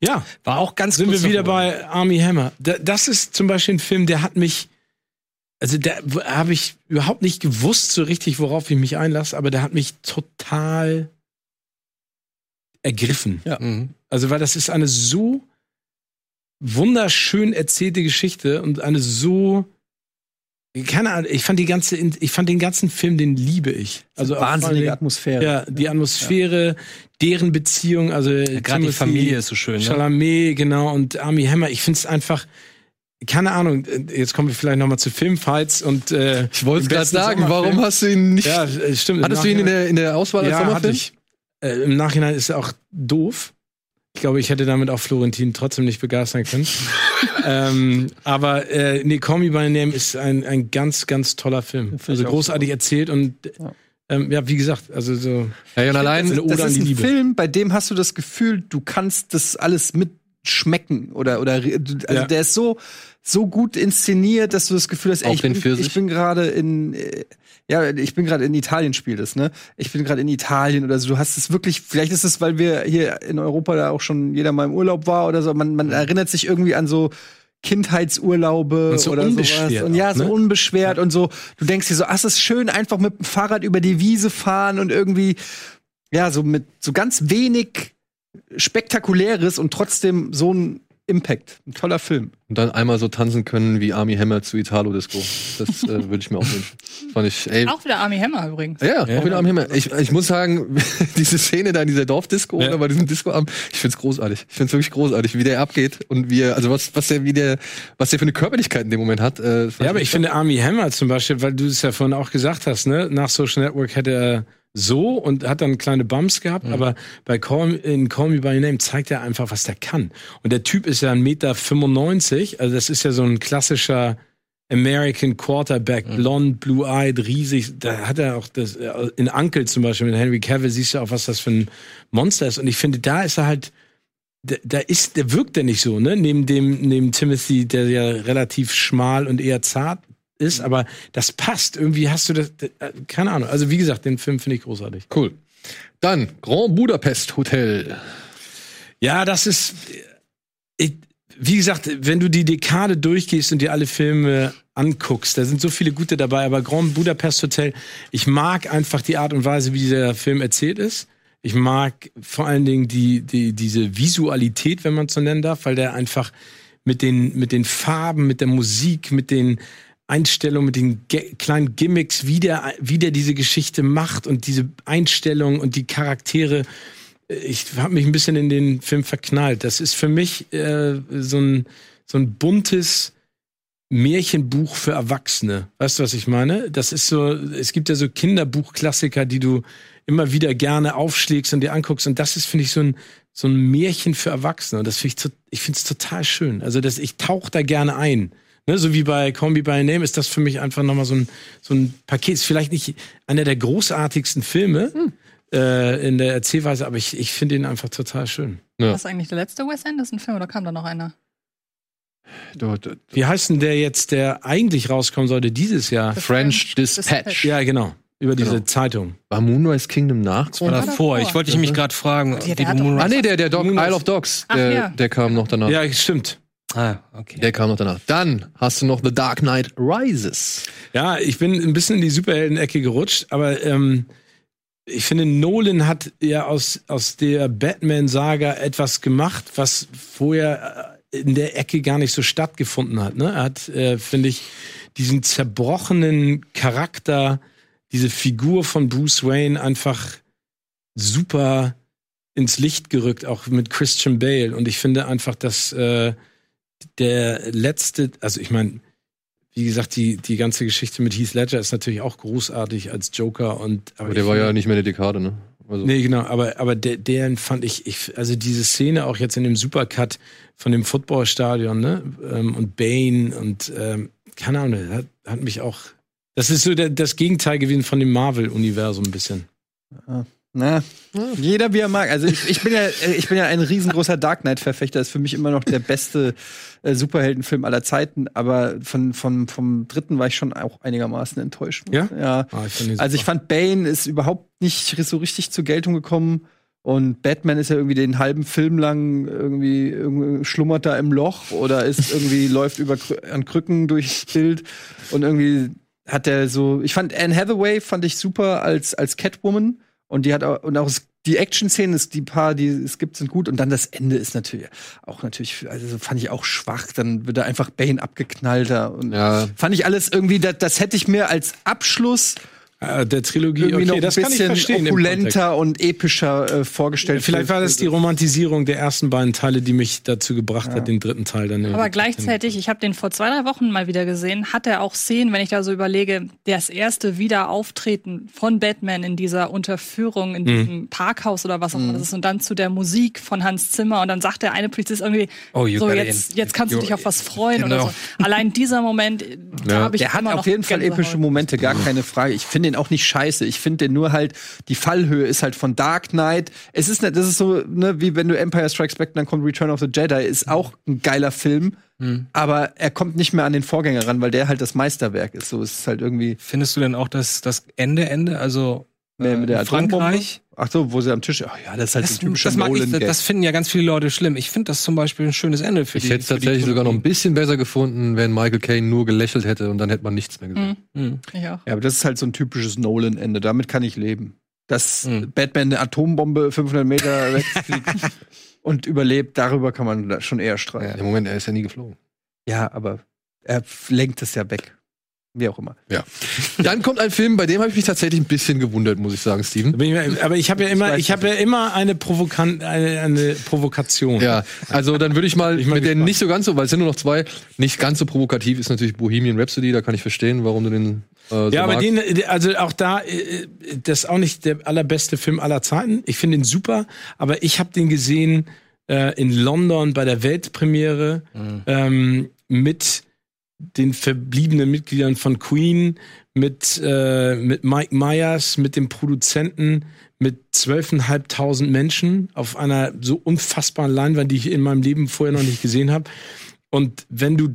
Ja.
War auch ganz
Sind
kurz
wir wieder
davor.
bei Army Hammer. Da, das ist zum Beispiel ein Film, der hat mich. Also da habe ich überhaupt nicht gewusst so richtig, worauf ich mich einlasse, aber der hat mich total ergriffen.
Ja.
Also, weil das ist eine so wunderschön erzählte Geschichte und eine so keine Ahnung, ich fand die ganze ich fand den ganzen Film, den liebe ich. Also auch
wahnsinnige
vor allen Dingen-
Atmosphäre.
Ja, die Atmosphäre, deren Beziehung, also
gerade die
Timothy
Familie ist so schön, ne?
Chalamet, genau und Army Hammer, ich find's einfach keine Ahnung, jetzt kommen wir vielleicht noch mal zu Filmfights und äh,
Ich wollte es gerade sagen, warum hast du ihn nicht.
Ja, äh, stimmt. im
Hattest du ihn in
Nachhinein-
der, in der Auswahl als
ja,
Sommerfilm?
Hatte ich. Äh, Im Nachhinein ist er auch doof. Ich glaube, ich hätte damit auch Florentin trotzdem nicht begeistern können. ähm, aber äh, nee, Call Me By Your Name ist ein, ein ganz, ganz toller Film. Also
auch
großartig erzählt und ja. Ähm, ja, wie gesagt, also so.
Ja,
das,
eine
ist-
Ode
das
an
ist
die
ein
Liebe.
Film, bei dem hast du das Gefühl, du kannst das alles mitschmecken oder oder re- also
Ja.
der ist so so gut inszeniert, dass du das Gefühl hast, ey,
Auf
ich,
den
bin,
Pfirsich.
ich bin gerade in äh, ja, ich bin gerade in Italien spielt es, ne? Ich bin gerade in Italien oder so. Du hast es wirklich, vielleicht ist es, weil wir hier in Europa da auch schon jeder mal im Urlaub war oder so. Man, man erinnert sich irgendwie an so Kindheitsurlaube
Und so
oder sowas.
unbeschwert
Und ja,
auch,
so
ne?
unbeschwert und so. Du denkst dir so, ach, es ist schön, einfach mit dem Fahrrad über die Wiese fahren und irgendwie, ja, so mit so ganz wenig Spektakuläres und trotzdem so ein Impact. Ein toller Film.
Und dann einmal so tanzen können wie Army Hammer zu Italo Disco. Das äh, würde ich mir auch wünschen. Das Fand ich, ey,
Auch wieder Army Hammer übrigens.
Ja, auch wieder am Himmel. Ich, ich muss sagen, diese Szene da in dieser Dorfdisco oder bei diesem Discoabend, ich find's großartig. Ich find's wirklich großartig, wie der abgeht und wie er, also was, was der, wie der, was der für eine Körperlichkeit in dem Moment hat. Äh, das fand
Ja, aber ich finde Army Hammer zum Beispiel, weil du es ja vorhin auch gesagt hast, ne? Nach Social Network hätte er so und hat dann kleine Bumps gehabt, aber bei Call, in Call Me By Your Name zeigt er einfach, was der kann. Und der Typ ist ja 1,95 Meter, also das ist ja so ein klassischer American Quarterback, blond, blue-eyed, riesig. Da hat er auch das, äh, in Uncle zum Beispiel mit Henry Cavill siehst du auch, was das für ein Monster ist. Und ich finde, da ist er halt, da, da ist, der wirkt der nicht so, ne? Neben dem, neben Timothy, der ja relativ schmal und eher zart
Mhm.
ist, aber das passt. Irgendwie hast du das, äh, keine Ahnung. Also wie gesagt, den Film finde ich großartig.
Cool. Dann Grand Budapest Hotel.
Ja, das ist, äh, ich, wie gesagt, wenn du die Dekade durchgehst und dir alle Filme anguckst, da sind so viele gute dabei, aber Grand Budapest Hotel, ich mag einfach die Art und Weise, wie dieser Film erzählt ist. Ich mag vor allen Dingen die, die, diese Visualität, wenn man es so nennen darf, weil der einfach mit den, mit den Farben, mit der Musik, mit den Einstellungen, mit den ge kleinen Gimmicks, wie der, wie der diese Geschichte macht und diese Einstellungen und die Charaktere, ich habe mich ein bisschen in den Film verknallt. Das ist für mich äh, so, ein, so ein buntes Märchenbuch für Erwachsene. Weißt du, was ich meine? Das ist so, es gibt ja so Kinderbuchklassiker, die du immer wieder gerne aufschlägst und dir anguckst. Und das ist, finde ich, so ein, so ein Märchen für Erwachsene. Und das finde ich, to- ich finde es total schön. Also, das, ich tauche da gerne ein. Ne, so wie bei Combi by Name ist das für mich einfach nochmal so ein, so ein Paket. Ist vielleicht nicht einer der großartigsten Filme äh, in der Erzählweise, aber ich, ich finde ihn einfach total schön.
War das eigentlich der letzte Wes Anderson-Film oder kam da noch einer?
Wie heißt denn der jetzt, der eigentlich rauskommen sollte dieses Jahr?
The French Dispatch.
Ja, genau. Über diese Zeitung.
War Moonrise Kingdom nach?
war davor.
Boah, ich wollte mich gerade fragen.
Ja,
die
Oh, der hat doch-
Moonrise-
Ah, nee, der, der Dog, Isle of Dogs,
Ach,
der,
ja.
der kam noch danach.
Ja, stimmt.
Ah, okay.
Der kam noch danach. Dann hast du noch The Dark Knight Rises.
Ja, ich bin ein bisschen in die Superhelden-Ecke gerutscht, aber ähm, ich finde, Nolan hat ja aus, aus der Batman-Saga etwas gemacht, was vorher äh, in der Ecke gar nicht so stattgefunden hat. Ne? Er hat, äh, finde ich, diesen zerbrochenen Charakter, diese Figur von Bruce Wayne einfach super ins Licht gerückt, auch mit Christian Bale. Und ich finde einfach, dass äh, der letzte, also ich meine, wie gesagt, die, die ganze Geschichte mit Heath Ledger ist natürlich auch großartig als Joker und
Aber der
ich
war
finde-
ja nicht mehr eine Dekade, ne? Also,
Nee, genau, aber, aber der, deren fand ich, ich, also diese Szene auch jetzt in dem Supercut von dem Footballstadion, ne? Ähm, und Bane und ähm, keine Ahnung, hat, hat mich auch. Das ist so der, das Gegenteil gewesen von dem Marvel-Universum ein bisschen.
Na, ne?
Hm.
jeder wie er mag. Also ich, ich bin ja, äh, ich bin ja ein riesengroßer Dark Knight-Verfechter. Ist für mich immer noch der beste äh, Superheldenfilm aller Zeiten. Aber von, von, vom dritten war ich schon auch einigermaßen enttäuscht.
Ja?
Ja.
Ah, ich find ihn
also ich
super.
fand Bane ist überhaupt nicht so richtig zur Geltung gekommen. Und Batman ist ja irgendwie den halben Film lang irgendwie, irgendwie schlummert da im Loch oder ist irgendwie läuft über Krü- an Krücken durchs Bild und irgendwie hat er so ich fand Anne Hathaway fand ich super als als Catwoman und die hat auch, und auch s- die Action-Szenen, ist die paar, die es gibt, sind gut. Und dann das Ende ist natürlich auch natürlich, also fand ich auch schwach. Dann wird da einfach Bane abgeknallter. Und
Ja.
fand ich alles irgendwie, das, das hätte ich mir als Abschluss
Äh, der Trilogie,
irgendwie
okay,
noch ein
das kann ich
bisschen
verstehen. im
opulenter und epischer äh, vorgestellt. äh,
Vielleicht war das die Romantisierung der ersten beiden Teile, die mich dazu gebracht hat, den dritten Teil dann.
Aber gleichzeitig, ich habe den vor zwei, drei Wochen mal wieder gesehen, hat er auch Szenen, wenn ich da so überlege, das erste Wiederauftreten von Batman in dieser Unterführung, in
Mhm.
diesem Parkhaus oder was auch immer das ist, und dann zu der Musik von Hans Zimmer und dann sagt der eine Polizist irgendwie,
Oh, you
so
got
jetzt,
in.
jetzt kannst du
You-
dich auf was freuen
Genau.
oder so. Allein dieser Moment, äh, da
Ja.
habe ich
Der hat
immer
auf
noch
jeden Fall
Gänsehaut.
epische Momente, gar keine Frage. Ich finde den auch nicht scheiße. Ich finde den nur halt, die Fallhöhe ist halt von Dark Knight. Es ist, ne, das ist so, ne, wie wenn du Empire Strikes Back und dann kommt Return of the Jedi, ist auch ein geiler Film. Aber er kommt nicht mehr an den Vorgänger ran, weil der halt das Meisterwerk ist. So es ist halt irgendwie
Findest du denn auch das, das Ende, Ende? Also
mehr mit der
in Frankreich?
Atombombe. Ach so, wo sie am Tisch. Ach ja, das ist halt
Das,
so ein typischer
das mag ich,
Nolan-Gag.
das finden ja ganz viele Leute schlimm. Ich finde das zum Beispiel ein schönes Ende für
ich
die.
hätte es
für die
tatsächlich sogar noch ein
Trilogie.
bisschen besser gefunden, wenn Michael Caine nur gelächelt hätte und dann hätte man nichts mehr gesehen.
Mhm.
Hm.
Mhm.
Ich auch.
Ja, aber das ist halt so ein typisches Nolan-Ende.
Hm.
Damit kann ich leben. Dass Batman eine Atombombe 500 Meter wegfliegt und überlebt, darüber kann man da schon eher streiten.
Im Moment, er ist ja nie geflogen.
Ja, aber er lenkt es ja weg. Wie auch immer.
Ja. Dann kommt ein Film, bei dem habe ich mich tatsächlich ein bisschen gewundert, muss ich sagen, Steven.
Bin ich, aber ich habe ja immer,
weiß
ich habe ja immer eine, Provokan eine, eine Provokation.
Ja, also dann würde ich mal
bin
mit den
gespannt.
nicht so ganz so, weil es sind nur noch zwei, nicht ganz so provokativ ist natürlich Bohemian Rhapsody, da kann ich verstehen, warum du den äh, so
ja, aber
magst.
den, also auch da, äh, das ist auch nicht der allerbeste Film aller Zeiten. Ich finde ihn super, aber ich habe den gesehen äh, in London bei der Weltpremiere ähm, mit den verbliebenen Mitgliedern von Queen, mit, äh, mit Mike Myers, mit dem Produzenten, mit 12.500 Menschen auf einer so unfassbaren Leinwand, die ich in meinem Leben vorher noch nicht gesehen habe. Und wenn du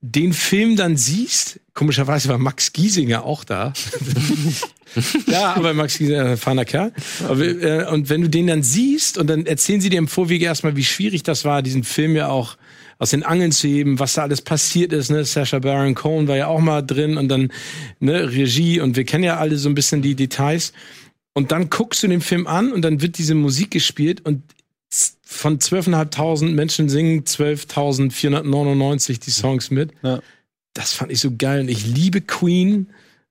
den Film dann siehst, komischerweise war Max Giesinger auch da. ja, aber Max Giesinger ist ein erfahrener Kerl. Aber, äh, und wenn du den dann siehst und dann erzählen sie dir im Vorwege erstmal, wie schwierig das war, diesen Film ja auch aus den Angeln zu heben, was da alles passiert ist. Ne? Sacha Baron Cohen war ja auch mal drin und dann ne, Regie und wir kennen ja alle so ein bisschen die Details. Und dann guckst du den Film an und dann wird diese Musik gespielt und z- von 12.500 Menschen singen 12.499 die Songs mit. Das fand ich so geil und ich liebe Queen.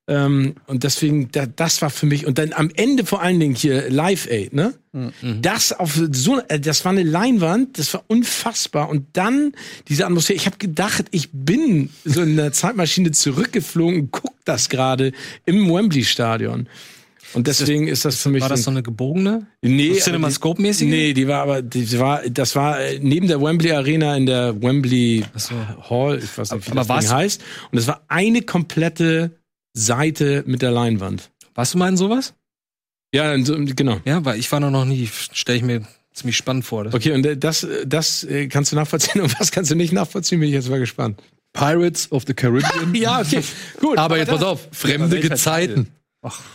Ähm, und deswegen, da, das war für mich, und dann am Ende vor allen Dingen hier Live Aid, ne?
Mhm.
Mhm.
Das auf so, äh, das war eine Leinwand, das war unfassbar. Und dann diese Atmosphäre. Ich habe gedacht, ich bin so in der Zeitmaschine zurückgeflogen, guck das gerade im Wembley-Stadion. Und deswegen ist das für mich.
War das
ein-
so eine gebogene?
Nee,
So
aber
Cinemascope-mäßige?
die- Nee, die war aber die war das war äh, neben der Wembley Arena in der Wembley Hall, ich weiß nicht, wie
Aber
das Ding
warst-
heißt und es war eine komplette Seite mit der Leinwand.
Warst du mal in sowas?
Ja, in so, genau.
Ja, weil ich war noch nie, stelle ich mir ziemlich spannend vor.
Okay, und äh, das äh, das äh, kannst du nachvollziehen und was kannst du nicht nachvollziehen, bin ich jetzt mal gespannt.
Pirates of the Caribbean.
ja, okay. Gut.
Aber jetzt pass auf, fremde Gezeiten.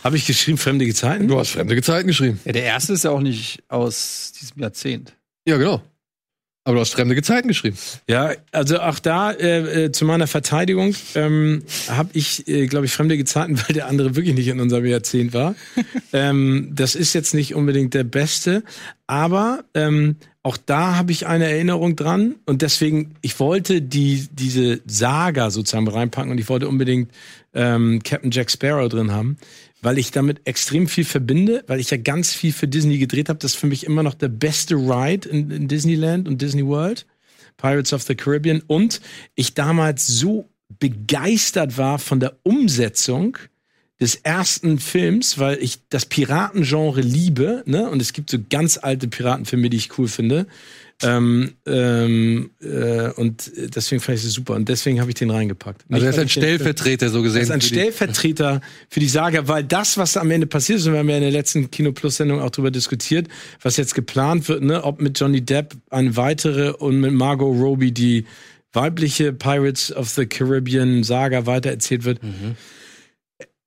Habe ich geschrieben, fremde Gezeiten?
Du hast fremde Gezeiten geschrieben.
Ja, der erste ist ja auch nicht aus diesem Jahrzehnt.
Ja, genau. Aber du hast fremde Gezeiten geschrieben.
Ja, also auch da äh, äh, zu meiner Verteidigung ähm, habe ich, äh, glaube ich, fremde Gezeiten, weil der andere wirklich nicht in unserem Jahrzehnt war. ähm, das ist jetzt nicht unbedingt der beste, aber ähm, auch da habe ich eine Erinnerung dran und deswegen, ich wollte die, diese Saga sozusagen reinpacken und ich wollte unbedingt ähm, Captain Jack Sparrow drin haben, weil ich damit extrem viel verbinde, weil ich ja ganz viel für Disney gedreht habe. Das ist für mich immer noch der beste Ride in, in Disneyland und Disney World. Pirates of the Caribbean und ich damals so begeistert war von der Umsetzung des ersten Films, weil ich das Piratengenre liebe, ne? Und es gibt so ganz alte Piratenfilme, die ich cool finde. Ähm, ähm, äh, und deswegen fand ich es super. Und deswegen habe ich den reingepackt.
Also er ist
weil
ein
ich den Film-
Stellvertreter, so gesehen,
Er ist ein
für die-
Stellvertreter für die Saga, weil das, was am Ende passiert ist, und wir haben ja in der letzten Kino Plus Sendung auch drüber diskutiert, was jetzt geplant wird, ne, ob mit Johnny Depp eine weitere und mit Margot Robbie die weibliche Pirates of the Caribbean Saga weitererzählt wird.
Mhm.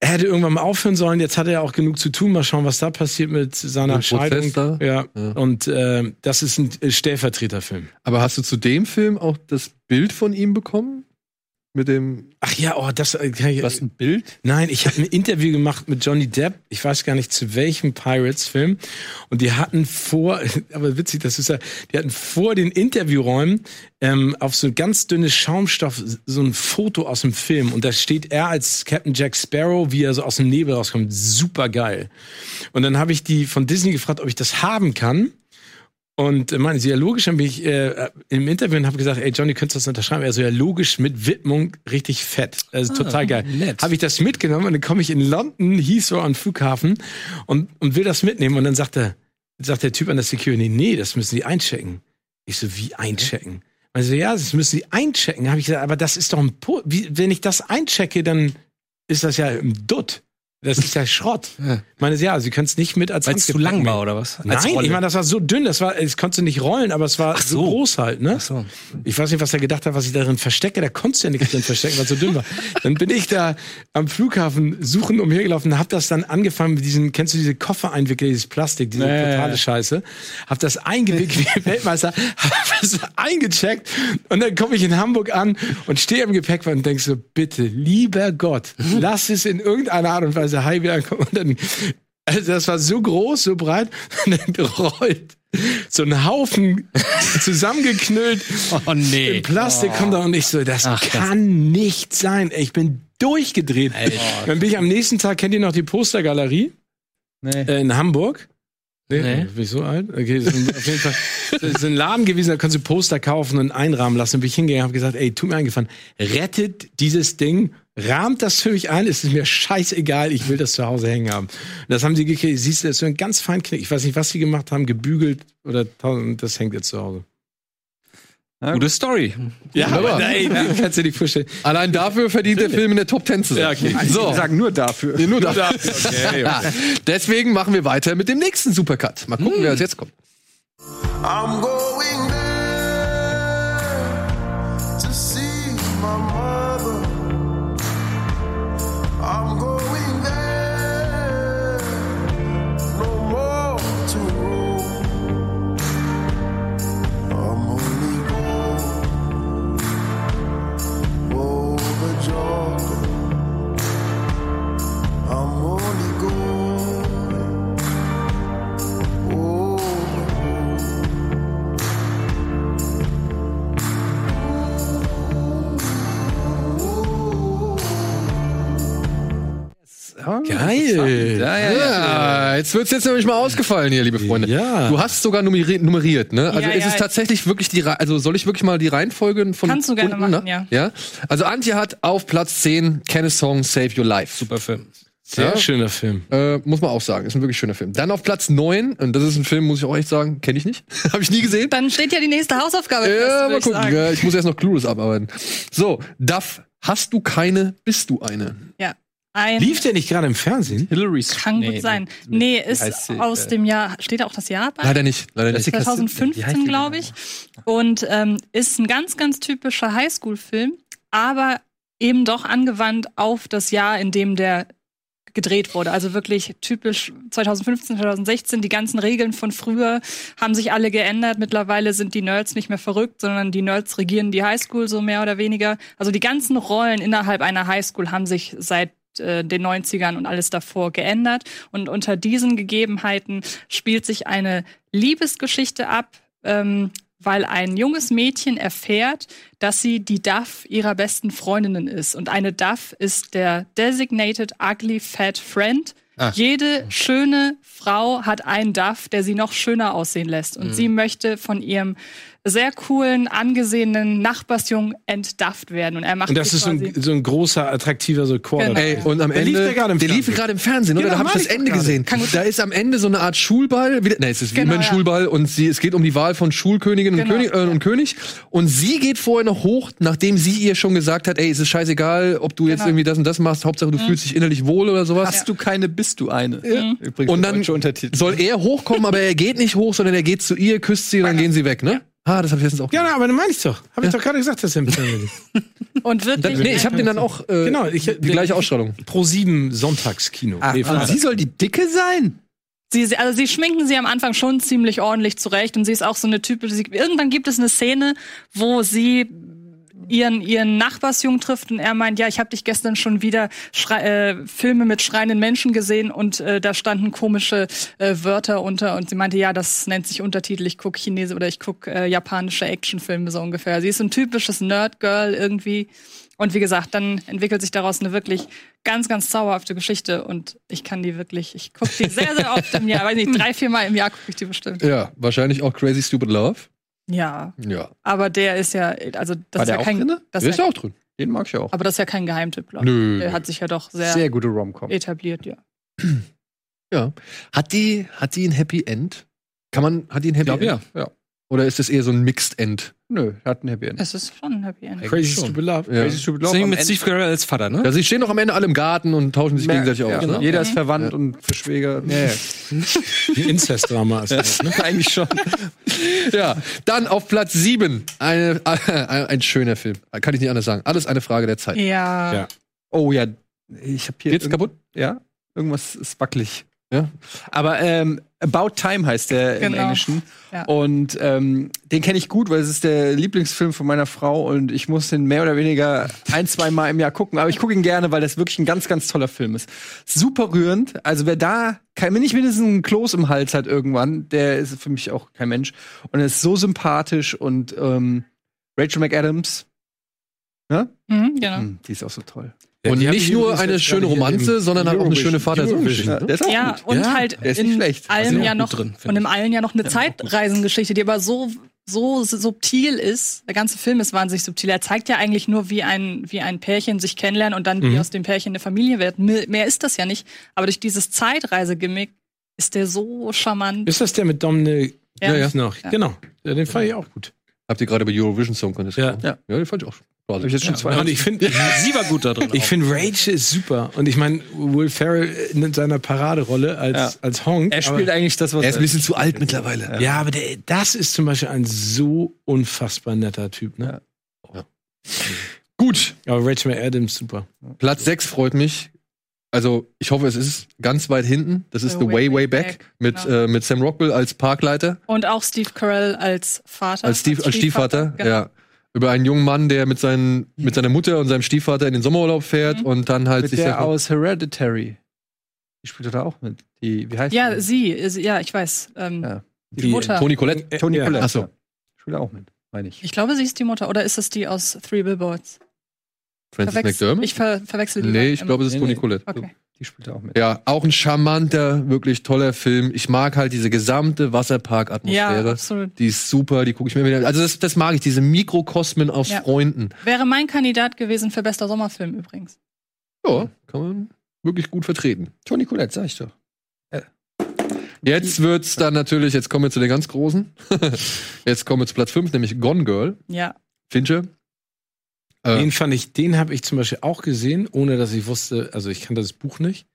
Er hätte irgendwann mal aufhören sollen. Jetzt hat er auch genug zu tun. Mal schauen, was da passiert mit seiner
Mit dem Prozess da?
Scheidung. Ja.
Ja.
Und äh, das ist ein äh, Stellvertreterfilm.
Aber hast du zu dem Film auch das Bild von ihm bekommen? Mit dem.
Ach ja, oh, das äh, kann ich.
Was ein Bild?
Nein, ich habe ein Interview gemacht mit Johnny Depp. Ich weiß gar nicht zu welchem Pirates-Film. Und die hatten vor, aber witzig, das ist ja, die hatten vor den Interviewräumen ähm, auf so ganz dünnes Schaumstoff so ein Foto aus dem Film. Und da steht er als Captain Jack Sparrow, wie er so aus dem Nebel rauskommt. Super geil. Und dann habe ich die von Disney gefragt, ob ich das haben kann. Und äh, meine, sie ja logisch, dann bin ich äh, im Interview und habe gesagt, ey Johnny, könntest du das unterschreiben? Er so, ja logisch, mit Widmung, richtig fett. Also
Ah,
total geil.
nett.
Habe ich das mitgenommen und dann komme ich in London, Heathrow am Flughafen und, und will das mitnehmen. Und dann sagt, er, sagt der Typ an der Security, nee, das müssen die einchecken. Ich so, wie einchecken? Also ja, das müssen sie einchecken. Habe ich gesagt, aber das ist doch ein po wie, wenn ich das einchecke, dann ist das ja im Dutt. Das ist ja Schrott.
Ja.
Meine, ja, sie können es nicht mit als
Weil es zu
Handgepäck
lang war,
nehmen.
oder was? Als
Nein,
Rolle.
ich meine, das war so dünn, das war, es konnte nicht rollen, aber es war so. groß halt, ne? Ich weiß nicht, was er gedacht hat, was ich darin verstecke, da konntest du ja nichts drin verstecken, weil es so dünn war. Dann bin ich da am Flughafen suchen umhergelaufen, hab das dann angefangen mit diesen, kennst du diese Koffer einwickeln, dieses Plastik, diese
Nee.
totale Scheiße, hab das eingewickelt wie ein Weltmeister, hab das eingecheckt und dann komme ich in Hamburg an und stehe im Gepäckband und denk so, bitte, lieber Gott, lass es in irgendeiner Art und Weise heil wieder ankommen und dann also das war so groß, so breit, und dann gerollt. so ein Haufen zusammengeknüllt
oh, nee.
in Plastik kommt da und ich so, das kann nicht sein. Ey, Ich bin durchgedreht. Dann bin ich am nächsten Tag, kennt ihr noch die Postergalerie? Äh, in Hamburg? Nee,
Nee.
Bin ich so alt? Okay, das ist auf jeden Fall das ist ein Laden gewesen, da konntest du Poster kaufen und einrahmen lassen. Dann bin ich hingegangen und habe gesagt, ey, tut mir eingefallen, rettet dieses Ding, rahmt das für mich ein, es ist mir scheißegal, ich will das zu Hause hängen haben. Und das haben sie gekriegt, siehst du, das ist so ein ganz fein Knick. Ich weiß nicht, was sie gemacht haben, gebügelt oder tausend, das hängt jetzt zu Hause.
Gute Story.
Ja,
Wunderbar.
aber ey, du kannst dir nicht vorstellen.
Allein dafür verdient der Film in der Top Ten zu sein.
Ja, okay.
So.
Ich sagen nur dafür.
Nee, nur dafür.
Okay, okay.
Deswegen machen wir weiter mit dem nächsten Supercut. Mal gucken, wer als jetzt kommt.
I'm going there to see my mother. I'm going there, no more to roam. I'm only going over Jordan. I'm only going over.
Geil.
Ja, ja, ja. Jetzt wird's jetzt nämlich mal ausgefallen hier, liebe Freunde. Ja. Du hast sogar nummeri nummeriert, ne? Also
Ja,
ist
ja.
es tatsächlich wirklich die, Rei- also soll ich wirklich mal die Reihenfolge von
Kannst du gerne
unten,
machen,
ne?
ja.
ja. Also Antje hat auf Platz 10 Kenneth Song Save Your Life. Super Film.
Sehr schöner Film.
Äh, muss man auch sagen, ist ein wirklich schöner Film. Dann auf Platz 9, und das ist ein Film, muss ich auch echt sagen, kenne ich nicht. Habe ich nie gesehen.
Dann steht ja die nächste Hausaufgabe.
Ja,
fest, würd
mal
ich
gucken.
sagen.
ja, Ich muss erst noch Clueless abarbeiten. So, Duff, hast du keine, bist du eine?
Ja. Ein
Lief der nicht gerade im Fernsehen?
Hillary
kann gut sein. Nee, ist
heißt sie?
aus
Äh,
dem Jahr, steht da auch das Jahr bei?
Leider nicht, leider nicht.
2015, glaube ich. Und ähm, ist ein ganz, ganz typischer Highschool-Film, aber eben doch angewandt auf das Jahr, in dem der gedreht wurde. Also wirklich typisch 2015, 2016. Die ganzen Regeln von früher haben sich alle geändert. Mittlerweile sind die Nerds nicht mehr verrückt, sondern die Nerds regieren die Highschool so mehr oder weniger. Also die ganzen Rollen innerhalb einer Highschool haben sich seit äh, den 90ern und alles davor geändert. Und unter diesen Gegebenheiten spielt sich eine Liebesgeschichte ab, ähm, weil ein junges Mädchen erfährt, dass sie die Duff ihrer besten Freundinnen ist. Und eine Duff ist der Designated Ugly Fat Friend.
Ah.
Jede schöne Frau hat einen Duff, der sie noch schöner aussehen lässt. Und
Mhm.
sie möchte von ihrem sehr coolen, angesehenen Nachbarsjungen entdufft werden. Und er macht
Und das
sie
ist so
quasi-
ein, so ein großer, attraktiver so Quarter.
Genau. Ey,
Und am
Der
Ende,
lief der gerade im
der lief
Fernsehen.
gerade im Fernsehen, oder?
Genau,
da habe ich
meine
das
ich doch
Ende
gerade.
gesehen. Da ist am Ende so eine Art Schulball. Wieder, nee, es ist wie
Genau,
immer ein Schulball und sie, es geht um die Wahl von Schulkönigin
Genau,
und, König, äh, und König. Und sie geht vorher noch hoch, nachdem sie ihr schon gesagt hat, ey, es ist scheißegal, ob du jetzt
Genau.
irgendwie das und das machst. Hauptsache, du
Mhm.
fühlst dich innerlich wohl oder sowas.
Hast du keine, bist du eine.
Ja.
Übrigens
Und
der
dann
deutsche Untertitel.
soll er hochkommen, aber er geht nicht hoch, sondern er geht zu ihr, küsst sie und dann gehen sie weg, ne? Ah, das habe ich letztens auch.
Ja, na, aber dann meine ich doch. Habe ich doch gerade gesagt, dass er im Fernsehen ist.
Und wirklich.
Nee, ich habe den dann auch äh,
Genau, ich-
die gleiche Ausstrahlung.
Pro 7 Sonntagskino.
Ach,
Nee,
und
Freitag.
sie soll
die Dicke sein?
Sie, sie- also sie schminken sie am Anfang schon ziemlich ordentlich zurecht und sie ist auch so eine typische. Sie, irgendwann gibt es eine Szene, wo sie ihren ihren Nachbarsjungen trifft und er meint, ja, ich habe dich gestern schon wieder Schrei äh, Filme mit schreienden Menschen gesehen und äh, da standen komische äh, Wörter unter und sie meinte, ja, das nennt sich Untertitel, ich guck Chinese oder ich guck äh, japanische Actionfilme so ungefähr. Sie ist so ein typisches Nerdgirl irgendwie und wie gesagt, dann entwickelt sich daraus eine wirklich ganz ganz zauberhafte Geschichte und ich kann die wirklich, ich guck die sehr sehr oft im Jahr, weiß nicht, drei, vier Mal im Jahr gucke ich die bestimmt.
Ja, wahrscheinlich auch Crazy Stupid Love.
Ja.
Ja.
Aber der ist ja, also das ist ja kein, das
ist
ja,
auch drin.
Den mag ich auch.
aber das ist ja kein Geheimtipp, glaube ich.
Nö.
Der hat sich ja doch sehr,
Sehr gute Romcom.
etabliert, ja.
Ja. Hat die, hat die ein Happy End? Kann man, hat die ein Happy
glaub,
End?
ja. Ja.
Oder ist das eher so ein Mixed End?
Nö, hat ein Happy End.
Es ist schon ein Happy End.
Eigentlich schon. Ja.
Crazy Stupid Love. am
Deswegen mit
Ende-
Steve Carell als Vater, ne?
Ja, sie stehen doch am Ende alle im Garten und tauschen sich gegenseitig aus. Ne?
Jeder ist verwandt und Verschwäger.
Ein Inzest-Drama ist das. Ne?
Eigentlich schon.
ja, dann auf Platz 7. Eine, ein, ein schöner Film. Kann ich nicht anders sagen. Alles eine Frage der Zeit.
Ja.
Ja. Oh ja, ich habe hier.
Geht's
irgend-
kaputt?
Ja, irgendwas ist wackelig.
Ja.
Aber ähm, About Time heißt der im
Genau.
Englischen.
Ja.
Und ähm, den kenne ich gut, weil es ist der Lieblingsfilm von meiner Frau und ich muss den mehr oder weniger ein, zwei Mal im Jahr gucken. Aber ich gucke ihn gerne, weil das wirklich ein ganz, ganz toller Film ist. Super rührend. Also wer da kein, wenn nicht mindestens einen Kloß im Hals hat irgendwann, der ist für mich auch kein Mensch. Und er ist so sympathisch und ähm, Rachel McAdams, ne?
Mhm, genau.
Hm, die ist auch so toll.
Ja, Und die haben nicht die nur übrigens eine jetzt schöne gerade hier Romanze, im sondern hat auch eine Eurovision- schöne Vater-Sohn-Geschichte,
Ja,
ne?
der ist auch
ja,
gut.
und halt
der ist nicht
in
schlecht. Also
allem
der ist
ja
auch
noch
gut drin,
und im allen ja noch eine
Der ist auch
Zeitreisengeschichte, die aber so so subtil ist. Der ganze Film ist wahnsinnig subtil. Er zeigt ja eigentlich nur, wie ein wie ein Pärchen sich kennenlernen und dann wie
Mhm.
aus dem Pärchen eine Familie wird. Me- Mehr ist das ja nicht. Aber durch dieses Zeitreisegimmick ist der so charmant.
Ist das der mit Dominik
Ja.
Reeves noch?
Ja.
Genau. Ja, den fand ich auch gut.
Habt ihr gerade über Eurovision Song Contest
Ja.
gesprochen? Ja, den fand ich auch. Hab
ich jetzt schon zwei- Und ich finde, sie war gut da drin. Ich finde, Rage ist super. Und ich meine, Will Ferrell in seiner Paraderolle als,
Ja.
als Honk.
Er spielt eigentlich das, was Er ist ein er- bisschen zu alt mittlerweile.
Ja, aber der, das ist zum Beispiel ein so unfassbar netter Typ. Ne?
Gut.
Aber Rachel McAdams, super.
Platz 6 freut mich. Also, ich hoffe, es ist ganz weit hinten. Das ist The Way, Way Back, mit,
genau.
äh, mit Sam Rockwell als Parkleiter,
Und auch Steve Carell als Vater.
als, Stief, als Stiefvater.
genau.
Ja. Über einen jungen Mann, der mit, seinen, mit seiner Mutter und seinem Stiefvater in den Sommerurlaub fährt
Mhm.
und dann halt
Mit
sich
der
davon-
aus Hereditary. Die spielt doch da auch mit. Die, wie heißt
Ja,
die?
sie, ist- ja, ich weiß. Ähm, Die Mutter.
Toni Colette.
Äh,
Toni
ja.
Colette.
Ach so.
ja. Spielt da auch mit, meine ich.
Ich glaube, sie ist die Mutter. Oder ist es die aus Three Billboards?
Frances
Verwechsel-
McDermott?
Ich ver verwechsel die
Nee,
beiden
ich glaube, es ist
immer.
Toni Collette.
Okay.
Die spielt da auch mit.
Ja, auch ein charmanter, wirklich toller Film. Ich mag halt diese gesamte Wasserpark-Atmosphäre.
Ja, absolut.
Die ist super, die gucke ich mir wieder. Also das, das mag ich, diese Mikrokosmen aus
Ja.
Freunden.
Wäre mein Kandidat gewesen für bester Sommerfilm übrigens.
Ja, kann man wirklich gut vertreten.
Toni Colette, sag ich doch.
Jetzt wird's dann natürlich, jetzt kommen wir zu den ganz großen. jetzt kommen wir zu Platz 5, nämlich Gone Girl.
Ja.
Fincher.
Den fand ich, den habe ich zum Beispiel auch gesehen, ohne dass ich wusste, also ich kannte das Buch nicht.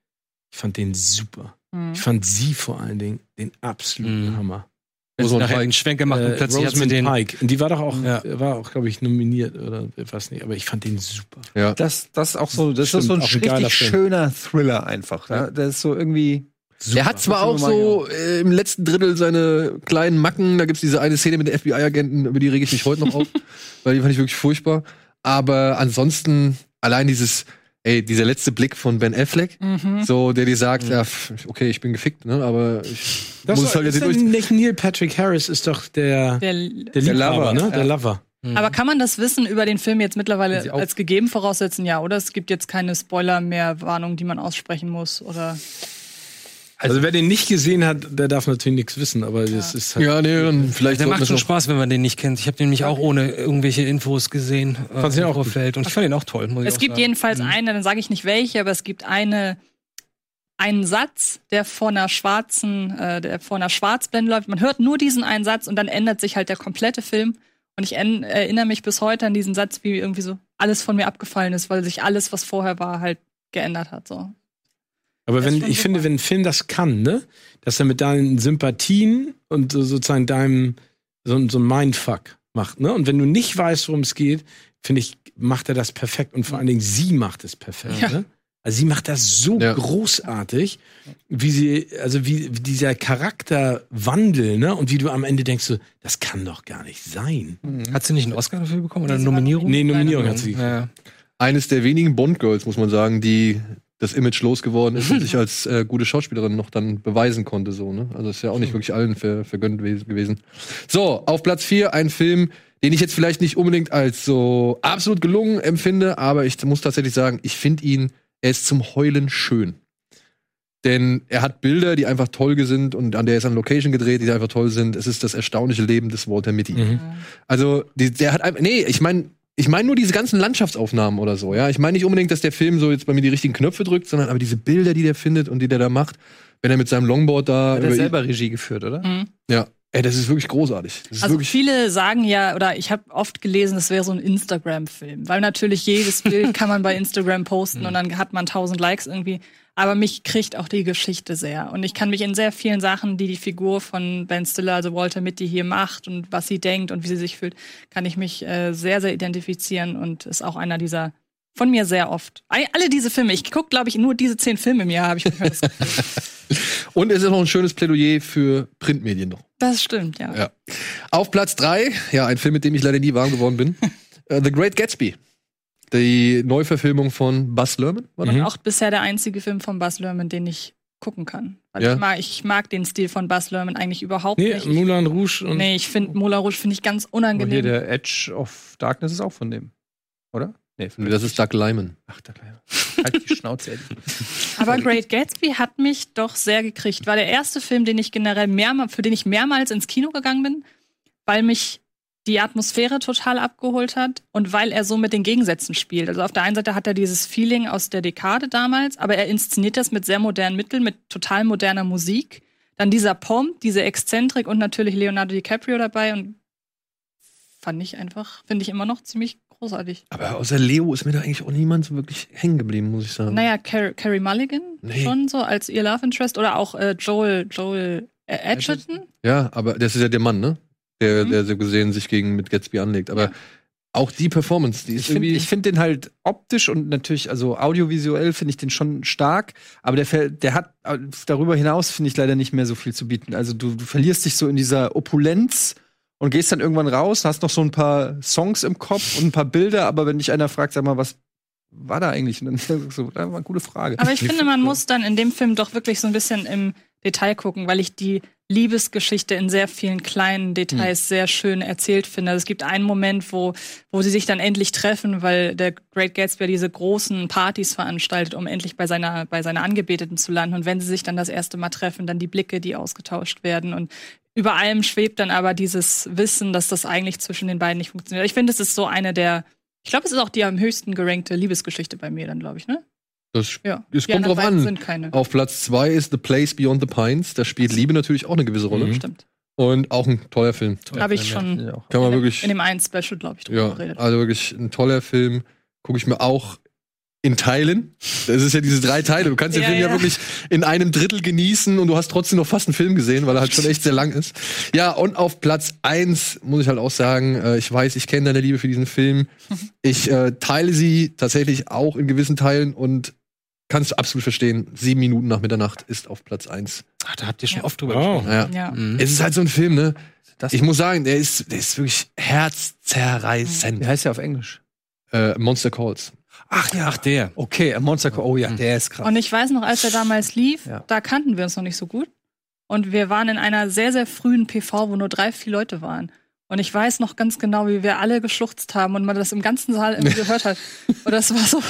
Ich fand den super.
Mhm.
Ich fand sie vor allen Dingen den absoluten Hammer.
Wenn sie nachher einen Schwenk gemacht und plötzlich hat's mit
Rosamund
den-
Pike. Und die war doch auch, war auch, glaube ich, nominiert oder ich weiß nicht, aber ich fand den super.
Ja.
Das, das ist auch so, das
Stimmt,
ist so ein
auch ein
richtig
geiler Film.
schöner Thriller einfach. Ne?
Ja.
Der ist so irgendwie.
Er hat zwar auch so äh, im letzten Drittel seine kleinen Macken, da gibt's diese eine Szene mit den FBI-Agenten, über die rege ich mich heute noch auf, weil die fand ich wirklich furchtbar. Aber ansonsten, allein dieses, ey, dieser letzte Blick von Ben Affleck,
Mhm.
so, der dir sagt, ja, pff, okay, ich bin gefickt, ne, aber ich
Das
muss es halt
ist
jetzt
denn
durch.
nicht Neil Patrick Harris ist doch
Hm.
der,
Der-
der,
Der Hm.
Liebhaber,
Lover,
ne?
ja.
Der Lover.
Hm.
Aber kann man das Wissen über den Film jetzt
Sie
mittlerweile
auch-
als gegeben voraussetzen? Ja, oder? Es gibt jetzt keine Spoiler mehr, Warnung, die man aussprechen muss. Oder
Also, wer den nicht gesehen hat, der darf natürlich nichts wissen, aber das ist halt.
Ja, nee, dann vielleicht
Also Der
sollten
macht
wir's
schon
noch-
Spaß, wenn man den nicht kennt. Ich habe den nämlich auch ohne irgendwelche Infos gesehen. äh,
Fand's den auch gut.
Vorfeld. Und ich fand den auch toll. Muss ich
es
auch
gibt
sagen. Mhm.
jedenfalls eine, dann sage ich nicht welche, aber es gibt eine, einen Satz, der vor einer schwarzen, äh, der vor einer Schwarzblende läuft. Man hört nur diesen einen Satz und dann ändert sich halt der komplette Film. Und ich en- erinnere mich bis heute an diesen Satz, wie irgendwie so alles von mir abgefallen ist, weil sich alles, was vorher war, halt geändert hat. So.
Aber
Das ist
wenn, ich
schon super.
finde, wenn ein Film das kann, ne? Dass er mit deinen Sympathien und so sozusagen deinem, so, so ein Mindfuck macht, ne? Und wenn du nicht weißt, worum es geht, finde ich, macht er das perfekt und vor allen Dingen sie macht es perfekt,
Ja.
ne? Also sie macht das so großartig, wie sie, also wie, wie dieser Charakterwandel, ne? Und wie du am Ende denkst, so, das kann doch gar nicht sein.
Mhm. Hat sie nicht einen Oscar dafür bekommen oder eine
war
Nominierung?
Nee, Nominierung hat sie
gekriegt. Ja.
Eines der wenigen Bond-Girls, muss man sagen, die das Image losgeworden ist und sich als äh, gute Schauspielerin noch dann beweisen konnte, so, ne? Also ist ja auch nicht wirklich allen ver vergönnt we- gewesen. So, auf Platz 4 ein Film, den ich jetzt vielleicht nicht unbedingt als so absolut gelungen empfinde, aber ich muss tatsächlich sagen, ich finde ihn, er ist zum Heulen schön. Denn er hat Bilder, die einfach toll sind und an der ist an Location gedreht, die einfach toll sind. Es ist das erstaunliche Leben des Walter Mitty.
Mhm.
Also, die, der hat einfach. Nee, ich meine. Ich meine nur diese ganzen Landschaftsaufnahmen oder so, ja. Ich meine nicht unbedingt, dass der Film so jetzt bei mir die richtigen Knöpfe drückt, sondern aber diese Bilder, die der findet und die der da macht, wenn er mit seinem Longboard da.
Hat er
über-
selber Regie geführt, oder?
Mhm.
Ja. Ey, das ist wirklich großartig. Das ist
Also
wirklich
viele sagen ja, oder ich habe oft gelesen, es wäre so ein Instagram-Film, weil natürlich jedes Bild kann man bei Instagram posten
Mhm.
und dann hat man 1000 Likes irgendwie. Aber mich kriegt auch die Geschichte sehr. Und ich kann mich in sehr vielen Sachen, die die Figur von Ben Stiller, also Walter Mitty hier macht und was sie denkt und wie sie sich fühlt, kann ich mich äh, sehr, sehr identifizieren und ist auch einer dieser von mir sehr oft. Ei- Alle diese Filme, ich gucke, glaube ich, nur diese zehn Filme im Jahr, habe ich manchmal das Gefühl.
Und es ist noch ein schönes Plädoyer für Printmedien noch.
Das stimmt, ja.
Ja. Auf Platz 3, ja, ein Film, mit dem ich leider nie warm geworden bin. äh, The Great Gatsby. Die Neuverfilmung von Buzz Lerman, war das?
Mhm.
Und auch bisher der einzige Film von Buzz Lerman, den ich gucken kann. Weil
Ja.
ich, mag, ich mag den Stil von Buzz Lerman eigentlich überhaupt
Nee,
nicht.
Moulin Rouge und.
nee, ich finde Moulin Rouge finde ich ganz
Oh,
Und hier
unangenehm.
der Edge of Darkness ist auch von dem. Oder? Nee, von
Das ist Doug Lyman.
Ach, Doug Lyman. Halt die Schnauze, Eddie.
Aber Great Gatsby hat mich doch sehr gekriegt. War der erste Film, den ich generell mehrmal, für den ich mehrmals ins Kino gegangen bin, weil mich die Atmosphäre total abgeholt hat und weil er so mit den Gegensätzen spielt. Also auf der einen Seite hat er dieses Feeling aus der Dekade damals, aber er inszeniert das mit sehr modernen Mitteln, mit total moderner Musik. Dann dieser Pomp, diese Exzentrik und natürlich Leonardo DiCaprio dabei und fand ich einfach, finde ich immer noch ziemlich großartig.
Aber Äh, außer Leo ist mir da eigentlich auch niemand so wirklich hängen geblieben, muss ich sagen.
Naja, Car Carrie Mulligan
Nee.
schon so als ihr Love Interest oder auch äh, Joel, Joel äh, Edgerton.
Ja, aber das ist ja der Mann, ne? Der,
Mhm.
der so gesehen sich gegen mit Gatsby anlegt. Aber auch die Performance, die ist
Ich finde
irgendwie.
ich find den halt optisch und natürlich, also audiovisuell finde ich den schon stark, aber der, ver- der hat äh, darüber hinaus, finde ich, leider nicht mehr so viel zu bieten. Also du, du verlierst dich so in dieser Opulenz und gehst dann irgendwann raus, hast noch so ein paar Songs im Kopf und ein paar Bilder, aber wenn dich einer fragt, sag mal, was war da eigentlich? Und dann sagst du, das war eine gute Frage.
Aber ich finde, man muss dann in dem Film doch wirklich so ein bisschen im Detail gucken, weil ich die Liebesgeschichte in sehr vielen kleinen Details
Hm.
sehr schön erzählt finde. Also es gibt einen Moment, wo, wo sie sich dann endlich treffen, weil der Great Gatsby diese großen Partys veranstaltet, um endlich bei seiner, bei seiner Angebeteten zu landen. Und wenn sie sich dann das erste Mal treffen, dann die Blicke, die ausgetauscht werden. Und über allem schwebt dann aber dieses Wissen, dass das eigentlich zwischen den beiden nicht funktioniert. Ich finde, es ist so eine der, ich glaube, es ist auch die am höchsten gerankte Liebesgeschichte bei mir dann, glaube ich, ne?
das,
Ja.
es
Die
kommt
anderen
drauf
beiden
an.
sind keine.
Auf Platz 2 ist The Place Beyond the Pines. Da spielt Liebe natürlich auch eine gewisse Rolle.
Mhm. Stimmt.
Und auch ein toller Film.
Habe ich schon
Kann man
in,
wirklich.
in dem einen Special, glaube ich, drüber
ja,
geredet.
also wirklich ein toller Film. Gucke ich mir auch in Teilen. Das ist ja diese drei Teile. Du kannst den
Ja,
Film ja.
ja.
wirklich in einem Drittel genießen und du hast trotzdem noch fast einen Film gesehen, weil er halt schon echt sehr lang ist. Ja, und auf Platz eins muss ich halt auch sagen, äh, ich weiß, ich kenne deine Liebe für diesen Film. Ich äh, teile sie tatsächlich auch in gewissen Teilen und kannst du absolut verstehen, sieben Minuten nach Mitternacht ist auf Platz eins.
Ah,
Ach, da habt ihr schon oft drüber
Oh.
gesprochen.
Ja.
Ja.
Mhm. Es ist halt so ein Film, ne? ich muss sagen, der ist, der ist wirklich herzzerreißend. Wie
heißt der auf Englisch?
Äh, Monster Calls.
Ach ja. Ach,
der.
Okay, äh, Monster Call. Oh ja,
Mhm.
der ist krass.
Und ich weiß noch, als er damals lief,
Ja.
da kannten wir uns noch nicht so gut. Und wir waren in einer sehr, sehr frühen PV, wo nur drei, vier Leute waren. Und ich weiß noch ganz genau, wie wir alle geschluchzt haben und man das im ganzen Saal irgendwie gehört hat. Und das war so,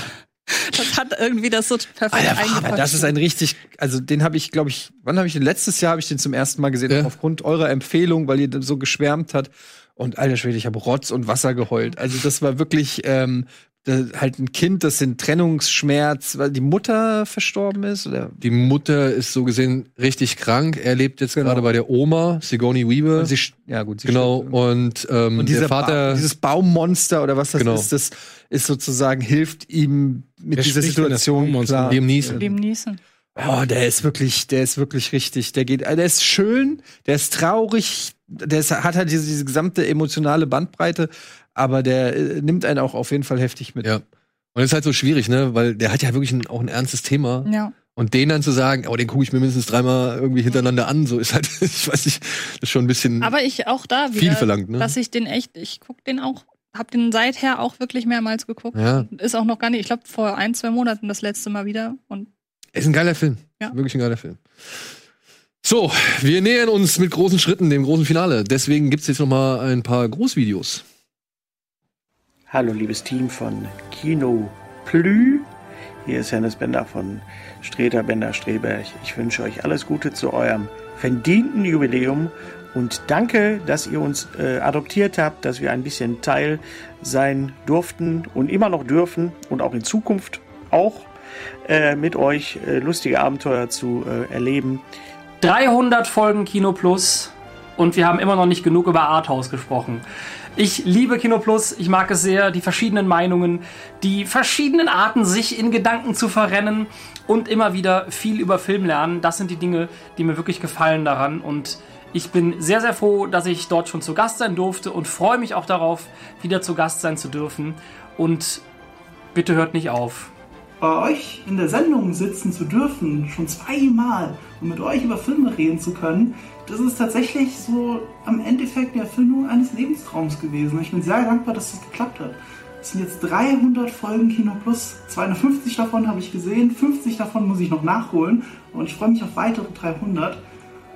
das hat irgendwie das so perfekt
Ja,
Ah,
eingefangen.
das ist ein richtig, also den habe ich, glaube ich, wann habe ich den? Letztes Jahr habe ich den zum ersten Mal gesehen, aufgrund eurer Empfehlung, weil ihr da so geschwärmt hat. Und alter Schwede, ich habe Rotz und Wasser geheult. Also das war wirklich ähm, da, halt ein Kind, das in Trennungsschmerz, weil die Mutter verstorben ist oder
Die Mutter ist so gesehen richtig krank. Er lebt jetzt gerade bei der Oma, Sigourney Weaver.
Genau. Und sie sch- ja, gut, sie
genau. Und, ähm,
Und dieser
der Vater.
ba dieses Baummonster oder was das
Genau.
ist, das ist sozusagen, hilft ihm mit
Wer
dieser
spricht denn das
Situation.
Baummonster?
Klar.
Liam Neeson.
Liam Neeson.
Oh, der ist wirklich, der ist wirklich richtig. Der geht, der ist schön, der ist traurig, der ist, hat halt diese, diese gesamte emotionale Bandbreite, aber der äh, nimmt einen auch auf jeden Fall heftig mit.
Ja. Und das ist halt so schwierig, ne? Weil der hat ja wirklich ein, auch ein ernstes Thema.
Ja.
Und den dann zu sagen, oh, den gucke ich mir mindestens dreimal irgendwie hintereinander an, so ist halt, ich weiß nicht, das ist schon ein bisschen.
Aber ich auch da wieder,
Viel verlangt, ne?
dass ich den echt, ich guck den auch, hab den seither auch wirklich mehrmals geguckt.
Ja.
Ist auch noch gar nicht, ich glaube vor ein, zwei Monaten das letzte Mal wieder. Und
ist ein geiler Film.
Ja.
Wirklich ein geiler Film. So, wir nähern uns mit großen Schritten dem großen Finale. Deswegen gibt's jetzt noch mal ein paar Großvideos.
Hallo, liebes Team von Kino Plü. Hier ist Hennes Bender von Streter Bender Streberg. Ich wünsche euch alles Gute zu eurem verdienten Jubiläum und danke, dass ihr uns äh, adoptiert habt, dass wir ein bisschen Teil sein durften und immer noch dürfen und auch in Zukunft auch äh, mit euch äh, lustige Abenteuer zu äh, erleben.
300 Folgen Kino Plus und wir haben immer noch nicht genug über Arthouse gesprochen. Ich liebe Kino Plus, ich mag es sehr, die verschiedenen Meinungen, die verschiedenen Arten, sich in Gedanken zu verrennen und immer wieder viel über Film lernen. Das sind die Dinge, die mir wirklich gefallen daran und ich bin sehr, sehr froh, dass ich dort schon zu Gast sein durfte und freue mich auch darauf, wieder zu Gast sein zu dürfen. Und bitte hört nicht auf.
bei euch in der Sendung sitzen zu dürfen, schon zweimal, und mit euch über Filme reden zu können, das ist tatsächlich so am Endeffekt die Erfindung eines Lebenstraums gewesen. Ich bin sehr dankbar, dass das geklappt hat. Es sind jetzt 300 Folgen Kino Plus, 250 davon habe ich gesehen, 50 davon muss ich noch nachholen und ich freue mich auf weitere 300.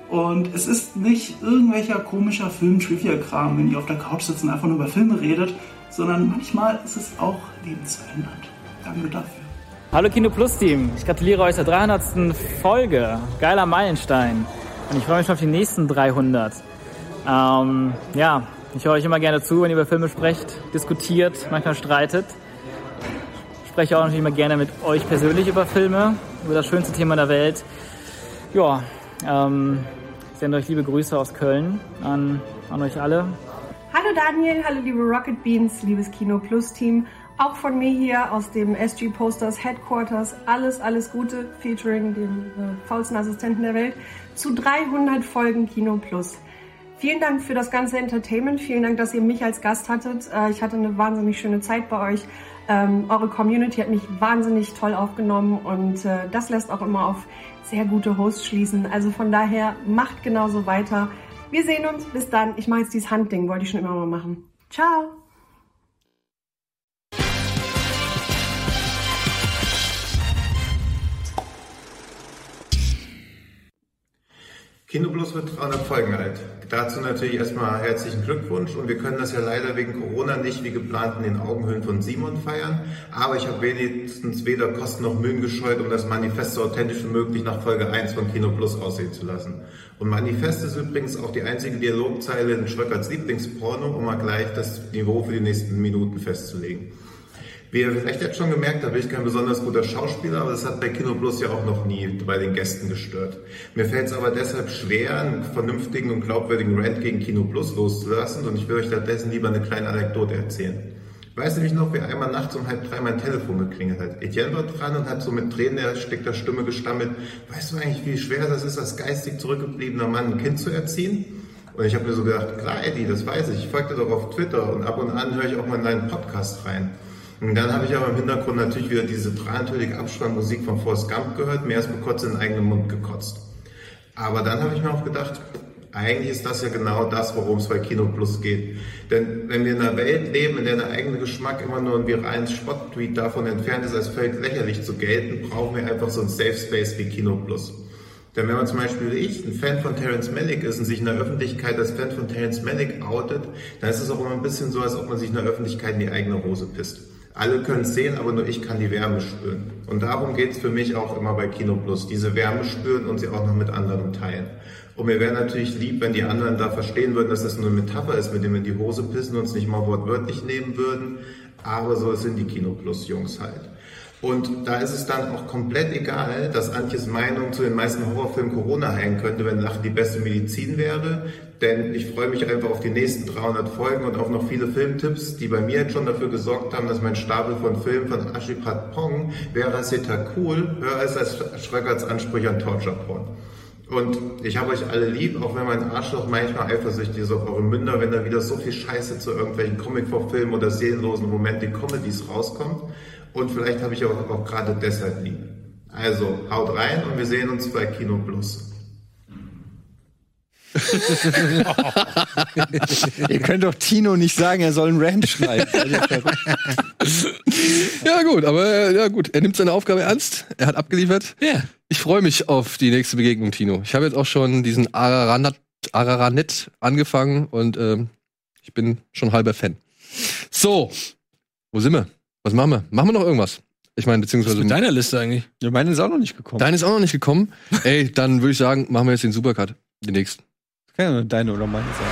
Und es ist nicht irgendwelcher komischer Film-Trivia-Kram, wenn ihr auf der Couch sitzt und einfach nur über Filme redet, sondern manchmal ist es auch lebensverändernd. Danke dafür.
Hallo Kino Plus Team, ich gratuliere euch zur 300. Folge. Geiler Meilenstein. Und ich freue mich schon auf die nächsten 300. Ähm, ja, ich höre euch immer gerne zu, wenn ihr über Filme sprecht, diskutiert, manchmal streitet. Ich spreche auch natürlich immer gerne mit euch persönlich über Filme, über das schönste Thema der Welt. Ja, ähm, ich sende euch liebe Grüße aus Köln an, an euch alle.
Hallo Daniel, hallo liebe Rocket Beans, liebes Kino Plus Team. Auch von mir hier aus dem SG Posters Headquarters alles, alles Gute, featuring dem äh, faulsten Assistenten der Welt, zu 300 Folgen Kino Plus. Vielen Dank für das ganze Entertainment. Vielen Dank, dass ihr mich als Gast hattet. Äh, ich hatte eine wahnsinnig schöne Zeit bei euch. Ähm, eure Community hat mich wahnsinnig toll aufgenommen und äh, das lässt auch immer auf sehr gute Hosts schließen. Also von daher macht genauso weiter. Wir sehen uns. Bis dann. Ich mache jetzt dieses Handding. Wollte ich schon immer mal machen. Ciao.
Kinoblos wird 300 Folgen alt. Dazu natürlich erstmal herzlichen Glückwunsch und wir können das ja leider wegen Corona nicht wie geplant in den Augenhöhen von Simon feiern, aber ich habe wenigstens weder Kosten noch Mühen gescheut, um das Manifest so authentisch wie möglich nach Folge 1 von Kinoplus aussehen zu lassen. Und Manifest ist übrigens auch die einzige Dialogzeile in Schröckers Lieblingsporno, um mal gleich das Niveau für die nächsten Minuten festzulegen. Wie ihr vielleicht jetzt schon gemerkt habt, bin ich kein besonders guter Schauspieler, aber das hat bei Kino Plus ja auch noch nie bei den Gästen gestört. Mir fällt es aber deshalb schwer, einen vernünftigen und glaubwürdigen Rant gegen Kino Plus loszulassen und ich will euch stattdessen lieber eine kleine Anekdote erzählen. Ich weiß nämlich noch, wie einmal nachts um halb drei mein Telefon geklingelt hat. Etienne war dran und hat so mit Tränen erstickter Stimme gestammelt, weißt du eigentlich, wie schwer das ist, als geistig zurückgebliebener Mann ein Kind zu erziehen? Und ich habe mir so gedacht, klar Eddie, das weiß ich, ich folge dir doch auf Twitter und ab und an höre ich auch mal in deinen Podcast rein. Und dann habe ich aber im Hintergrund natürlich wieder diese dreieintölige Abspannmusik von Forrest Gump gehört, mir erstmal kurz in den eigenen Mund gekotzt. Aber dann habe ich mir auch gedacht, eigentlich ist das ja genau das, worum es bei Kino Plus geht. Denn wenn wir in einer Welt leben, in der der eigene Geschmack immer nur ein viralen Spott-Tweet davon entfernt ist, als völlig lächerlich zu gelten, brauchen wir einfach so ein Safe Space wie Kino Plus. Denn wenn man zum Beispiel wie ich ein Fan von Terence Malick ist und sich in der Öffentlichkeit als Fan von Terence Malick outet, dann ist es auch immer ein bisschen so, als ob man sich in der Öffentlichkeit in die eigene Hose pisst. Alle können es sehen, aber nur ich kann die Wärme spüren. Und darum geht's für mich auch immer bei Kino Plus. Diese Wärme spüren und sie auch noch mit anderen teilen. Und mir wäre natürlich lieb, wenn die anderen da verstehen würden, dass das nur eine Metapher ist, mit dem wir in die Hose pissen und uns nicht mal wortwörtlich nehmen würden. Aber so sind die Kino Plus Jungs halt. Und da ist es dann auch komplett egal, dass Antjes Meinung zu den meisten Horrorfilmen Corona heilen könnte, wenn Lachen die beste Medizin wäre. Denn ich freue mich einfach auf die nächsten 300 Folgen und auf noch viele Filmtipps, die bei mir jetzt schon dafür gesorgt haben, dass mein Stapel von Filmen von Ashipat Pong, Vera Cool höher ist als Schröckerts Ansprüche an Torture Porn. Und ich habe euch alle lieb, auch wenn mein Arschloch manchmal eifersüchtig ist auf eure Münder, wenn da wieder so viel Scheiße zu irgendwelchen Comic-Vorfilmen oder seelenlosen Romantic-Comedies rauskommt. Und vielleicht habe ich auch, auch gerade deshalb lieb. Also, haut rein und wir sehen uns bei Kino Plus.
Ihr könnt doch Tino nicht sagen, er soll einen Rant schreiben.
Ja, gut, aber äh, ja, gut. Er nimmt seine Aufgabe ernst. Er hat abgeliefert.
Ja.
Ich freue mich auf die nächste Begegnung, Tino. Ich habe jetzt auch schon diesen Araranat, Araranet angefangen und ähm, ich bin schon halber Fan. So, wo sind wir? Was machen wir? Machen wir noch irgendwas? Ich meine, beziehungsweise.
mit deiner Liste eigentlich?
Ja, meine ist auch noch nicht gekommen. Deine ist auch noch nicht gekommen. Ey, dann würde ich sagen, machen wir jetzt den Supercut. Den nächsten.
Kann ja nur deine oder meine sein.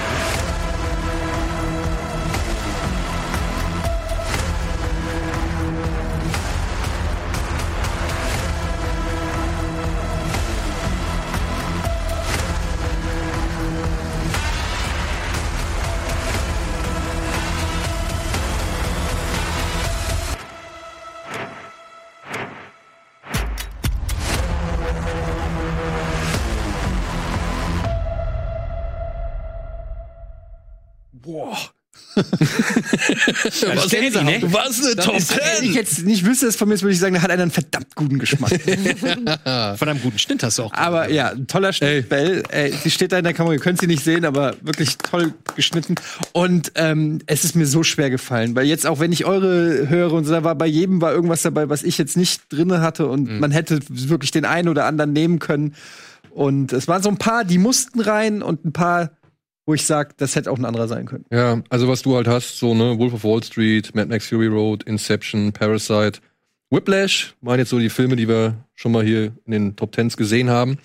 Das kennt
warst
sie,
Gänsehaut.
ne?
Du warst eine
Das
Top
ist- Wenn
10.
ich jetzt nicht wüsste, dass es von mir ist, würde ich sagen, der hat einen verdammt guten Geschmack.
Von einem guten Schnitt hast du auch.
aber ja, ein toller Schnitt. Bell, ey, sie steht da in der Kamera, ihr könnt sie nicht sehen, aber wirklich toll geschnitten. Und ähm, es ist mir so schwer gefallen, weil jetzt auch wenn ich eure höre und so, da war bei jedem war irgendwas dabei, was ich jetzt nicht drinne hatte und
Mhm.
man hätte wirklich den einen oder anderen nehmen können. Und es waren so ein paar, die mussten rein und ein paar, wo ich sag, das hätte auch ein anderer sein können.
Ja, also was du halt hast, so, ne, Wolf of Wall Street, Mad Max Fury Road, Inception, Parasite, Whiplash waren jetzt so die Filme, die wir schon mal hier in den Top Tens gesehen haben.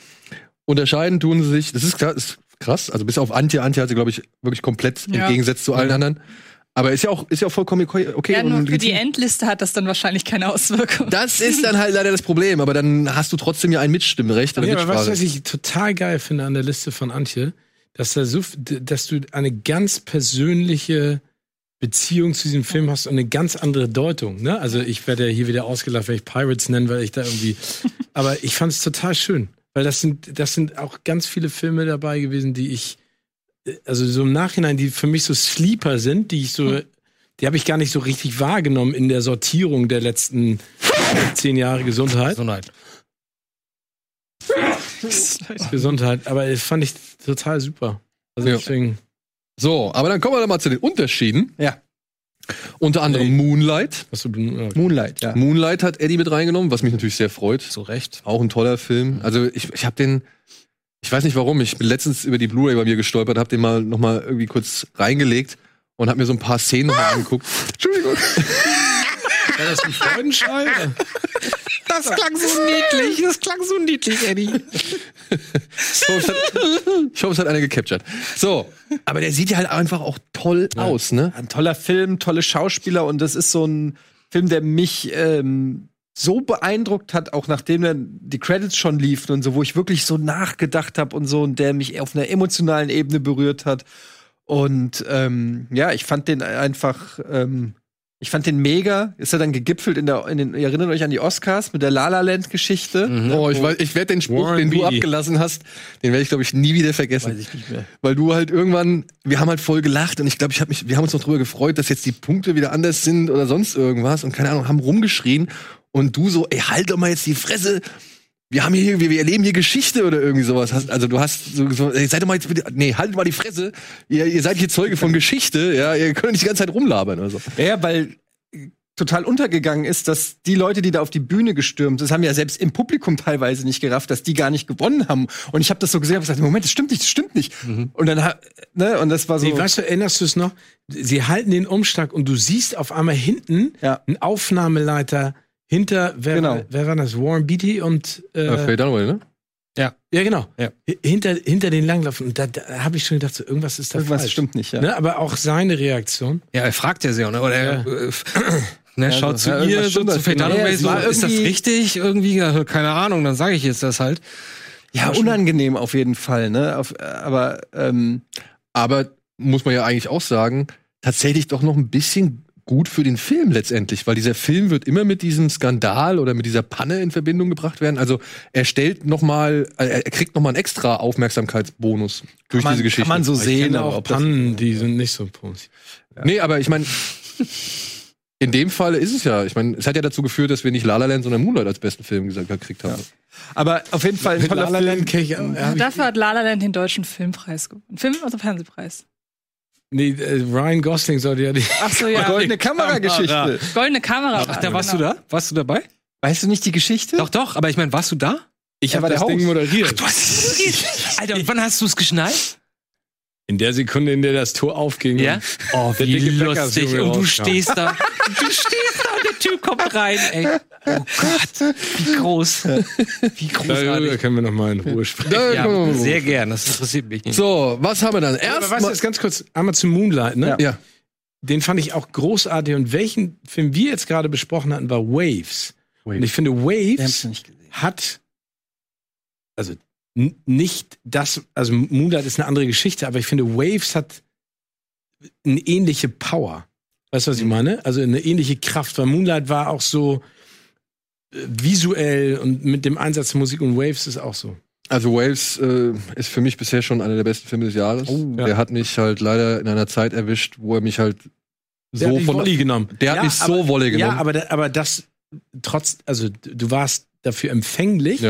Unterscheiden tun sie sich, das ist, klar- ist krass, also bis auf Antje, Antje hat sie, glaube ich, wirklich komplett im
Ja.
Gegensatz zu allen anderen. Aber ist ja auch, ist ja auch vollkommen okay. okay
ja, nur
und
für die
legitim.
Endliste hat das dann wahrscheinlich keine Auswirkung.
Das ist dann halt leider das Problem, aber dann hast du trotzdem ja ein Mitstimmrecht. oder
Ja, aber was,
Mitsprache.
was ich total geil finde an der Liste von Antje, dass, da so, f- d- dass du eine ganz persönliche Beziehung zu diesem Film hast und eine ganz andere Deutung. Ne? Also ich werde ja hier wieder ausgelacht, wenn ich Pirates nennen, weil ich da irgendwie. aber ich fand es total schön, weil das sind, das sind auch ganz viele Filme dabei gewesen, die ich, äh, also so im Nachhinein, die für mich so Sleeper sind, die ich so, die habe ich gar nicht so richtig wahrgenommen in der Sortierung der letzten zehn Jahre Gesundheit. Gesundheit. Gesundheit, aber das fand ich total super. Also
Ja.
deswegen.
So, aber dann kommen wir doch mal zu den Unterschieden.
Ja.
Unter anderem Moonlight.
Moonlight, ja.
Moonlight hat Eddie mit reingenommen, was mich natürlich sehr freut. Zu
Recht.
Auch ein toller Film. Also ich, ich habe den, ich weiß nicht warum, ich bin letztens über die Blu-ray bei mir gestolpert, habe den mal nochmal irgendwie kurz reingelegt und habe mir so ein paar Szenen mal angeguckt. Entschuldigung.
War das ein Freudenschrei?
Das klang so niedlich, das klang so niedlich, Eddie.
Ich hoffe, es hat, ich hoffe, es hat einer gecaptured. So, aber der sieht ja halt einfach auch toll aus, ne?
Ein toller Film, tolle Schauspieler und das ist so ein Film, der mich ähm, so beeindruckt hat, auch nachdem dann die Credits schon liefen und so, wo ich wirklich so nachgedacht habe und so und der mich auf einer emotionalen Ebene berührt hat. Und ähm, ja, ich fand den einfach, ähm, ich fand den mega. Ist er dann gegipfelt in der, in den, ihr erinnert euch an die Oscars mit der La La Land Geschichte.
Oh, ich, weiß- ich werde den Spruch,
Warren
den du
Beatty.
abgelassen hast, den werde ich, glaube ich, nie wieder vergessen.
Weiß ich nicht mehr.
Weil du halt irgendwann, wir haben halt voll gelacht und ich glaube, ich hab mich, wir haben uns noch drüber gefreut, dass jetzt die Punkte wieder anders sind oder sonst irgendwas und keine Ahnung, haben rumgeschrien und du so, ey, halt doch mal jetzt die Fresse. Wir haben hier, wir, wir erleben hier Geschichte oder irgendwie sowas. Hast- Also du hast so, so ey, seid doch mal jetzt, bitte- nee, haltet mal die Fresse. Ihr, ihr seid hier Zeuge von Geschichte, ja, ihr könnt nicht die ganze Zeit rumlabern oder so.
Ja, ja, weil äh, total untergegangen ist, dass die Leute, die da auf die Bühne gestürmt sind, das haben ja selbst im Publikum teilweise nicht gerafft, dass die gar nicht gewonnen haben. Und ich habe das so gesehen, habe gesagt, Moment, das stimmt nicht, das stimmt nicht. Und dann, ha- ne, und das war so.
Nee, weißt du, erinnerst du es noch? Sie halten den Umschlag und du siehst auf einmal hinten einen Aufnahmeleiter hinter, wer, war, wer war das? Warren Beatty und. Äh,
Ja, Faye Dunaway, ne?
Ja. Ja, genau. H- Hinter, hinter den langlaufen. Und da, da habe ich schon gedacht, so, irgendwas ist da
Irgendwas
falsch.
stimmt nicht, ja.
Ne? Aber auch seine Reaktion.
Ja, er fragt ja sehr, ne? Oder er äh, ne,
Ja,
schaut zu
so-
ihr,
ja, irgendwas
so
stimmt
zu
da nicht.
Fatal
Ja, es
so,
war
ist das
irgendwie-
richtig? Irgendwie, ja, keine Ahnung, dann sage ich jetzt das halt.
Ja, unangenehm auf jeden Fall, ne? Auf, äh, aber, ähm,
aber muss man ja eigentlich auch sagen, tatsächlich doch noch ein bisschen gut für den Film letztendlich, weil dieser Film wird immer mit diesem Skandal oder mit dieser Panne in Verbindung gebracht werden. Also er stellt noch mal, äh, er kriegt noch mal einen extra Aufmerksamkeitsbonus durch
man-
diese Geschichte.
kann man so
Ich kenne
sehen, aber ob das- die sind nicht so positiv.
Nee, aber ich meine, in dem Fall ist es ja, ich meine, es hat ja dazu geführt, dass wir nicht La La Land, sondern Moonlight als besten Film gesagt gekriegt haben.
Aber auf jeden Fall
ein
toller La La Land kenn äh, ich,
Dafür hat La La Land den deutschen Filmpreis gewonnen. Film, also Fernsehpreis.
Nee, äh, Ryan Gosling sollte ja die.
Ach so, ja. Goldene
Kamerageschichte.
Goldene Kamera. Genau.
Ach, da warst du da? Warst du dabei?
Weißt du nicht die Geschichte?
Doch, doch, aber ich meine, warst du da?
Ich habe das Ding moderiert.
Alter, und wann hast du es geschnallt?
In der Sekunde, in der das Tor aufging.
Ja?
und- Oh, der
Wie
dicke
lustig.
Bäckersjunge
Und du
rauskam.
stehst da. Du stehst da und der Typ kommt rein, ey. Oh Gott, wie groß. Wie
Darüber
großartig.
können wir nochmal in Ruhe sprechen.
Ja, sehr gern, das interessiert mich nicht.
So, was haben wir dann?
Erst aber was ist ganz kurz einmal zu Moonlight, ne?
Ja.
Den fand ich auch großartig und welchen Film wir jetzt gerade besprochen hatten war Waves. Und ich finde Waves hat also n- nicht das also Moonlight ist eine andere Geschichte, aber ich finde Waves hat eine ähnliche Power. Weißt du, was ich meine? Also eine ähnliche Kraft, weil Moonlight war auch so äh, visuell und mit dem Einsatz von Musik und Waves ist auch so.
Also Waves äh, ist für mich bisher schon einer der besten Filme des Jahres.
Oh,
ja.
Der hat mich halt leider in einer Zeit erwischt, wo er mich halt
Der
so
hat dich
von
Volley genommen.
Der hat
Ja,
mich so
aber-
Volley genommen.
Ja, aber, da- aber das trotz, also d- du warst dafür empfänglich,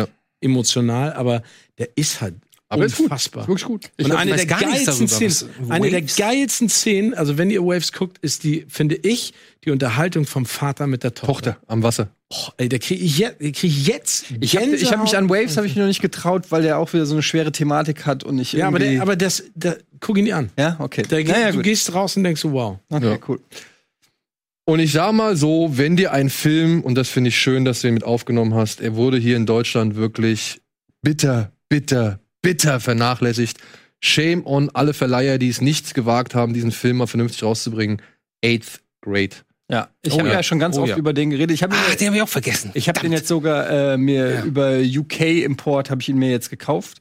emotional, aber der ist halt
Aber ist gut.
unfassbar.
Ist wirklich gut. Ich
Und
glaub,
eine
ich
der
weiß gar nichts
geilsten
darüber,
Szenen,
was
eine der
Waves-
geilsten Szenen, also wenn ihr Waves guckt, ist die, finde ich, die Unterhaltung vom Vater mit der Tochter. Tochter
am Wasser.
Oh, ey, da kriege ich, je- da krieg ich jetzt
Ich habe hab mich an
Gänsehaut.
Waves hab ich noch nicht getraut, weil der auch wieder so eine schwere Thematik hat und ich
Ja, aber,
irgendwie-
der, aber das, da, guck ihn dir an.
Ja, okay.
Da, ge-
Naja,
du
gut.
gehst raus und denkst, so, wow.
Okay, cool.
Und ich sag mal so, wenn dir ein Film, und das finde ich schön, dass du ihn mit aufgenommen hast, er wurde hier in Deutschland wirklich bitter, bitter, bitter vernachlässigt. Shame on alle Verleiher, die es nicht gewagt haben, diesen Film mal vernünftig rauszubringen. Eighth Grade. Oh
Ja, ich habe ja. schon ganz oft über den geredet. Ich habe
den habe ich auch vergessen.
Ich habe den jetzt sogar äh, mir über UK Import habe ich ihn mir jetzt gekauft.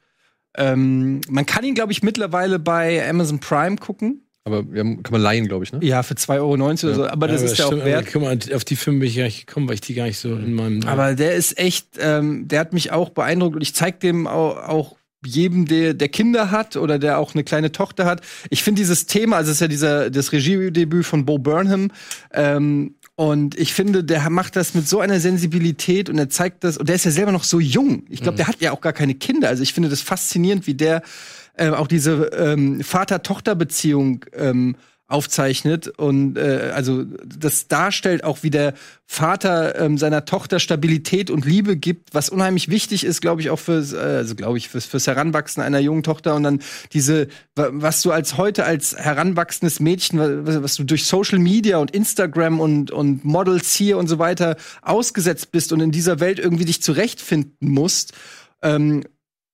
Ähm, man kann ihn glaube ich mittlerweile bei Amazon Prime gucken.
Aber wir haben, kann man leihen, glaube ich, ne?
Ja, für 2,90 Euro oder so, also, aber das ist ja
stimmt,
auch
aber
wert.
Guck mal, auf die Filme bin ich gar nicht gekommen, weil ich die gar nicht so in meinem.
Aber der ist echt, ähm, der hat mich auch beeindruckt und ich zeig dem auch, auch jedem, der, der Kinder hat oder der auch eine kleine Tochter hat. Ich finde dieses Thema, also es ist ja dieser, das Regiedebüt von Bo Burnham, ähm, und ich finde, der macht das mit so einer Sensibilität und er zeigt das, und der ist ja selber noch so jung. Ich glaube, der hat ja auch gar keine Kinder. Also ich finde das faszinierend, wie der äh, auch diese ähm, Vater-Tochter-Beziehung ähm, aufzeichnet und äh, also das darstellt auch, wie der Vater ähm, seiner Tochter Stabilität und Liebe gibt, was unheimlich wichtig ist, glaube ich, auch fürs, äh, also glaube ich, fürs, fürs Heranwachsen einer jungen Tochter und dann diese, wa- was du als heute als heranwachsendes Mädchen, wa- was, was du durch Social Media und Instagram und, und Models hier und so weiter ausgesetzt bist und in dieser Welt irgendwie dich zurechtfinden musst. Ähm,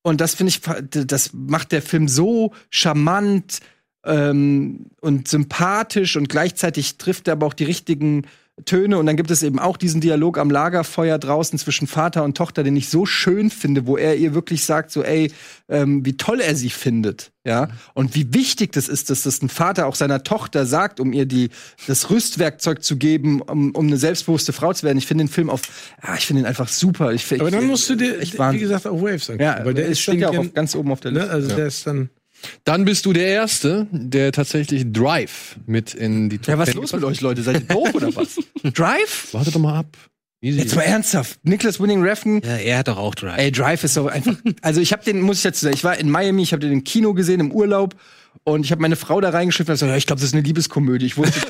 und das finde ich, fa- d- das macht der Film so charmant ähm, und sympathisch und gleichzeitig trifft er aber auch die richtigen Töne. Und dann gibt es eben auch diesen Dialog am Lagerfeuer draußen zwischen Vater und Tochter, den ich so schön finde, wo er ihr wirklich sagt, so, ey, ähm, wie toll er sie findet, ja. Und wie wichtig das ist, dass das ein Vater auch seiner Tochter sagt, um ihr die, das Rüstwerkzeug zu geben, um, um eine selbstbewusste Frau zu werden. Ich finde den Film auf, ah, ich finde ihn einfach super. Ich,
Aber dann musst du dir,
ich,
wie gesagt, auch Waves angucken.
Ja, der ist steht ja auch auf, ganz oben auf der Liste.
Ne, also der ist dann.
Dann bist du der Erste, der tatsächlich Drive mit in die Top
Ja, was ist
10
los
gepackt
mit euch, Leute? Seid ihr doof oder was? Drive?
Wartet doch mal ab. Easy.
Jetzt mal ernsthaft. Niklas Winning Refn.
Ja, er hat doch auch Drive.
Ey, Drive ist so einfach. Also ich habe den, muss ich dazu sagen, ich war in Miami, ich habe den im Kino gesehen, im Urlaub. Und ich habe meine Frau da reingeschrieben und gesagt, ja, ich glaube, das ist eine Liebeskomödie. Ich wusste,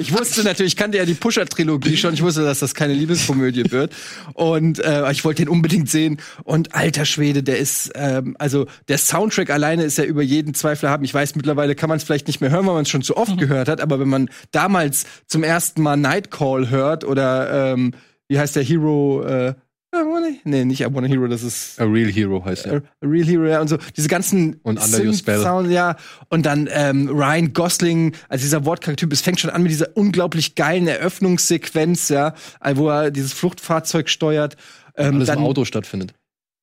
ich wusste natürlich, ich kannte ja die Pusher-Trilogie schon. Ich wusste, dass das keine Liebeskomödie wird. Und äh, ich wollte den unbedingt sehen. Und alter Schwede, der ist, ähm, also der Soundtrack alleine ist ja über jeden Zweifel haben. Ich weiß, mittlerweile kann man es vielleicht nicht mehr hören, weil man es schon zu oft gehört hat. Aber wenn man damals zum ersten Mal Nightcall hört oder ähm, wie heißt der Hero? Äh, I wanna, nee, nicht I Wanna Hero, das ist.
A Real Hero heißt
er. A Real Hero, ja, und so. Diese ganzen.
Und Under Your Spell.
Synth-Sound, ja. Und dann ähm, Ryan Gosling, also dieser Wortkartyp, es fängt schon an mit dieser unglaublich geilen Eröffnungssequenz, ja, wo er dieses Fluchtfahrzeug steuert. Ähm,
alles
dann,
im Auto stattfindet.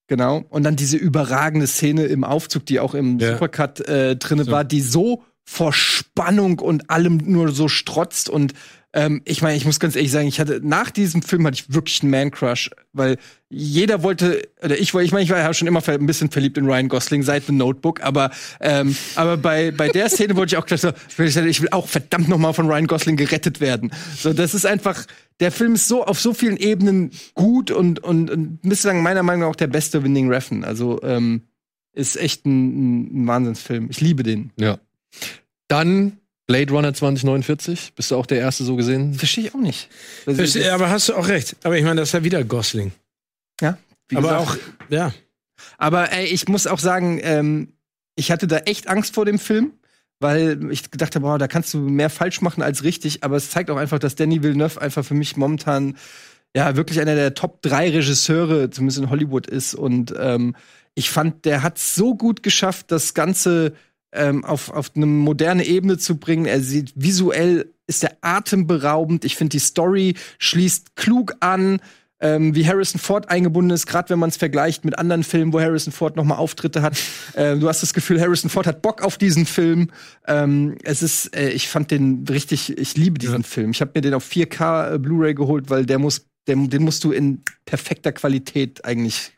Genau. Und dann diese überragende Szene im Aufzug, die auch im
Ja.
Supercut äh, drinne war, die so vor Spannung und allem nur so strotzt und ähm, ich meine, ich muss ganz ehrlich sagen, ich hatte nach diesem Film hatte ich wirklich einen Man-Crush, weil jeder wollte oder ich wollte, ich meine, ich war ja schon immer ver- ein bisschen verliebt in Ryan Gosling seit The Notebook, aber ähm, aber bei bei der Szene wurde ich auch gedacht, so, ich will- ich will auch verdammt noch mal von Ryan Gosling gerettet werden. So, das ist einfach der Film ist so auf so vielen Ebenen gut und und, und bislang meiner Meinung nach auch der beste Winning Refn. Also ähm, ist echt ein, ein Wahnsinnsfilm. Ich liebe den.
Ja. Dann Blade Runner 2049. Bist du auch der Erste so gesehen?
Verstehe ich auch nicht.
Verstehe, aber hast du auch recht. Aber ich meine, das ist ja wieder Gosling.
Ja. wie
aber
gesagt. äh,
auch, ja.
Aber ey, ich muss auch sagen, ähm, ich hatte da echt Angst vor dem Film, weil ich gedacht habe, wow, da kannst du mehr falsch machen als richtig. Aber es zeigt auch einfach, dass Danny Villeneuve einfach für mich momentan ja wirklich einer der Top 3 Regisseure, zumindest in Hollywood ist. Und ähm, ich fand, der hat so gut geschafft, das Ganze ähm, auf, auf eine moderne Ebene zu bringen. Er sieht visuell, ist er atemberaubend. Ich finde, die Story schließt klug an, ähm, wie Harrison Ford eingebunden ist, gerade wenn man es vergleicht mit anderen Filmen, wo Harrison Ford nochmal Auftritte hat. ähm, du hast das Gefühl, Harrison Ford hat Bock auf diesen Film. Ähm, es ist, äh, ich fand den richtig, ich liebe diesen Film. Ich habe mir den auf 4K äh, Blu-ray geholt, weil der muss, der, den musst du in perfekter Qualität eigentlich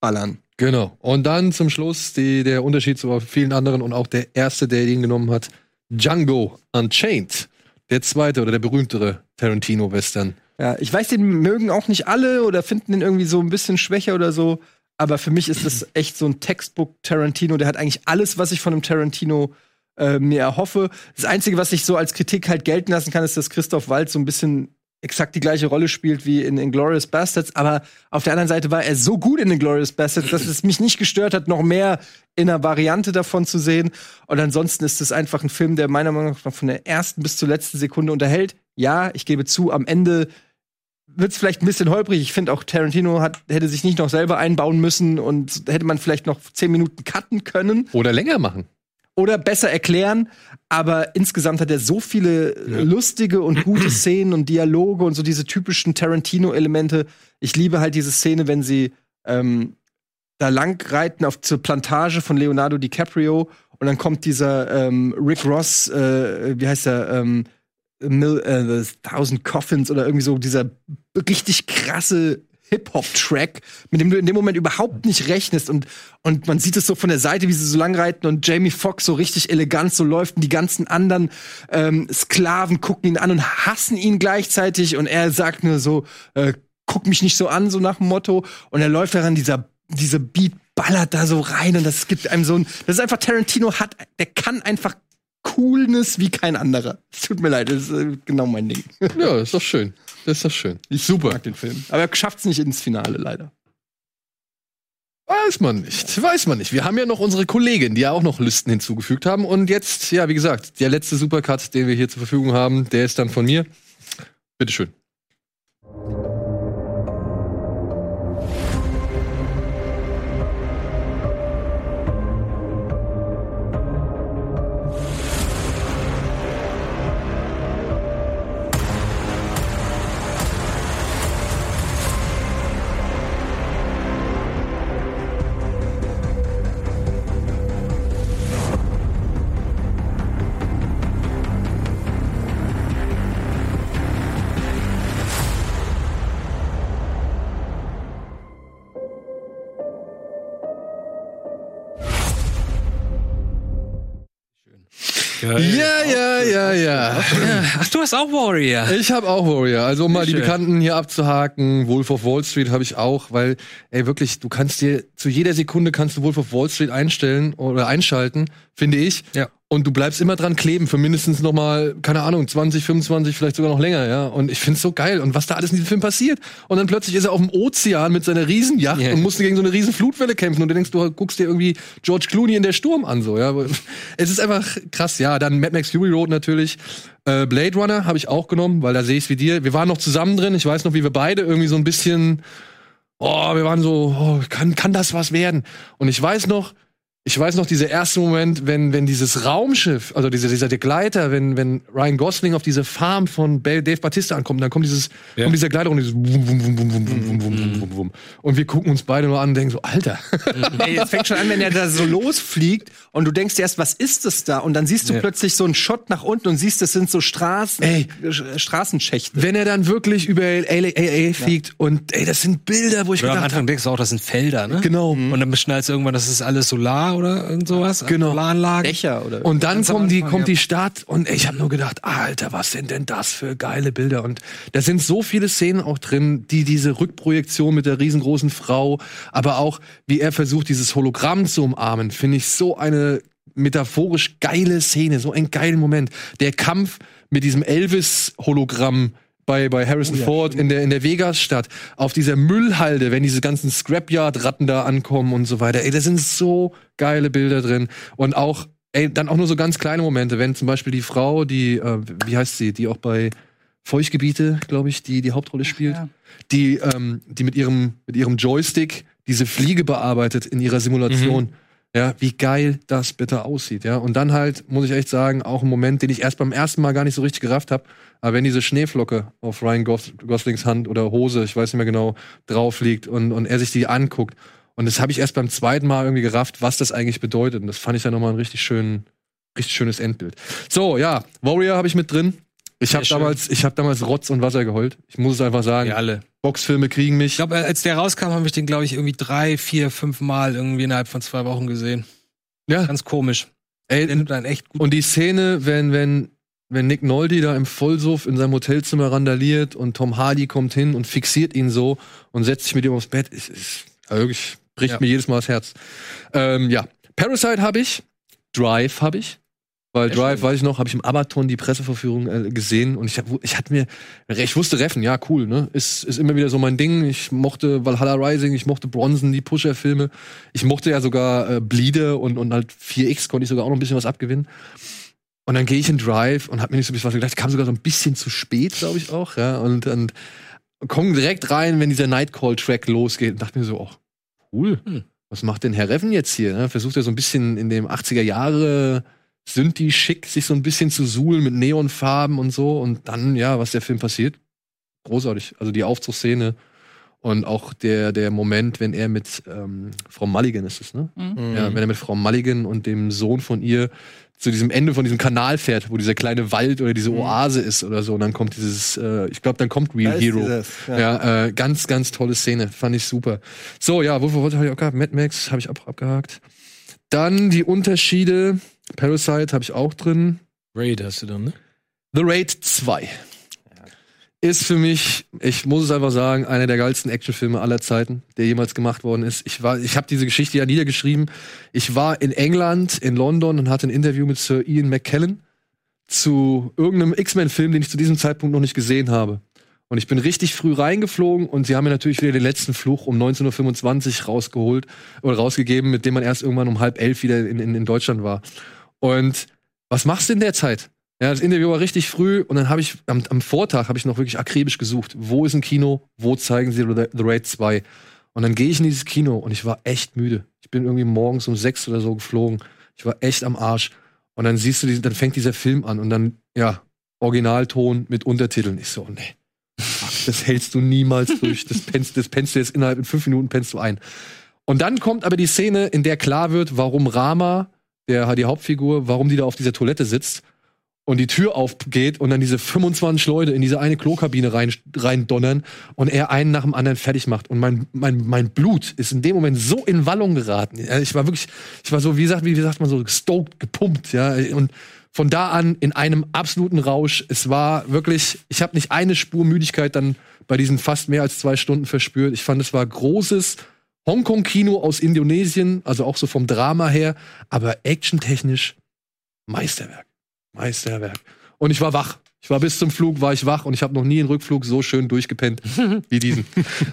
ballern. Genau. Und dann zum Schluss die, der Unterschied zu vielen anderen und auch der erste, der ihn genommen hat, Django Unchained. Der zweite oder der berühmtere Tarantino-Western.
Ja, ich weiß, den mögen auch nicht alle oder finden den irgendwie so ein bisschen schwächer oder so. Aber für mich ist das echt so ein Textbook Tarantino. Der hat eigentlich alles, was ich von einem Tarantino äh, mir erhoffe. Das Einzige, was ich so als Kritik halt gelten lassen kann, ist, dass Christoph Waltz so ein bisschen exakt die gleiche Rolle spielt wie in Inglourious Bastards. Aber auf der anderen Seite war er so gut in Inglourious Bastards, dass es mich nicht gestört hat, noch mehr in einer Variante davon zu sehen. Und ansonsten ist es einfach ein Film, der meiner Meinung nach von der ersten bis zur letzten Sekunde unterhält. Ja, ich gebe zu, am Ende wird es vielleicht ein bisschen holprig. Ich finde auch, Tarantino hat, hätte sich nicht noch selber einbauen müssen und hätte man vielleicht noch zehn Minuten cutten können.
Oder länger machen.
Oder besser erklären. Aber insgesamt hat er so viele äh, lustige und gute Szenen und Dialoge und so diese typischen Tarantino-Elemente. Ich liebe halt diese Szene, wenn sie ähm, da lang reiten auf zur Plantage von Leonardo DiCaprio und dann kommt dieser ähm, Rick Ross, äh, wie heißt er, ähm, Mil äh, The Thousand Coffins oder irgendwie so dieser richtig krasse Hip-Hop-Track, mit dem du in dem Moment überhaupt nicht rechnest und, und man sieht es so von der Seite, wie sie so lang reiten und Jamie Foxx so richtig elegant so läuft und die ganzen anderen ähm, Sklaven gucken ihn an und hassen ihn gleichzeitig und er sagt nur so, äh, guck mich nicht so an, so nach dem Motto und er läuft daran, dieser, dieser Beat ballert da so rein und das gibt einem so ein, das ist einfach Tarantino hat, der kann einfach Coolness wie kein anderer. Es tut mir leid, das ist äh, genau mein Ding.
Ja, ist doch schön. Das ist doch schön.
Ich Super. mag den Film. Aber er schafft es nicht ins Finale, leider.
Weiß man nicht, weiß man nicht. Wir haben ja noch unsere Kollegin, die ja auch noch Listen hinzugefügt haben. Und jetzt, ja, wie gesagt, der letzte Supercut, den wir hier zur Verfügung haben, der ist dann von mir. Bitteschön. Ja, ja, ja, ja.
Ach, du hast auch Warrior.
Ich habe auch Warrior. Also um mal die
Schön.
Bekannten hier abzuhaken, Wolf of Wall Street habe ich auch, weil ey wirklich, du kannst dir zu jeder Sekunde kannst du Wolf of Wall Street einstellen oder einschalten, finde ich.
Ja.
Und du bleibst immer dran kleben für mindestens noch mal, keine Ahnung, 20, 25, vielleicht sogar noch länger, ja. Und ich find's so geil und was da alles in diesem Film passiert. Und dann plötzlich ist er auf dem Ozean mit seiner Riesenjacht
Ja.
und musste gegen so eine riesen Flutwelle kämpfen und du denkst, du guckst dir irgendwie George Clooney in der Sturm an, so, ja. Es ist einfach krass, ja. Dann Mad Max Fury Road natürlich. Äh, Blade Runner habe ich auch genommen, weil da sehe ich's wie dir. Wir waren noch zusammen drin. Ich weiß noch, wie wir beide irgendwie so ein bisschen, oh, wir waren so, oh, kann, kann das was werden? Und ich weiß noch, ich weiß noch, dieser erste Moment, wenn, wenn dieses Raumschiff, also dieser, dieser Begleiter, wenn, wenn Ryan Gosling auf diese Farm von Ba- Dave Batista ankommt, dann kommt dieses, kommt dieser Gleiter und dieses wum, wum, wum, wum, wum, wum, wum, wum, wum, wum. Und wir gucken uns beide nur an und denken so, Alter.
Ey, es fängt schon an, wenn er da so losfliegt und du denkst dir erst, was ist das da? Und dann siehst du
Ja.
plötzlich so einen Shot nach unten und siehst, das sind so Straßen,
Ey.
Sch- Straßenschächte.
Wenn er dann wirklich über LA, LA fliegt und ey, das sind Bilder, wo ich
Oder am
gedacht
Anfang denkst du auch, das sind Felder, ne?
Genau.
Und dann beschnallst du irgendwann, das ist alles Solar oder irgend sowas.
Genau.
Solaranlagen.
Dächer oder
Und dann
Ganz am
kommen die,
Anfang,
kommt
ja.
die Stadt und ich habe nur gedacht, Alter, was sind denn das für geile Bilder? Und da sind so viele Szenen auch drin, die diese Rückprojektion mit der riesengroßen Frau, aber auch wie er versucht, dieses Hologramm zu umarmen, finde ich so eine metaphorisch geile Szene, so einen geilen Moment. Der Kampf mit diesem Elvis-Hologramm bei, bei Harrison Ford in der, in der Vegas-Stadt, auf dieser Müllhalde, wenn diese ganzen Scrapyard-Ratten da ankommen und so weiter. Ey, da sind so geile Bilder drin. Und auch, ey, dann auch nur so ganz kleine Momente, wenn zum Beispiel die Frau, die, äh, wie heißt sie, die auch bei Feuchtgebiete, glaube ich, die die Hauptrolle spielt, die, ähm, die mit ihrem, mit ihrem Joystick diese Fliege bearbeitet in ihrer Simulation. Ja, wie geil das bitte aussieht, ja. Und dann halt, muss ich echt sagen, auch ein Moment, den ich erst beim ersten Mal gar nicht so richtig gerafft habe. Aber wenn diese Schneeflocke auf Ryan Gos Goslings Hand oder Hose, ich weiß nicht mehr genau, drauf liegt und, und er sich die anguckt. Und das habe ich erst beim zweiten Mal irgendwie gerafft, was das eigentlich bedeutet. Und das fand ich dann nochmal einen richtig schönen, richtig schönes Endbild. So, ja, Warrior habe ich mit drin. Ich habe
schön.
damals, ich hab damals Rotz und Wasser geheult. Ich muss es einfach sagen.
Wir alle.
Boxfilme kriegen mich.
Ich glaube, als der rauskam, habe ich den, glaube ich, irgendwie drei, vier, fünf Mal irgendwie innerhalb von zwei Wochen gesehen.
Ja.
Ganz komisch.
Ey,
der nimmt einen echt gut.
Und die Szene, wenn, wenn, wenn Nick Nolte da im Vollsuff in seinem Hotelzimmer randaliert und Tom Hardy kommt hin und fixiert ihn so und setzt sich mit ihm aufs Bett, ist, ist ja, wirklich, bricht
Ja.
mir jedes Mal das Herz. Ähm, ja. Parasite habe ich, Drive habe ich. Weil Drive, weiß ich noch, habe ich im Abaton die Presseverführung äh, gesehen und ich, hab, ich hatte mir, ich wusste Reffen, ja, cool, ne? Ist, ist immer wieder so mein Ding. Ich mochte Valhalla Rising, ich mochte Bronson, die Pusher-Filme. Ich mochte ja sogar äh, Bleeder und, und halt 4X konnte ich sogar auch noch ein bisschen was abgewinnen. Und dann gehe ich in Drive und hab mir nicht so ein bisschen was gedacht. Ich kam sogar so ein bisschen zu spät, glaube ich auch, ja. Und, und komm direkt rein, wenn dieser Nightcall-Track losgeht. Und dachte mir so, oh, ach, cool. Was macht denn Herr Reffen jetzt hier? ne? Versucht er so ein bisschen in dem 80er Jahre Synthi schick, sich so ein bisschen zu suhlen mit Neonfarben und so. Und dann, ja, was der Film passiert, großartig. Also die Aufzugsszene und auch der, der Moment, wenn er mit ähm, Frau Mulligan ist es, ne?
Mhm.
Ja,
Mhm.
wenn er mit Frau Mulligan und dem Sohn von ihr zu diesem Ende von diesem Kanal fährt, wo dieser kleine Wald oder diese Oase ist oder so. Und dann kommt dieses, äh, ich glaube, dann kommt Real
Da ist
Hero.
dieses,
ja,
ja.
äh, ganz, ganz tolle Szene. Fand ich super. So, ja, wofür wollte ich auch gehabt? Mad Max habe ich ab, abgehakt. Dann die Unterschiede. Parasite habe ich auch drin.
Raid hast du dann, ne?
The Raid 2 ist für mich, ich muss es einfach sagen, einer der geilsten Actionfilme aller Zeiten, der jemals gemacht worden ist. Ich war, ich habe diese Geschichte ja niedergeschrieben. Ich war in England, in London und hatte ein Interview mit Sir Ian McKellen zu irgendeinem X-Men-Film, den ich zu diesem Zeitpunkt noch nicht gesehen habe. Und ich bin richtig früh reingeflogen und sie haben mir natürlich wieder den letzten Fluch um 19.25 Uhr rausgeholt oder rausgegeben, mit dem man erst irgendwann um halb elf wieder in, in, in Deutschland war. Und was machst du in der Zeit? Ja, das Interview war richtig früh und dann habe ich am, am Vortag habe ich noch wirklich akribisch gesucht, wo ist ein Kino, wo zeigen sie The The Raid 2? Und dann gehe ich in dieses Kino und ich war echt müde. Ich bin irgendwie morgens um sechs oder so geflogen. Ich war echt am Arsch. Und dann siehst du, diesen- dann fängt dieser Film an und dann, ja, Originalton mit Untertiteln. Ich so, nee, fuck, das hältst du niemals durch. Das pennst, das pennst du jetzt innerhalb in fünf Minuten pennst du ein. Und dann kommt aber die Szene, in der klar wird, warum Rama, der die Hauptfigur, warum die da auf dieser Toilette sitzt und die Tür aufgeht und dann diese 25 Leute in diese eine Klokabine rein, rein donnern und er einen nach dem anderen fertig macht. Und mein, mein, mein Blut ist in dem Moment so in Wallung geraten. Also Ich war wirklich, ich war so, wie sagt, wie sagt man so, stoked, gepumpt, ja. Und von da an in einem absoluten Rausch. Es war wirklich, ich habe nicht eine Spur Müdigkeit dann bei diesen fast mehr als zwei Stunden verspürt. Ich fand, es war großes Hongkong-Kino aus Indonesien, also auch so vom Drama her, aber actiontechnisch Meisterwerk. Meisterwerk. Und ich war wach. Ich war bis zum Flug, war ich wach und ich habe noch nie einen Rückflug so schön durchgepennt wie diesen.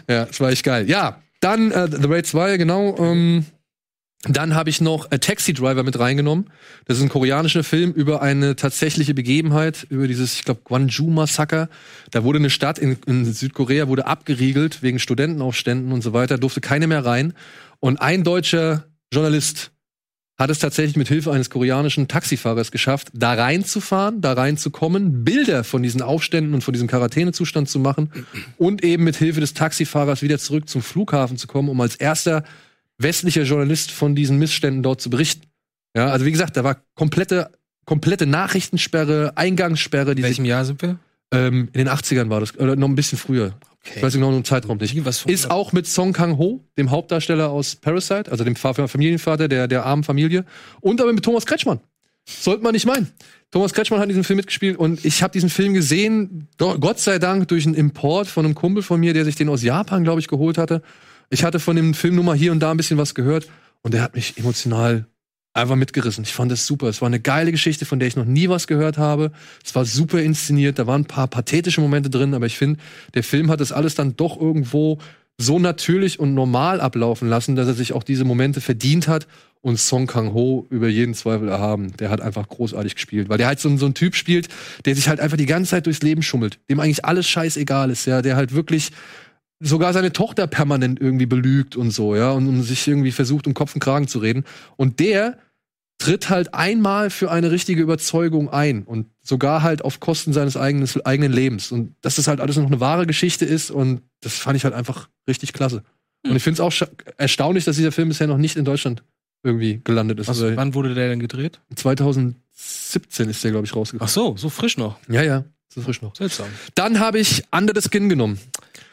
ja, das war echt geil. Ja, dann äh, The Raid 2, genau. Ähm, dann habe ich noch A Taxi Driver mit reingenommen. Das ist ein koreanischer Film über eine tatsächliche Begebenheit, über dieses, ich glaube, Gwangju-Massaker. Da wurde eine Stadt in, in Südkorea wurde abgeriegelt wegen Studentenaufständen und so weiter, durfte keine mehr rein. Und ein deutscher Journalist hat es tatsächlich mit Hilfe eines koreanischen Taxifahrers geschafft, da reinzufahren, da reinzukommen, Bilder von diesen Aufständen und von diesem Quarantänezustand zu machen und eben mit Hilfe des Taxifahrers wieder zurück zum Flughafen zu kommen, um als erster westlicher Journalist von diesen Missständen dort zu berichten. Ja, also wie gesagt, da war komplette komplette Nachrichtensperre, Eingangssperre. In welchem
Jahr sind wir?
Ähm, in den 80ern war das, oder noch ein bisschen früher. Ich weiß nicht genau den Zeitraum nicht. Ist auch mit Song Kang-ho, dem Hauptdarsteller aus Parasite, also dem Fa- Familienvater der, der armen Familie, und aber mit Thomas Kretschmann. Sollte man nicht meinen. Thomas Kretschmann hat in diesem Film mitgespielt und ich habe diesen Film gesehen, do- Gott sei Dank, durch einen Import von einem Kumpel von mir, der sich den aus Japan, glaube ich, geholt hatte. Ich hatte von dem Film nur mal hier und da ein bisschen was gehört und der hat mich emotional einfach mitgerissen. Ich fand das super. Es war eine geile Geschichte, von der ich noch nie was gehört habe. Es war super inszeniert. Da waren ein paar pathetische Momente drin, aber ich finde, der Film hat das alles dann doch irgendwo so natürlich und normal ablaufen lassen, dass er sich auch diese Momente verdient hat. Und Song Kang-ho über jeden Zweifel erhaben. Der hat einfach großartig gespielt, weil der halt so, ein- so ein Typ spielt, der sich halt einfach die ganze Zeit durchs Leben schummelt, dem eigentlich alles scheißegal ist, ja, der halt wirklich sogar seine Tochter permanent irgendwie belügt und so, ja, und, und sich irgendwie versucht, um Kopf und Kragen zu reden. Und der tritt halt einmal für eine richtige Überzeugung ein und sogar halt auf Kosten seines eigenen, eigenen Lebens. Und dass das halt alles noch eine wahre Geschichte ist und das fand ich halt einfach richtig klasse.
Hm.
Und ich finde es auch scha- erstaunlich, dass dieser Film bisher noch nicht in Deutschland irgendwie gelandet ist.
Was,
Also
wann wurde der denn gedreht?
2017 ist der, glaube ich, rausgekommen.
Ach so, so frisch noch.
Ja, ja. Zu frisch noch.
Seltsam.
Dann habe ich Under the Skin genommen.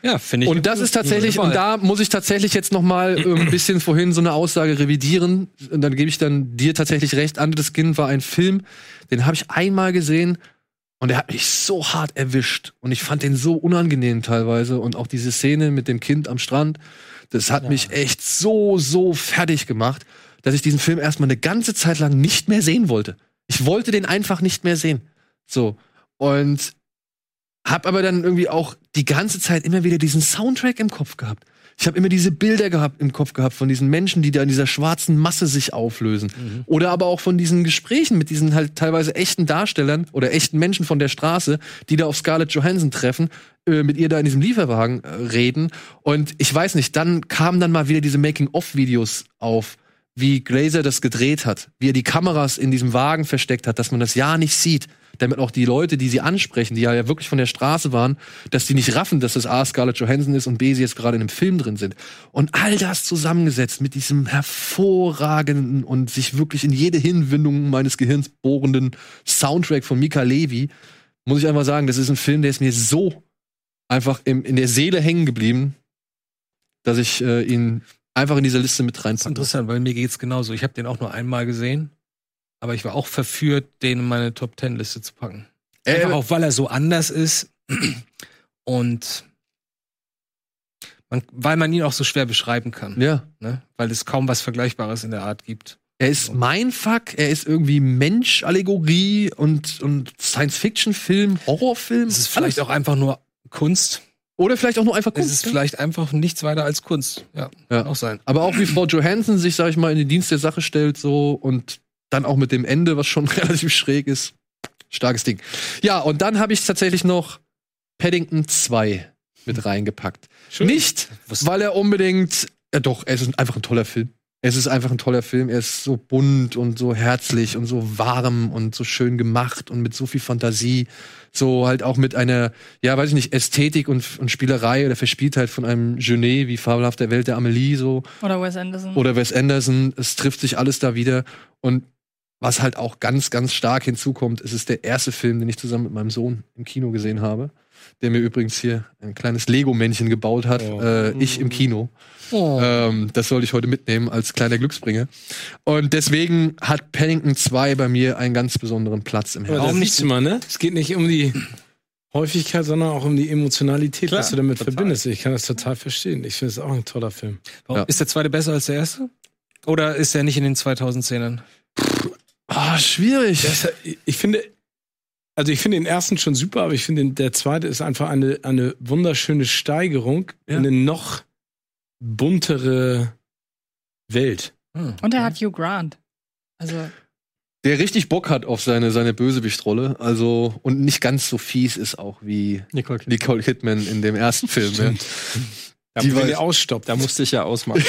Ja, finde ich.
Und das ist tatsächlich, und da muss ich tatsächlich jetzt nochmal äh, ein bisschen vorhin so eine Aussage revidieren. Und dann gebe ich dann dir tatsächlich recht. Under the Skin war ein Film, den habe ich einmal gesehen und der hat mich so hart erwischt. Und ich fand den so unangenehm teilweise. Und auch diese Szene mit dem Kind am Strand, das hat mich echt so, so fertig gemacht, dass ich diesen Film erstmal eine ganze Zeit lang nicht mehr sehen wollte. Ich wollte den einfach nicht mehr sehen. So. Und hab aber dann irgendwie auch die ganze Zeit immer wieder diesen Soundtrack im Kopf gehabt. Ich habe immer diese Bilder gehabt im Kopf gehabt von diesen Menschen, die da in dieser schwarzen Masse sich auflösen. Oder aber auch von diesen Gesprächen mit diesen halt teilweise echten Darstellern oder echten Menschen von der Straße, die da auf Scarlett Johansson treffen, äh, mit ihr da in diesem Lieferwagen äh, reden. Und ich weiß nicht, dann kamen dann mal wieder diese Making-of-Videos auf, wie Glazer das gedreht hat, wie er die Kameras in diesem Wagen versteckt hat, dass man das ja nicht sieht, damit auch die Leute, die sie ansprechen, die ja, ja wirklich von der Straße waren, dass die nicht raffen, dass das A Scarlett Johansson ist und B sie jetzt gerade in einem Film drin sind. Und all das zusammengesetzt mit diesem hervorragenden und sich wirklich in jede Hinwindung meines Gehirns bohrenden Soundtrack von Mika Levi, muss ich einfach sagen, das ist ein Film, der ist mir so einfach im, in der Seele hängen geblieben, dass ich äh, ihn einfach in diese Liste mit
Das ist interessant, weil mir geht's genauso. Ich habe den auch nur einmal gesehen, aber ich war auch verführt, den in meine Top Ten Liste zu packen.
Äh,
Einfach auch weil er so anders ist und man, weil man ihn auch so schwer beschreiben kann.
Ja.
Ne? Weil es kaum was Vergleichbares in der Art gibt.
Er ist Mindfuck, er ist irgendwie Mensch-Allegorie und, und Science-Fiction-Film, Horrorfilm. Es ist
vielleicht auch einfach nur Kunst.
Oder vielleicht auch nur einfach
Kunst. Es ist vielleicht einfach nichts weiter als Kunst. Ja, kann auch sein.
Aber auch wie Frau Johansson sich, sag ich mal, in den Dienst der Sache stellt, so und dann auch mit dem Ende, was schon relativ schräg ist. Starkes Ding. Ja, und dann habe ich tatsächlich noch Paddington 2 mit reingepackt. Nicht, weil er unbedingt, ja doch, es ist einfach ein toller Film. Es ist einfach ein toller Film. Er ist so bunt und so herzlich und so warm und so schön gemacht und mit so viel Fantasie. So halt auch mit einer, ja, weiß ich nicht, Ästhetik und, und Spielerei oder Verspieltheit von einem Genet wie Fabelhaft der Welt der Amelie so.
Oder Wes Anderson.
Oder Wes Anderson, es trifft sich alles da wieder. Und was halt auch ganz, ganz stark hinzukommt, es ist der erste Film, den ich zusammen mit meinem Sohn im Kino gesehen habe, der mir übrigens hier ein kleines Lego-Männchen gebaut hat, äh, ich im Kino.
Oh.
Ähm, das sollte ich heute mitnehmen als kleiner Glücksbringer. Und deswegen hat Paddington 2 bei mir einen ganz besonderen Platz im
Warum
Herzen.
nicht immer, ne? Es geht nicht um die Häufigkeit, sondern auch um die Emotionalität,
Klar,
was du damit
total.
verbindest. Ich kann das total verstehen. Ich finde es auch ein toller Film.
Warum- Ist der zweite besser als der erste? Oder ist er nicht in den 2010ern?
Ah, schwierig.
ich finde, also ich finde den ersten schon super, aber ich finde den- der zweite ist einfach eine, eine wunderschöne Steigerung in eine noch buntere Welt.
Und er hat Hugh Grant. Also,
Der richtig Bock hat auf seine, seine Bösewichtrolle, also, und nicht ganz so fies ist auch wie
Nicole
Kidman, in dem ersten Film. ja.
Da,
Die
wenn
war-
der
ausstoppt.
Da musste ich ja ausmachen.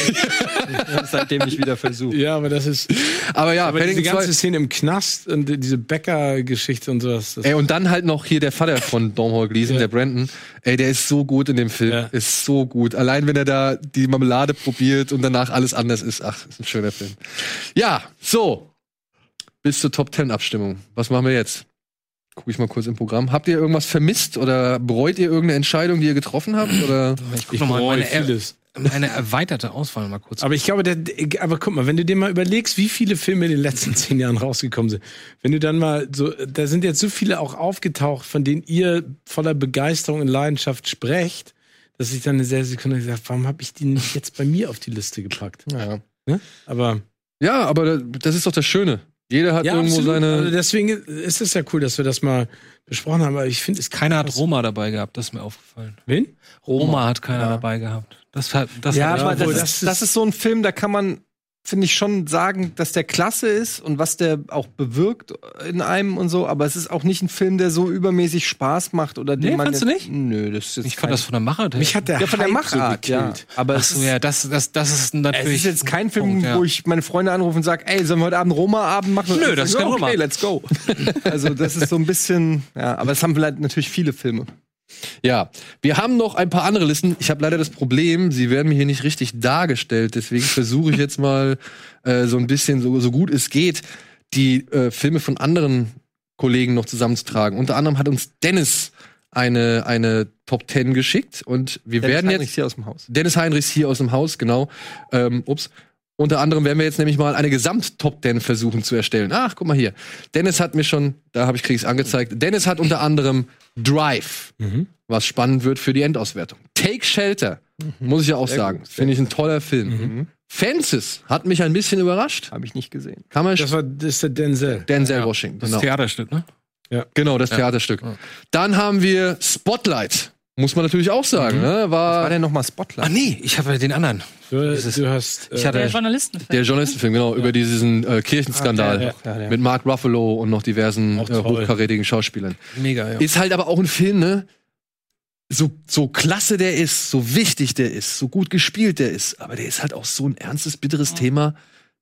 Seitdem ich wieder versuche.
Ja, aber das ist.
Aber ja,
aber diese
Paddington
ganze
2
Szene im Knast und die- diese Bäcker-Geschichte und sowas. das-
Ey, und dann halt noch hier der Vater von Domhnall Gleeson, der Brandon. Ey, der ist so gut in dem Film. Ist so gut. Allein wenn er da die Marmelade probiert und danach alles anders ist. Ach, ist ein schöner Film. Ja, so. Bis zur Top 10 Abstimmung. Was machen wir jetzt? Guck ich mal kurz im Programm. Habt ihr irgendwas vermisst oder bereut ihr irgendeine Entscheidung, die ihr getroffen habt? Oder?
Ich guck noch mal meine, er
vieles.
meine erweiterte Auswahl mal kurz.
Aber ich glaube, der, aber guck mal, wenn du dir mal überlegst, wie viele Filme in den letzten zehn Jahren rausgekommen sind, wenn du dann mal so, da sind jetzt so viele auch aufgetaucht, von denen ihr voller Begeisterung und Leidenschaft sprecht, dass ich dann eine sehr Sekunde gesagt, habe, warum habe ich die nicht jetzt bei mir auf die Liste gepackt?
Ja,
ne? aber
ja, aber das ist doch das Schöne. Jeder hat irgendwo seine-
Also deswegen ist es ja cool, dass wir das mal besprochen haben. Aber ich finde, es
keiner hat Roma dabei gehabt, das ist mir aufgefallen.
Wen?
Roma, hat keiner dabei gehabt. Das hat, das
ja,
hat
aber das, ist, das ist so ein Film, da kann man, finde ich, schon sagen, dass der klasse ist und was der auch bewirkt in einem und so, aber es ist auch nicht ein Film, der so übermäßig Spaß macht oder den
Nee,
man.
fandst du
nicht? Nö, das ist jetzt
Ich fand das von der Machart her.
Mich hat der Ja, von der Hype so Machart, ja. gekillt. Aber
Aber Ach
es
so,
ist-
ja, das, das, das ist
Es
natürlich.
ist jetzt kein Film,
Punkt, ja.
wo ich meine Freunde anrufe und sage, ey, sollen wir heute Abend Roma-Abend machen?
Nö, das ist kein
okay,
Roma.
let's go. also das ist so ein bisschen, ja, aber es haben vielleicht natürlich viele Filme.
Ja, wir haben noch ein paar andere Listen. Ich habe leider das Problem, sie werden mir hier nicht richtig dargestellt. Deswegen versuche ich jetzt mal äh, so ein bisschen, so, so gut es geht, die äh, Filme von anderen Kollegen noch zusammenzutragen. Unter anderem hat uns Dennis eine, eine Top 10 geschickt und wir
Dennis
werden jetzt.
Heinrichs hier aus dem Haus.
Dennis Heinrichs hier aus dem Haus, genau. Ähm, ups. Unter anderem werden wir jetzt nämlich mal eine Gesamt-Top 10 versuchen zu erstellen. Ach, guck mal hier. Dennis hat mir schon, da habe ich Kriegs angezeigt. Dennis hat unter anderem Drive,
Mhm.
was spannend wird für die Endauswertung. Take Shelter, muss ich ja auch
Mhm. Sehr
sagen.
gut, sehr
Finde ich ein toller Film. Fences hat mich ein bisschen überrascht.
Habe Hm? ich nicht gesehen.
Kann man
Das war das ist der Denzel.
Denzel Washington.
Das
genau.
Theaterstück, ne?
Ja.
Genau, das
Ja.
Theaterstück. Dann haben wir Spotlight. Muss man natürlich auch sagen. Ne? War, war
Mhm. denn nochmal Spotlight?
Ah, nee, ich habe den anderen.
Du, du hast. äh,
Ich hatte,
der Journalistenfilm.
Der Journalistenfilm, genau, über diesen äh, Kirchenskandal
Ah, der, der, der, der.
mit Mark Ruffalo und noch diversen
Auch
äh,
toll.
hochkarätigen Schauspielern.
Mega, ja.
Ist halt aber auch ein Film, ne? So, so klasse der ist, so wichtig der ist, so gut gespielt der ist, aber der ist halt auch so ein ernstes, bitteres Thema.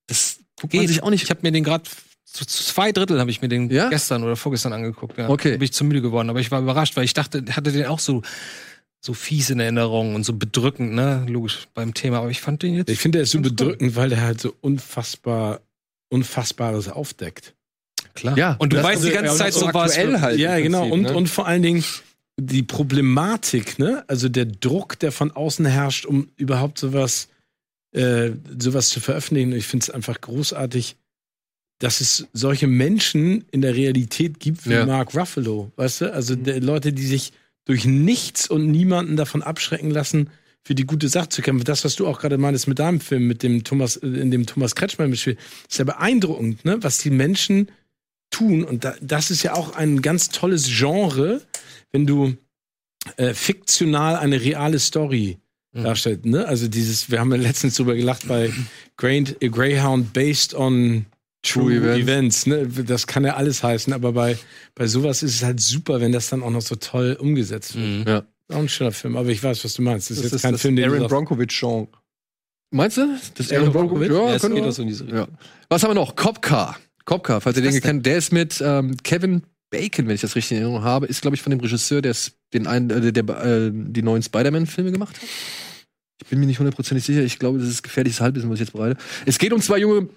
Das guckt man
Geht.
sich auch nicht.
Ich habe mir den gerade zu zu zwei Drittel habe ich mir den gestern oder vorgestern angeguckt. Ja.
Okay.
Bin ich zu müde geworden, aber ich war überrascht, weil ich dachte, hatte den auch so so fies in Erinnerung und so bedrückend, ne? Logisch beim Thema, aber ich fand den jetzt.
Ich finde, er ist so
ganz gut.
bedrückend, weil er halt so unfassbar, Unfassbares aufdeckt.
Klar. Ja, und du
Das-
weißt die ganze
ja, und
Zeit
auch
so, was-
aktuell halt. Ja,
im
genau.
Prinzip,
und,
ne?
und vor allen Dingen die Problematik, ne? Also der Druck, der von außen herrscht, um überhaupt sowas, äh, sowas zu veröffentlichen. Und Ich finde es einfach großartig, dass es solche Menschen in der Realität gibt wie
Ja.
Mark Ruffalo, weißt du? Also der, Leute, die sich durch nichts und niemanden davon abschrecken lassen, für die gute Sache zu kämpfen. Das, was du auch gerade meintest mit deinem Film, mit dem Thomas, äh, in dem Thomas Kretschmann mitspielt, ist ja beeindruckend, ne? Was die Menschen tun. Und da, das ist ja auch ein ganz tolles Genre, wenn du äh, fiktional eine reale Story
Mhm.
darstellt. Ne? Also dieses, wir haben ja letztens drüber gelacht bei Grand, äh, Greyhound based on True, Events. ne? Das kann ja alles heißen, aber bei, bei sowas ist es halt super, wenn das dann auch noch so toll umgesetzt wird.
Ja.
Auch ein schöner Film, aber ich weiß, was du meinst. Das
Mhm.
ist
Das
jetzt
ist
kein
das
Film, den
Aaron
du
Bronkowitsch-Genre.
Meinst du? Das Aaron Brockovich?
Ja,
Ja,
es
könnte
geht
man-
das in diese
ja. Was haben wir noch? Cop Car. Cop Car, falls ihr den kennt, der ist mit ähm, Kevin Bacon, wenn ich das richtig in Erinnerung habe, ist glaube ich von dem Regisseur, der s- den einen, äh, der äh, die neuen Spider-Man-Filme gemacht hat. Ich bin mir nicht hundertprozentig sicher. Ich glaube, das ist gefährliches Halbwissen, was ich jetzt bereite. Es geht um zwei junge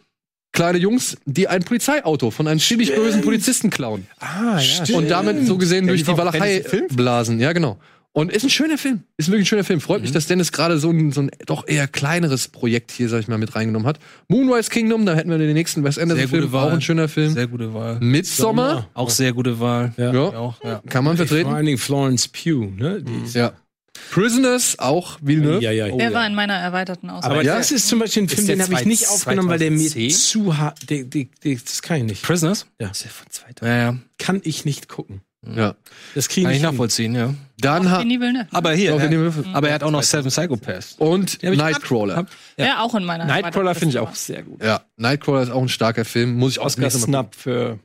kleine Jungs, die ein Polizeiauto von einem ziemlich bösen Polizisten klauen.
Ah, ja.
Und damit so gesehen
Der
durch
lief
die
auch auf
Walachei
Fantasy Film?
blasen. Ja, genau. Und ist ein schöner Film. Ist wirklich ein schöner Film.
Mhm.
Freut mich, dass Dennis gerade so ein, so ein doch eher kleineres Projekt hier, sag ich mal, mit reingenommen hat. Moonrise Kingdom, da hätten wir den nächsten Wes Anderson-Film. Auch ein schöner Film.
Sehr gute Wahl.
Midsommar?
Auch sehr gute Wahl.
Ja.
Auch, ja.
Kann man vertreten. Mhm.
Vor allen Dingen Florence Pugh, ne?
Ja. Prisoners, auch Villeneuve.
Ja, Oh ja,
der war in meiner erweiterten Auswahl.
Aber das ist zum Beispiel ein Film, den habe ich nicht aufgenommen, weil der mir
2010?
zu hart. der- der- der- Das kann ich nicht.
Prisoners?
Ja.
Ist ja von 2000. Ja, ja.
Kann ich nicht gucken.
Ja.
Hm. Das kriege
Kann
ich
ich
hin.
nachvollziehen, ja.
Dann hat.
Denis Villeneuve.
Aber hier,
Doch,
er,
Denis Villeneuve.
aber er hat auch noch Seven Psychopaths.
Und
hab ich
Nightcrawler.
ab-
Ja. auch in meiner
Nightcrawler
erweiterten
finde ich
Auswahl.
auch
sehr gut.
Ja, Nightcrawler ist auch ein starker Film. Muss ich auch
Oscar
das nächste Mal
Snap für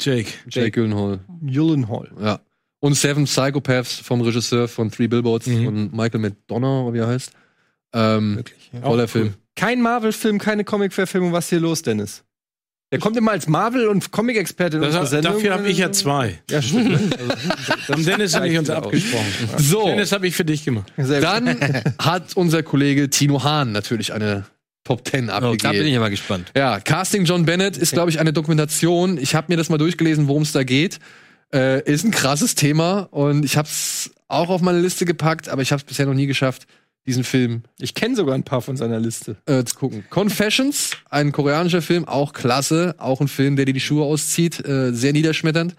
Jake.
Jake Gyllenhaal.
Gyllenhaal.
Ja. Und Seven Psychopaths vom Regisseur von Three Billboards
Mhm.
von Michael McDonough, wie er heißt. Ähm, Toller Film.
Kein Marvel-Film, keine Comic-Verfilmung. Was ist hier los, Dennis? Der kommt immer als Marvel- und Comic-Experte in
Das-
unsere Sendung.
dafür habe ich äh, ja zwei.
Ja, stimmt.
Am Dennis habe ich uns
reicht mir auch.
abgesprochen.
So.
Dennis habe ich für dich gemacht.
Dann hat unser Kollege Tino Hahn natürlich eine Top 10 abgegeben.
Oh, da bin ich aber gespannt.
Ja, Casting John Bennett ist, glaube ich, eine Dokumentation. Ich habe mir das mal durchgelesen, worum es da geht. Äh, ist ein krasses Thema und ich habe es auch auf meine Liste gepackt, aber ich habe es bisher noch nie geschafft, diesen Film
Ich kenne sogar ein paar von seiner Liste.
äh, zu gucken. Confessions, ein koreanischer Film, auch klasse, auch ein Film, der dir die Schuhe auszieht, äh, sehr niederschmetternd.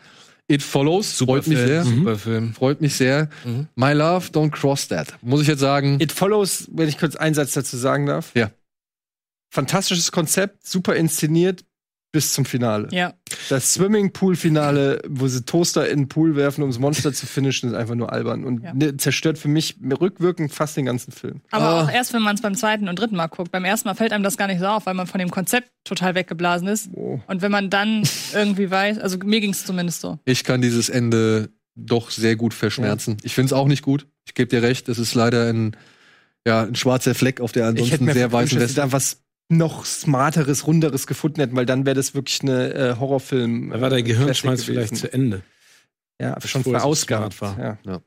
It Follows, freut mich
Film, Mhm.
sehr. Mhm.
super Film.
Freut mich sehr. My Love, Don't Cross That. Muss ich jetzt sagen.
It Follows, wenn ich kurz einen Satz dazu sagen darf.
Ja.
Fantastisches Konzept, super inszeniert bis zum Finale.
Ja.
Das Swimmingpool-Finale, wo sie Toaster in den Pool werfen, um das Monster zu finishen, ist einfach nur albern und
Ja.
ne, zerstört für mich rückwirkend fast den ganzen Film.
Aber auch erst, wenn man es beim zweiten und dritten Mal guckt. Beim ersten Mal fällt einem das gar nicht so auf, weil man von dem Konzept total weggeblasen ist. Und wenn man dann irgendwie weiß, also mir ging es zumindest so.
Ich kann dieses Ende doch sehr gut verschmerzen. Ich finde es auch nicht gut. Ich gebe dir recht, es ist leider ein, ja, ein schwarzer Fleck auf der
ich hätte
ansonsten
mir
sehr weißen
gewünscht, dass
Weste.
sie da was noch smarteres, runderes gefunden hätten, weil dann wäre das wirklich eine äh, Horrorfilm.
Da war der
äh,
Gehirnschmalz
Classic gewesen.
vielleicht zu Ende.
Ja, schon
Bevor es
verausgabt.
smart war.
Ja.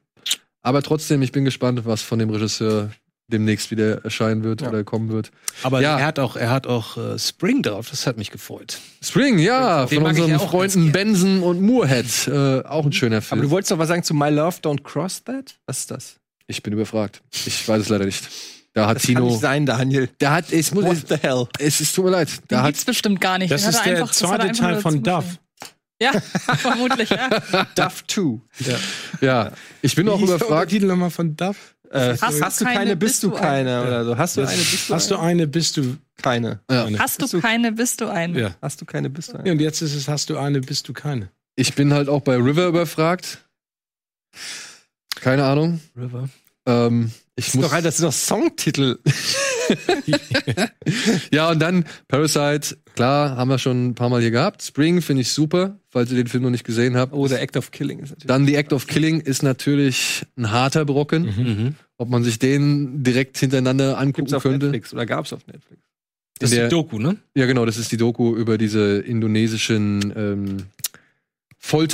Aber trotzdem, ich bin gespannt, was von dem Regisseur demnächst wieder erscheinen wird oder kommen wird.
Aber er hat auch, er hat auch äh, Spring drauf, das hat mich gefreut.
Spring, ja,
Den
von
mag ich
unseren
ja auch
Freunden Benson und Moorhead. Äh, auch ein schöner Film.
Aber du wolltest doch was sagen zu My Love Don't Cross That? Was ist das?
Ich bin überfragt. Ich weiß es leider nicht. Da hat
Das
Tino.
kann nicht sein, Daniel.
Da hat es muss.
What
the hell? Es ist tut mir leid. Da
Den
hat
gibt's bestimmt gar nicht.
Das
Den hat
ist
er
der
einfach- das hat er
zweite
einfach
Teil
nur
von
dazu
Duff.
geschrieben. Ja, vermutlich, ja.
Duff 2.
Ja.
ja, ich bin
Wie
auch
hieß der
überfragt.
Titel nochmal von Duff.
Äh, hast, du keine, bist du keine oder so? Hast du eine, bist du
Hast du eine, bist du
keine?
Eine.
Hast du keine, bist du ein.
Ja.
Hast du keine, bist du
Ja, und jetzt ist es, hast du eine, bist du keine.
Ich bin halt auch bei River überfragt. Keine Ahnung.
River.
Ähm, ich muss
doch ein- das sind doch Songtitel.
ja, und dann Parasite, klar, haben wir schon ein paar Mal hier gehabt. Spring finde ich super, falls ihr den Film noch nicht gesehen habt.
Oh, The Act of Killing ist natürlich.
Dann The Act of Killing ist natürlich ein harter Brocken.
Mhm,
Ob man sich den direkt hintereinander angucken
Gibt's auf
könnte.
Netflix oder gab's auf Netflix?
Das ist die Doku, ne?
Ja, genau, das ist die Doku über diese indonesischen ähm,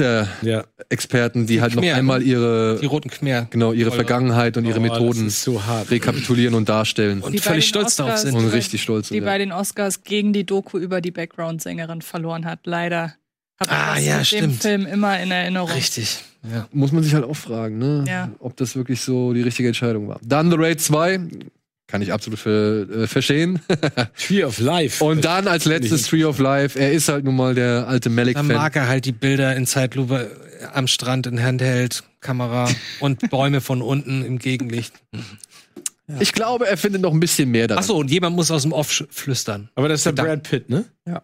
Folter-Experten, die, halt
Khmer,
noch einmal
ne?
ihre
Die roten Khmer.
genau ihre
Voll.
Vergangenheit und ihre
Oh, das
Methoden
ist so hart.
rekapitulieren und darstellen
Die bei den Oscars-
und richtig stolz
Die
sind.
bei den Oscars gegen die Doku über die Background-Sängerin verloren hat, leider. Hab
Ah,
ich das
ja,
mit dem
stimmt.
Film immer in Erinnerung.
Richtig. Ja.
Muss man sich halt auch fragen, ne?
Ja.
ob das wirklich so die richtige Entscheidung war. Dann The Raid 2, kann ich absolut ver- äh, verstehen.
Tree of Life.
Und dann als letztes Tree of Life, er ist halt nun mal der alte
Da
Malik-Fan.
mag er halt die Bilder in Zeitlupe äh, am Strand in Handheld, Kamera und Bäume von unten im Gegenlicht.
Ich glaube, er findet noch ein bisschen mehr daran.
Achso, und jjemand muss aus dem Off sch- flüstern.
Aber das ist der
Verdammt.
Brad Pitt, ne?
Ja.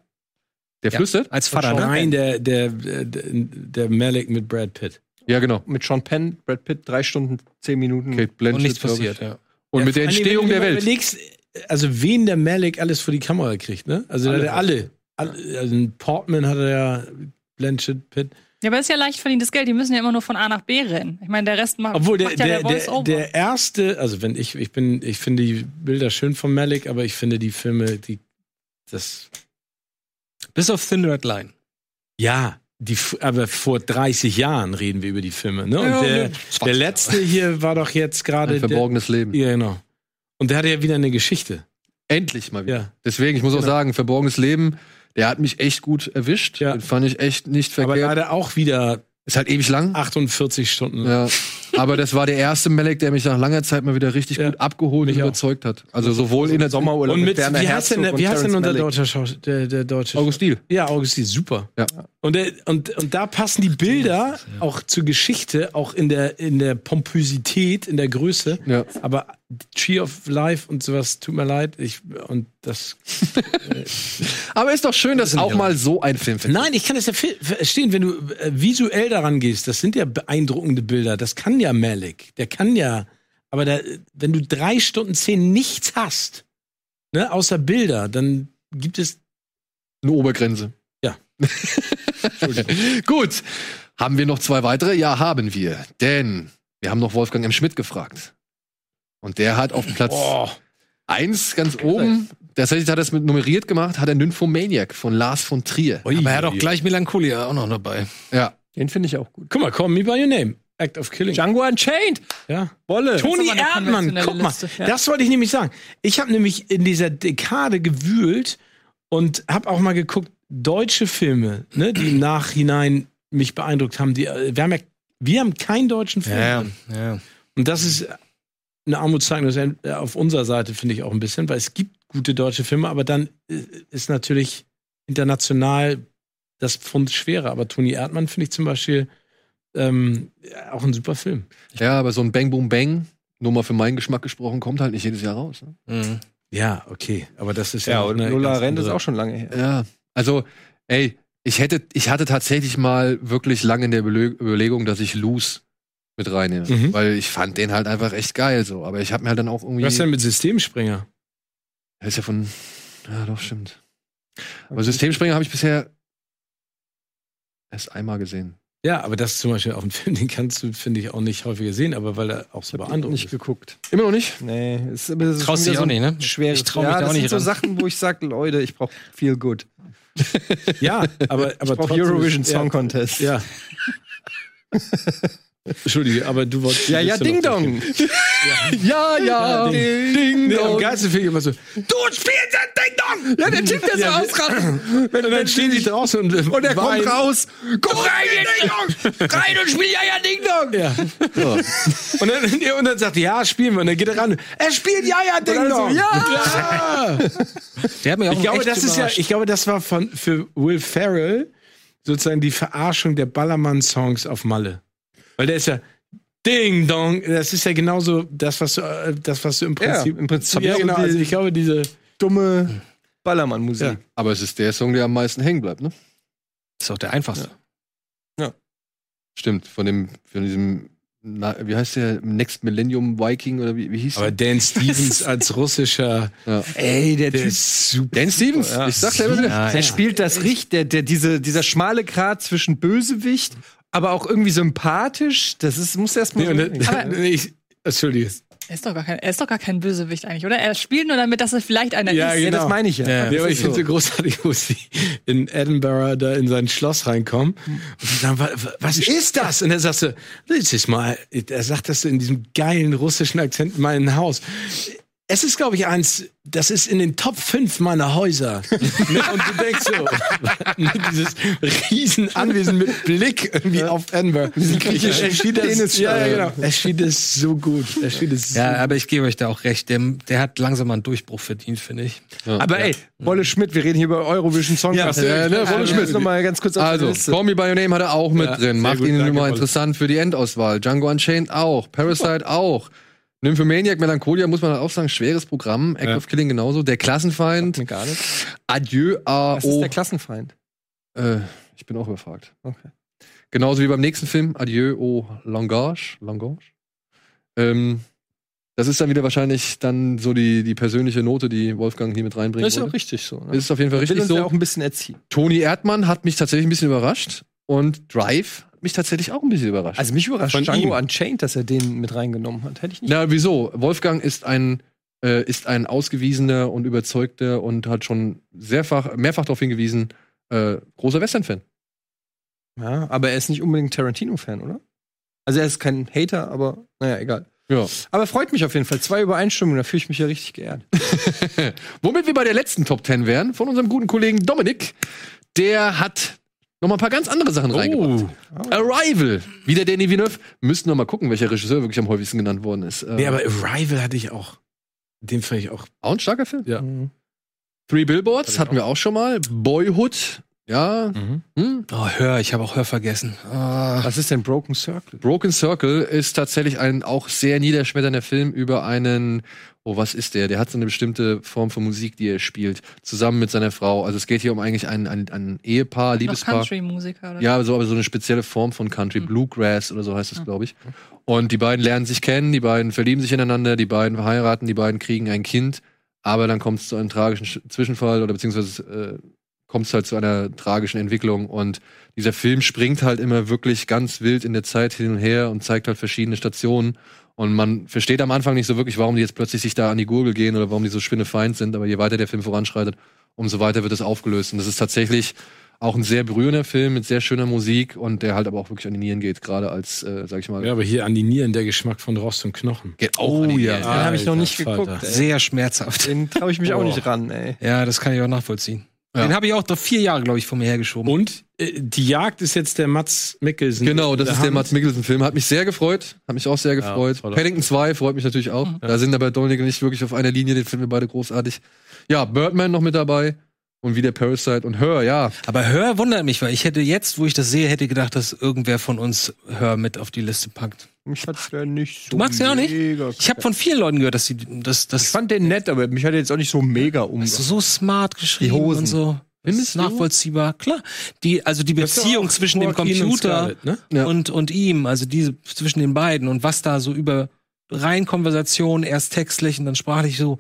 Der
Ja,
flüstert?
als Vater, ne?
Nein, der, der, der, der Malik mit Brad Pitt.
Ja, genau.
Mit Sean Penn, Brad Pitt, drei Stunden, zehn Minuten.
Kate Blanchett, Und nichts glaub ich. passiert, ja. Und mit der
vor allem,
Entstehung
wenn du
der
dir mal
Welt.
Überlegst, also wen der Malik alles vor die Kamera kriegt, ne? Also alle. Der, alle, alle also ein Portman hat er ja, Blanchett, Pitt.
Ja, aber das ist ja leicht verdientes Geld. Die müssen ja immer nur von A nach B rennen. Ich meine, der Rest macht,
Obwohl der,
Ah, macht ja
der,
der,
der,
Voice-Over.
der erste, also wenn ich, ich bin, ich finde die Bilder schön von Malik, aber ich finde die Filme, die das
Bis auf Thin Red Line.
Ja, die, f- aber vor 30 Jahren reden wir über die Filme. Ne? Und
Ja,
der,
ja.
der letzte hier war doch jetzt gerade.
Ein verborgenes
der,
Leben.
Ja, genau. Und der hatte ja wieder eine Geschichte.
Endlich mal wieder.
Ja.
Deswegen, ich muss auch
Genau.
sagen, verborgenes Leben, der hat mich echt gut erwischt. Den fand ich echt nicht
Aber
verkehrt.
leider auch wieder.
Ist halt ewig lang.
48 Stunden
Ja.
lang.
Aber das war der erste Melek, der mich nach langer Zeit mal wieder richtig gut abgeholt und überzeugt hat. Also sowohl in der Sommerurlaub
und mit, wie heißt denn, der- wie heißt denn unser deutscher Schauspieler? Der, der deutsche
Augustil.
Ja, Augustil, super.
Ja.
Und, der, und, und da passen die Bilder auch zur Geschichte, auch in der, in der Pompösität, in der Größe.
Ja.
Aber Tree of Life und sowas, tut mir leid. Ich, und das
Aber ist doch schön, dass auch mal so ein Film findet.
Nein, ich kann es ja fi- verstehen, wenn du äh, visuell daran gehst. Das sind ja beeindruckende Bilder. Das kann ja Malik. Der kann ja. Aber da, wenn du drei Stunden zehn nichts hast, ne, außer Bilder, dann gibt es
eine Obergrenze.
Ja.
Gut. Haben wir noch zwei weitere? Ja, haben wir. Denn wir haben noch Wolfgang M. Schmidt gefragt. Und der hat auf Platz eins ganz oben, tatsächlich hat er es mit nummeriert gemacht, hat er Nymphomaniac von Lars von Trier.
Aber er hat auch gleich Melancholia auch noch dabei.
Ja.
Den finde ich auch gut.
Guck mal, call me by your name. Act of Killing.
Django Unchained.
Ja.
Bolle.
Toni
Das ist aber eine
Erdmann,
konventionelle
guck mal.
Liste, ja.
Das wollte ich nämlich sagen. Ich habe nämlich in dieser Dekade gewühlt und habe auch mal geguckt, deutsche Filme, ne, die im Nachhinein mich beeindruckt haben. Die, äh, wir, haben ja, wir haben keinen deutschen Film.
Ja,
drin.
ja.
Und das ist eine Armutszeugnis äh, auf unserer Seite, finde ich auch ein bisschen, weil es gibt gute deutsche Filme, aber dann äh, ist natürlich international das Pfund schwerer. Aber Toni Erdmann finde ich zum Beispiel ähm, auch ein super Film.
Ja, aber so ein Bang Boom Bang, nur mal für meinen Geschmack gesprochen, kommt halt nicht jedes Jahr raus. Ne?
Ja, okay. Aber das ist
ja,
ja,
und Lola Rent ist
andere-
auch schon lange her.
Ja, also, ey, ich hätte, ich hatte tatsächlich mal wirklich lange in der Belö- Überlegung, dass ich Loose mit reinnehme,
Mhm.
weil ich fand den halt einfach echt geil so. Aber ich habe mir halt dann auch irgendwie.
Was denn mit Systemspringer?
Der ist ja von. Ja, doch, stimmt. Aber Systemspringer habe ich bisher erst einmal gesehen.
Ja, aber das ist zum Beispiel auch ein Film, den kannst du, finde ich, auch nicht häufiger sehen, aber weil er auch so beeindruckend ist.
nicht geguckt.
Immer noch nicht?
Nee, es ist, aber das ist
Traust
schon
dich
wieder
auch nicht,
ein
ne?
Schweres.
Ich trau mich
ja,
da
das
auch
sind
nicht
so
ran.
Sachen, wo ich sage, Leute, ich brauche Feel Good.
Ja, aber, aber
ich brauche
trotzdem ist-
Eurovision Song
ja.
Contest.
Ja. Entschuldige, aber du wolltest.
Ja, ja,
willst du noch
Ding Dong.
Ja, ja,
Ding,
Ding
nee, Am
Dong.
geilsten finde ich immer so, du spielst ein Ding Dong!
Ja, der Typ, der so ausrastet.
Wenn, und dann stehen die draußen und, und
er kommt raus.
Komm rein, Ding Dong! Rein und spiel ja, ja, Ding Dong! Ja. Und, dann, und dann sagt er, ja, spielen wir. Und dann geht er ran. Er spielt ja, ja, Ding
so,
Dong!
ja!
Ah!
Der hat mich auch
ich glaube,
echt
das ist ja,
überrascht.
ich glaube, das war von, für Will Ferrell sozusagen die Verarschung der Ballermann-Songs auf Malle. Weil der ist ja Ding Dong, das ist ja genauso das, was du, äh, das, was du im
Ja,
Prinzip.
im Prinzip
Ja,
so
genau,
die-
also ich glaube, diese.
Dumme Ballermann-Musik.
Aber es ist der Song, der am meisten hängen bleibt, ne?
Ist doch der einfachste.
Ja. ja. Stimmt, von dem, von diesem, na, wie heißt der, Next Millennium Viking oder wie, wie hieß
Aber Dan Stevens als russischer.
Ja.
Ey, der, Typ ist super.
Dan Stevens,
ich sag's ja immer wieder. Ja,
Der
ja.
spielt das richtig, der, der, diese, dieser schmale Grat zwischen Bösewicht, aber auch irgendwie sympathisch. Das ist, muss erstmal.
Nee, und,
Aber-
nee, ich, Entschuldige.
Er ist, doch gar kein, er ist doch gar kein Bösewicht eigentlich, oder? Er spielt nur damit, dass er vielleicht einer
Ja,
ist.
genau. Ja,
Das
aber
ist
ich finde
so.
so großartig, wo sie in Edinburgh da in sein Schloss reinkommen und sie sagen, "Wa- wa- was ist das? Und er sagt so, this is my, er sagt das so in diesem geilen russischen Akzent, mein Haus. Es ist, glaube ich, eins, das ist in den Top 5 meiner Häuser. ne? Und du denkst so, ne, dieses riesen Anwesen mit Blick irgendwie auf Edinburgh.
griechischen
Er spielt das, ja, ja, genau. Er spielt das so gut. Er spielt das so
Ja, aber ich gebe euch da auch recht. Der, der hat langsam mal einen Durchbruch verdient, finde ich.
Aber ey, Wolle Schmidt, wir reden hier über Eurovision Song
Ja, äh, ne, Wolle Schmidt.
noch mal ganz kurz auf die
Also,
Liste.
Call Me By Your Name hat er auch mit
Ja,
drin.
sehr
Macht
gut,
ihn
danke,
immer
Wolle.
interessant für die Endauswahl. Django Unchained auch. Parasite auch. Nymphomaniac, Melancholia, muss man halt auch sagen, schweres Programm. Act
Ja.
of Killing genauso. Der Klassenfeind.
Gar nicht.
Adieu, AO.
Was ist der Klassenfeind?
Äh, ich bin auch überfragt. Okay. Genauso wie beim nächsten Film, Adieu au Langage. Langage. Ähm, das ist dann wieder wahrscheinlich dann so die, die persönliche Note, die Wolfgang hier mit reinbringt.
Das ist auch richtig so. ne?
Ist auf jeden Fall
Er will
richtig
uns
so.
ja auch ein bisschen erziehen.
Toni Erdmann hat mich tatsächlich ein bisschen überrascht und Drive hat mich tatsächlich auch ein bisschen überrascht.
Also mich überrascht
Von
Django
ihm.
Unchained, dass er den mit reingenommen hat. Hätte ich nicht.
Na, wieso? Wolfgang ist ein, äh, ist ein ausgewiesener und überzeugter und hat schon sehrfach, mehrfach darauf hingewiesen, äh, großer Western-Fan.
Ja, aber er ist nicht unbedingt Tarantino-Fan, oder? Also er ist kein Hater, aber naja, egal.
Ja.
Aber freut mich auf jeden Fall. Zwei Übereinstimmungen, da fühle ich mich ja richtig geehrt.
Womit wir bei der letzten Top 10 wären, von unserem guten Kollegen Dominik. Der hat noch mal ein paar ganz andere
Oh.
Sachen reingebracht. Arrival, wieder Danny Villeneuve. Wir müssen noch mal gucken, welcher Regisseur wirklich am häufigsten genannt worden ist. Ähm,
Nee, aber Arrival hatte ich auch. Den fand ich auch.
Auch ein starker Film?
Ja.
Three Billboards hatten wir auch schon mal. Boyhood, ja. Hm?
Oh, Hör, ich habe auch Hör vergessen.
Was ist denn Broken Circle?
Broken Circle ist tatsächlich ein auch sehr niederschmetternder Film über einen, oh, was ist der? Der hat so eine bestimmte Form von Musik, die er spielt, zusammen mit seiner Frau. Also es geht hier um eigentlich ein, ein, ein Ehepaar,
Noch
Liebespaar.
Country-Musiker oder
Ja, also so, aber so eine spezielle Form von Country, Bluegrass oder so heißt es, glaube ich. Und die beiden lernen sich kennen, die beiden verlieben sich ineinander, die beiden heiraten, die beiden kriegen ein Kind, aber dann kommt es zu einem tragischen Sch- Zwischenfall oder beziehungsweise äh, kommt es halt zu einer tragischen Entwicklung und dieser Film springt halt immer wirklich ganz wild in der Zeit hin und her und zeigt halt verschiedene Stationen und man versteht am Anfang nicht so wirklich, warum die jetzt plötzlich sich da an die Gurgel gehen oder warum die so spinnefeind sind, aber je weiter der Film voranschreitet, umso weiter wird es aufgelöst und das ist tatsächlich auch ein sehr berührender Film mit sehr schöner Musik und der halt aber auch wirklich an die Nieren geht, gerade als, äh, sag ich mal,
Ja, aber hier Oh an die Nieren der Geschmack von Rost und Knochen.
Geht auch
Oh
an die Nieren.
Den habe ich noch nicht
Alter,
geguckt.
Vater. Sehr schmerzhaft.
Den traue ich mich auch
Oh.
nicht ran, ey.
Ja, das kann ich auch nachvollziehen.
Ja.
Den habe ich auch doch vier Jahre, glaube ich, vor mir hergeschoben.
Und äh, die Jagd ist jetzt der Mats Mikkelsen.
Genau, das
Da
ist der
haben-
Mats Mikkelsen-Film. Hat mich sehr gefreut. Hat mich auch sehr gefreut.
toller
Paddington 2 freut mich natürlich auch. Da sind aber Dominik und ich wirklich auf einer Linie. Den finden wir beide großartig. Ja, Birdman noch mit dabei. Und wieder Parasite und Hör, ja.
Aber Hör wundert mich, weil ich hätte jetzt, wo ich das sehe, hätte gedacht, dass irgendwer von uns Hör mit auf die Liste packt.
Mich hat's ja nicht so.
Du magst den auch nicht?
mega
Ich habe von vielen Leuten gehört, dass sie das, das. Ich
fand den nett, aber mich hat er jetzt auch nicht so mega um.
so smart geschrieben
Hosen.
und so. Findest nachvollziehbar, klar. Die, also die
Das ist ja
Beziehung
auch
zwischen dem
Joaquin und
Computer und,
Scarlett, ne?
und, ihm, also diese zwischen den beiden und was da so über rein Konversation, erst textlich und dann sprachlich so,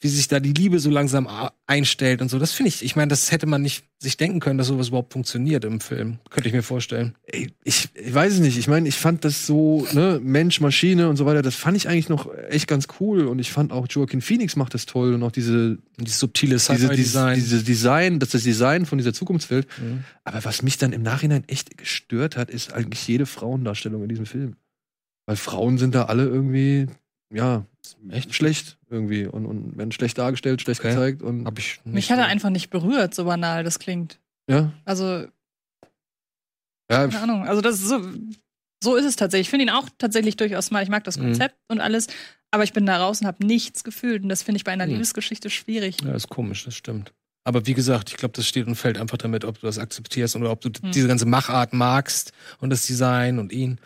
wie sich da die Liebe so langsam a- einstellt und so. Das finde ich, ich meine, das hätte man nicht sich denken können, dass sowas überhaupt funktioniert im Film. Könnte ich mir vorstellen.
ich, ich weiß es nicht. Ich meine, ich fand das so, ne, Mensch, Maschine und so weiter, das fand ich eigentlich noch echt ganz cool. Und ich fand auch Joaquin Phoenix macht das toll und auch diese,
dieses subtile
diese,
Sci-Fi-Design.
Design. Diese Design, das, das Design von dieser Zukunftswelt. Aber was mich dann im Nachhinein echt gestört hat, ist eigentlich jede Frauendarstellung in diesem Film. Weil Frauen sind da alle irgendwie, ja, echt schlecht irgendwie und, und werden schlecht dargestellt, schlecht gezeigt und hab ich
Mich hat er einfach nicht berührt, so banal das klingt.
ja,
Also,
ja,
keine Ahnung. Also, das ist so, so ist es tatsächlich. Ich finde ihn auch tatsächlich durchaus mal. Ich mag das
Mhm.
Konzept und alles, aber ich bin da raus und habe nichts gefühlt. Und das finde ich bei einer
Mhm.
Liebesgeschichte schwierig.
Ja, ist komisch, das stimmt. Aber wie gesagt, ich glaube, das steht und fällt einfach damit, ob du das akzeptierst oder ob du
Hm.
diese ganze Machart magst und das Design und ihn.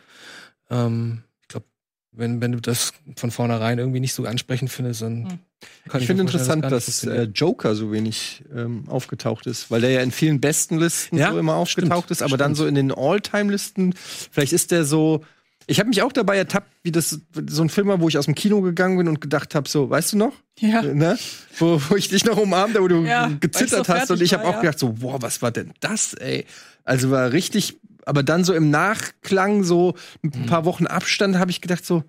Ähm, ich glaube, wenn, wenn du das von vornherein irgendwie nicht so ansprechend findest, dann kann
Ich
ich
finde
mir vorstellen,
interessant,
das
dass
gar
äh,
nicht
Joker so wenig ähm, aufgetaucht ist, weil der ja in vielen besten Listen
Ja,
so immer aufgetaucht ist, aber dann so in den All-Time-Listen, vielleicht ist der so. Ich habe mich auch dabei ertappt, wie das so ein Film war, wo ich aus dem Kino gegangen bin und gedacht habe, so, weißt du noch?
Ja.
Ne? Wo, wo ich dich noch umarmt habe, wo du
Ja, weil ich
gezittert
so
hast und
fertig
ich habe
war,
auch
ja.
gedacht, so, boah, was war denn das, ey? Also war richtig, aber dann so im Nachklang, so mit
Mhm.
ein paar Wochen Abstand, habe ich gedacht, so,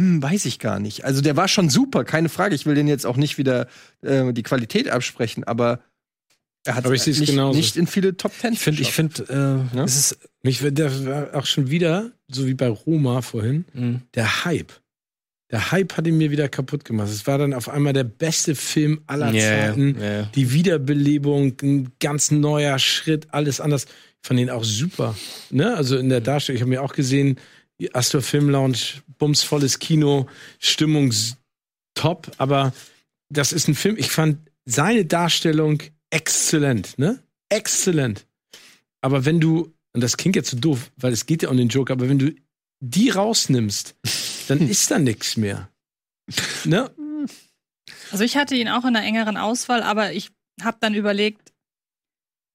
hm, weiß ich gar nicht. Also der war schon super, keine Frage. Ich will den jetzt auch nicht wieder äh, die Qualität absprechen, aber er hat
Aber ich seh's
nicht,
genauso.
nicht in viele Top Ten.
Ich finde, ich finde, äh, es ist
ne? mich wird der war auch schon wieder, so wie bei Roma vorhin,
äh,
Hm.
der Hype. Der Hype hat ihn mir wieder kaputt gemacht. Es war dann auf einmal der beste Film aller
Ja,
Zeiten.
ja.
Die Wiederbelebung, ein ganz neuer Schritt, alles anders. Ich fand ihn auch super. Ne? Also in der Darstellung, ich habe mir auch gesehen, die Astor Film Lounge, bumsvolles Kino, Stimmung s- top, aber das ist ein Film, ich fand seine Darstellung exzellent, ne? Exzellent. Aber wenn du, und das klingt jetzt so doof, weil es geht ja um den Joker, aber wenn du die rausnimmst, dann ist da nichts mehr. Ne?
Hm. Also ich hatte ihn auch in einer engeren Auswahl, aber ich habe dann überlegt,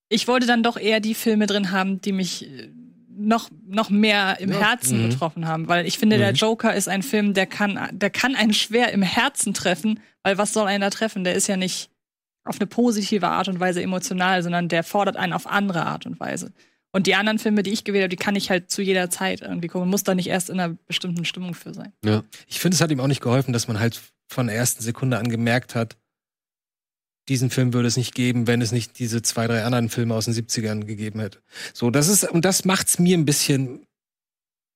ich wollte dann doch eher die Filme drin haben, die mich äh, noch, noch mehr im
Ja.
Herzen
Mhm.
getroffen haben, weil ich finde,
Mhm.
der Joker ist ein Film, der kann, der kann einen schwer im Herzen treffen, weil was soll einen da treffen? Der ist ja nicht auf eine positive Art und Weise emotional, sondern der fordert einen auf andere Art und Weise. Und die anderen Filme, die ich gewählt habe, die kann ich halt zu jeder Zeit irgendwie gucken, muss da nicht erst in einer bestimmten Stimmung für sein.
Ja. Ich finde, es hat ihm auch nicht geholfen, dass man halt von der ersten Sekunde an gemerkt hat, diesen Film würde es nicht geben, wenn es nicht diese zwei, drei anderen Filme aus den 70ern gegeben hätte. So, das ist, und das macht's mir ein bisschen,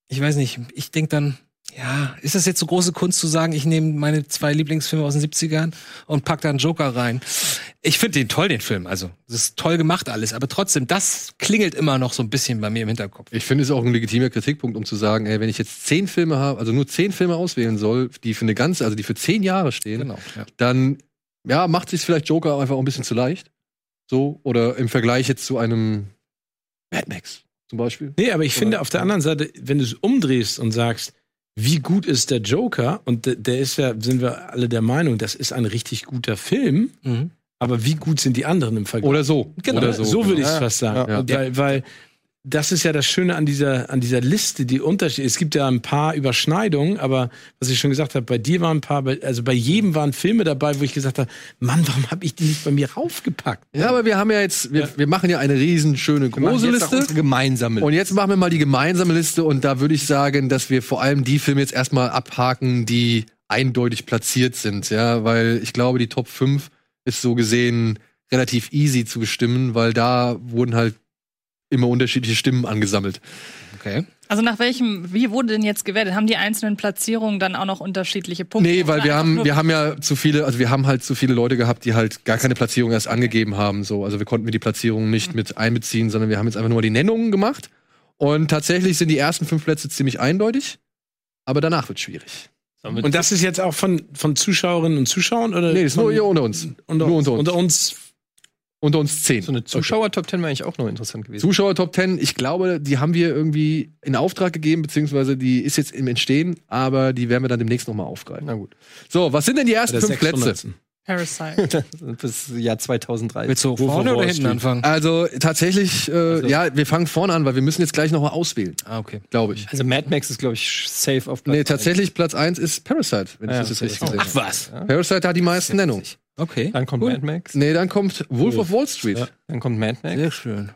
ich weiß nicht, ich denk dann, ja, ist das jetzt so große Kunst zu sagen, ich nehme meine zwei Lieblingsfilme aus den 70ern und pack da einen Joker rein? Ich finde den toll, den Film, also, es ist toll gemacht alles, aber trotzdem, das klingelt immer noch so ein bisschen bei mir im Hinterkopf.
Ich finde es ist auch ein legitimer Kritikpunkt, um zu sagen, ey, wenn ich jetzt zehn Filme habe, also nur zehn Filme auswählen soll, die für eine ganze, also die für zehn Jahre stehen, dann ja, macht sich vielleicht Joker einfach auch ein bisschen zu leicht. So, oder im Vergleich jetzt zu einem Mad Max zum Beispiel.
Nee, aber ich finde auf der anderen Seite, wenn du es umdrehst und sagst, wie gut ist der Joker, und der, der ist ja, sind wir alle der Meinung, das ist ein richtig guter Film,
Mhm.
aber wie gut sind die anderen im Vergleich?
Oder so.
Genau,
Oder so,
so, würde ich
genau.
es fast sagen.
Ja.
Und Weil, weil das ist ja das Schöne an dieser, an dieser Liste, die Unterschiede. Es gibt ja ein paar Überschneidungen, aber was ich schon gesagt habe, bei dir waren ein paar, bei- also bei jedem waren Filme dabei, wo ich gesagt habe, Mann, warum habe ich die nicht bei mir raufgepackt?
Ja, aber wir haben ja jetzt, wir, wir machen ja eine riesenschöne
machen
große
jetzt auch
Liste.
unsere
gemeinsame Und jetzt machen wir mal die gemeinsame Liste und da würde ich sagen, dass wir vor allem die Filme jetzt erstmal abhaken, die eindeutig platziert sind, ja, weil ich glaube, die Top 5 ist so gesehen relativ easy zu bestimmen, weil da wurden halt immer unterschiedliche Stimmen angesammelt.
Okay.
Also nach welchem, wie wurde denn jetzt gewertet? Haben die einzelnen Platzierungen dann auch noch unterschiedliche Punkte?
Nee, weil
Oder
wir
einfach
haben,
nur-
wir haben ja zu viele, also wir haben halt zu viele Leute gehabt, die halt gar keine Platzierung erst angegeben haben. So, also wir konnten wir die Platzierung nicht mit einbeziehen, sondern wir haben jetzt einfach nur die Nennungen gemacht. Und tatsächlich sind die ersten fünf Plätze ziemlich eindeutig, aber danach wird schwierig.
Und das ist jetzt auch von, von Zuschauerinnen und Zuschauern? Oder
Nee, ist
von,
nur hier unter uns.
Unter
Nur
uns.
unter uns.
Unter uns.
unter uns zehn.
So eine Zuschauer-Top Ten wäre eigentlich auch noch interessant gewesen.
Zuschauer Top 10, ich glaube, die haben wir irgendwie in Auftrag gegeben, beziehungsweise die ist jetzt im Entstehen, aber die werden wir dann demnächst nochmal aufgreifen. Na gut. So, was sind denn die ersten
Oder
fünf Plätze?
600.
Parasite.
Bis Jahr 2030.
Willst du Wolf vorne of oder Wall hinten Street? anfangen?
Ah,
Also tatsächlich, äh, ja, wir fangen vorne an, weil wir müssen jetzt gleich nochmal auswählen. Ah, okay. Glaube ich.
Also Mad Max ist, glaube ich, safe auf Platz
Nee, tatsächlich Platz 1 ist Parasite, wenn
Ja,
ich das jetzt
okay,
richtig
das
gesehen
ist-
habe.
Ach, was?
Ja. Parasite hat die meisten Nennungen.
Okay. Dann kommt
Cool.
Mad Max.
Nee, dann kommt Wolf of Wall Street.
Ja. Dann kommt Mad Max.
Sehr schön.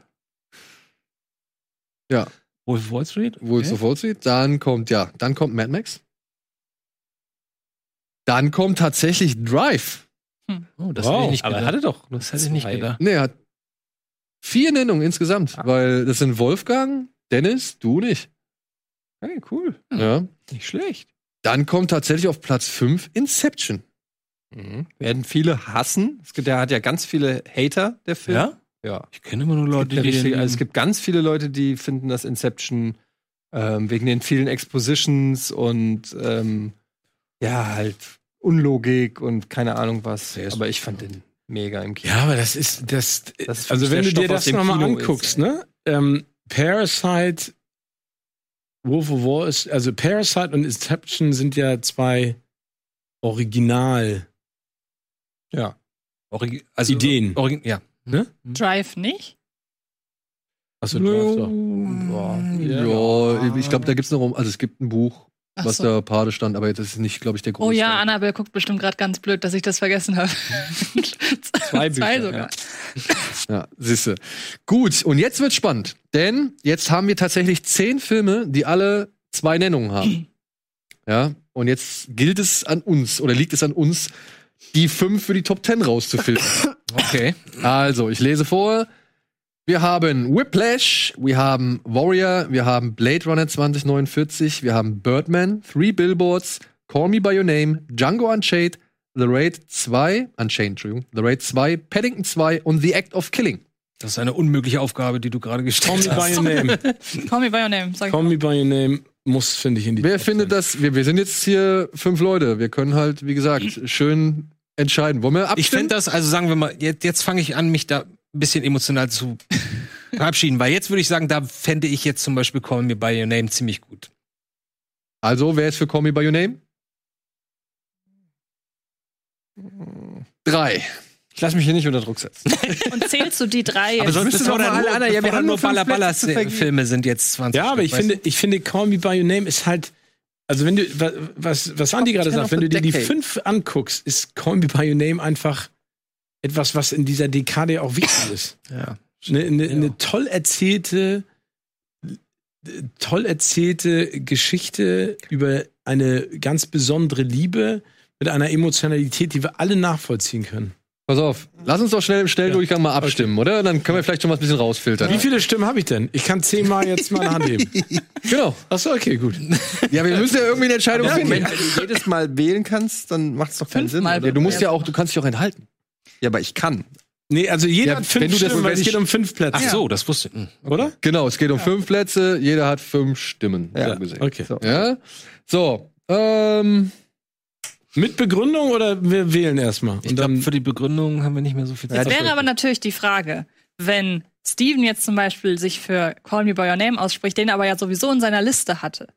Ja.
Wolf of Wall Street?
Wolf of Wall Street. Dann kommt, ja, dann kommt Mad Max. Dann kommt tatsächlich Drive.
Oh,
das hätte ich nicht
Aber
gedacht.
hatte doch. Das hätte ich nicht gedacht.
Nee, er hat vier Nennungen insgesamt, weil das sind Wolfgang, Dennis, du nicht.
Hey, cool.
Ja.
Nicht schlecht.
Dann kommt tatsächlich auf Platz 5 Inception.
Mhm.
Werden viele hassen. Es gibt, der hat ja ganz viele Hater, der Film.
Ja?
Ja.
Ich kenne immer nur Leute,
Es gibt, eine
die
richtige-
den-
also es gibt ganz viele Leute, die finden, dass Inception ähm, wegen den vielen Expositions und ähm, ja, halt Unlogik und keine Ahnung was. Aber ich fand den mega im Kino.
Ja, aber das ist das.
Das ist
also
für mich
wenn
der
du dir
Stoff aus
das
dem
nochmal
Kino
anguckst,
ist,
ne? Ähm, Parasite, Wolf of Wall ist, also Parasite und Inception sind ja zwei Original.
Ja.
also
Ideen.
Origi ja.
Ne?
Drive nicht?
Achso,
Mm.
Ja, ich glaube, da gibt es noch um, also es gibt ein Buch,
Ach
was
so.
da Pade stand, aber das ist nicht, glaube ich, der große.
Oh ja, Annabelle guckt bestimmt gerade ganz blöd, dass ich das vergessen habe.
Zwei Bücher,
sogar.
Ja, siehste. Gut, und jetzt wird's spannend, denn jetzt haben wir tatsächlich zehn Filme, die alle zwei Nennungen haben. Ja, und jetzt gilt es an uns oder liegt es an uns, die fünf für die Top Ten rauszufilmen. Okay. Also, ich lese vor. Wir haben Whiplash, wir haben Warrior, wir haben Blade Runner 2049, wir haben Birdman, Three Billboards, Call Me By Your Name, Django Unchained, The Raid 2, Unchained, Entschuldigung, The Raid 2, Paddington 2 und The Act of Killing.
Das ist eine unmögliche Aufgabe, die du gerade gestellt
Call me by
hast.
your name.
Call me by your name, sag ich.
Call me by your name muss, finde ich, in die
Wer findet das? Wir, wir sind jetzt hier fünf Leute. Wir können halt, wie gesagt, schön entscheiden. Wollen wir abstimmen?
Ich finde das, also sagen wir mal, jetzt, jetzt fange ich an, mich da ein bisschen emotional zu verabschieden, weil jetzt würde ich sagen, da fände ich jetzt zum Beispiel Call Me By Your Name ziemlich gut.
Also, wer ist für Call Me By Your Name? Drei.
Ich lasse mich hier nicht unter Druck setzen.
Und zählst du die drei
Aber
jetzt?
sonst bevor dann nur, bevor dann nur Baller Baller Filme sind jetzt 20
Ja, aber
Stück,
ich
weißt
finde, ich finde, Call Me By Your Name ist halt, also wenn du, wa- was, was Andi gerade
Top
sagt,
Ten
wenn du
of
dir
the
die
Decade.
fünf anguckst, ist Call Me By Your Name einfach etwas, was in dieser Dekade auch wichtig ist.
Ja.
Eine, eine, eine toll erzählte, äh, toll erzählte Geschichte über eine ganz besondere Liebe mit einer Emotionalität, die wir alle nachvollziehen können.
Pass auf, lass uns doch schnell im Schnelldurchgang mal abstimmen, oder? Dann können wir vielleicht schon mal ein bisschen rausfiltern.
Wie viele Stimmen habe ich denn? Ich kann zehnmal jetzt meine Hand heben.
genau.
Achso, okay, gut.
Ja, wir müssen ja irgendwie eine Entscheidung
Ja,
finden.
Moment, Also, wenn du jedes Mal wählen kannst, dann macht es doch keinen Sinn.
Ja, du musst ja auch, du kannst dich auch enthalten.
Ja, aber ich kann.
Nee, also jeder
Ja,
hat fünf
wenn du das-
Stimmen, weil
wenn
es
ich-
geht um fünf Plätze.
Ach so,
das wusste ich.
Oder?
Genau, es geht um fünf Plätze, jeder hat fünf Stimmen.
Ja,
so gesehen.
okay.
So. Ja? so ähm,
Mit Begründung oder wir wählen erstmal?
Ich glaube, für die Begründung haben wir nicht mehr so viel
Jetzt
Zeit.
wäre aber natürlich die Frage, wenn Steven jetzt zum Beispiel sich für Call Me By Your Name ausspricht, den er aber ja sowieso in seiner Liste hatte,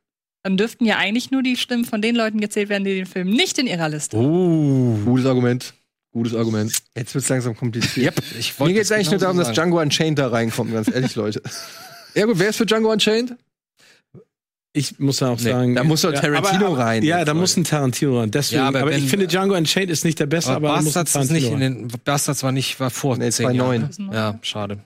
dann dürften ja eigentlich nur die Stimmen von den Leuten gezählt werden, die den Film nicht in ihrer Liste
Oh. Gutes Argument. Gutes Argument.
Jetzt wird es langsam kompliziert.
ich
Mir geht es eigentlich nur darum, dass
Django.
Django Unchained da reinkommt, ganz ehrlich, Leute.
Ja gut, wer ist für Django Unchained?
Ich muss auch sagen.
da muss
halt
doch
ja,
Tarantino
aber, aber,
rein.
Ja, da muss ein Tarantino rein. Deswegen,
Ja, aber
aber, ich
wenn-
finde, Django Unchained ist nicht der beste,
Aber
aber, aber muss ein
Bastards ist
Tarantino
nicht in
rein.
den Bastards war nicht war vor nee, 10 Jahren. Ja, schade.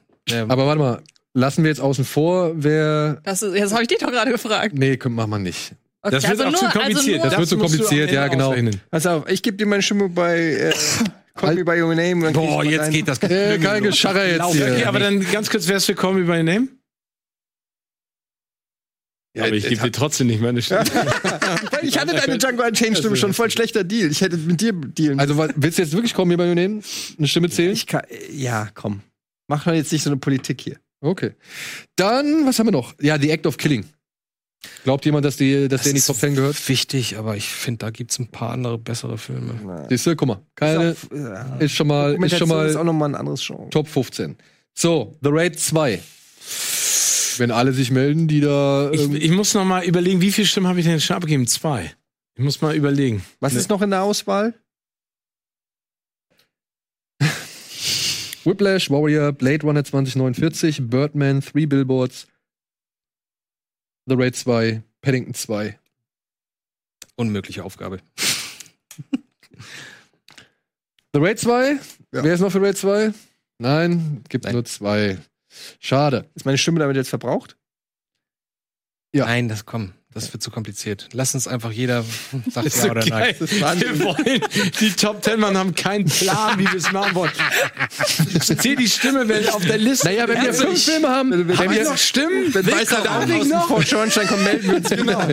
Aber warte mal, lassen wir jetzt außen vor, wer.
Das ist, jetzt habe ich dich doch gerade gefragt.
Nee, können- machen wir nicht.
Okay, Das wird also auch zu nur- also kompliziert. nur-
das, wird zu
Das musst du
kompliziert,
am
ja,
Ende
genau.
ausrechnen.
Pass auf, ich gebe dir meine Stimme bei äh, Call Me By Your Name. dann krieg ich
Boah,
mal
jetzt
deinen-
geht das
Äh, kein Gescharre jetzt hier.
Okay, aber dann ganz kurz, wer ist für Call Me By Your Name? aber ich gebe dir trotzdem nicht meine Stimme.
Ich hatte deine Django Unchained Stimme schon voll schlechter Deal. Ich hätte mit dir dealen.
Also wa- willst du jetzt wirklich kommen, jemanden nehmen? Eine Stimme zählen?
Ich kann, äh, ja, komm. Mach doch jetzt nicht so eine Politik hier.
Okay. Dann, was haben wir noch? Ja, The Act of Killing. Glaubt jemand, dass, die, dass der in die Top 10 gehört?
Wichtig, aber ich finde, da gibt es ein paar andere bessere Filme.
Siehst du, guck mal. Keine, ist,
Ist auch- ja.
schon mal, ist schon
Dokumentation
mal,
ist auch nochmal ein anderes Genre.
Top 15. So, The Raid 2. Wenn alle sich melden, die da.
Ich,
ähm,
ich muss noch mal überlegen, wie viele Stimmen habe ich denn schon abgegeben? Zwei. Ich muss mal überlegen.
Was ist noch in der Auswahl?
Whiplash, Warrior, Blade Runner 2049, Birdman, Three Billboards, The Raid 2, Paddington 2.
Unmögliche Aufgabe.
The Raid 2? Wer ist noch für Raid 2? Nein, gibt nur zwei. Schade.
Ist meine Stimme damit jetzt verbraucht?
Ja. Nein, das komm, das wird zu kompliziert. Lass uns einfach jeder sagt
Ist
ja
so
oder nein.
geil. Wir wollen, die Top Ten Mann haben keinen Plan, wie wir es machen wollen. Zähl die Stimme, wenn auf der Liste.
Naja, wenn wir
Herzlich.
fünf Filme haben,
wenn
haben
wir
wir-
noch Stimmen,
Wenn
Willkommen.
Weißer Daumen
Außen
noch.
vor
Schornstein kommt, melden wir uns. Genau.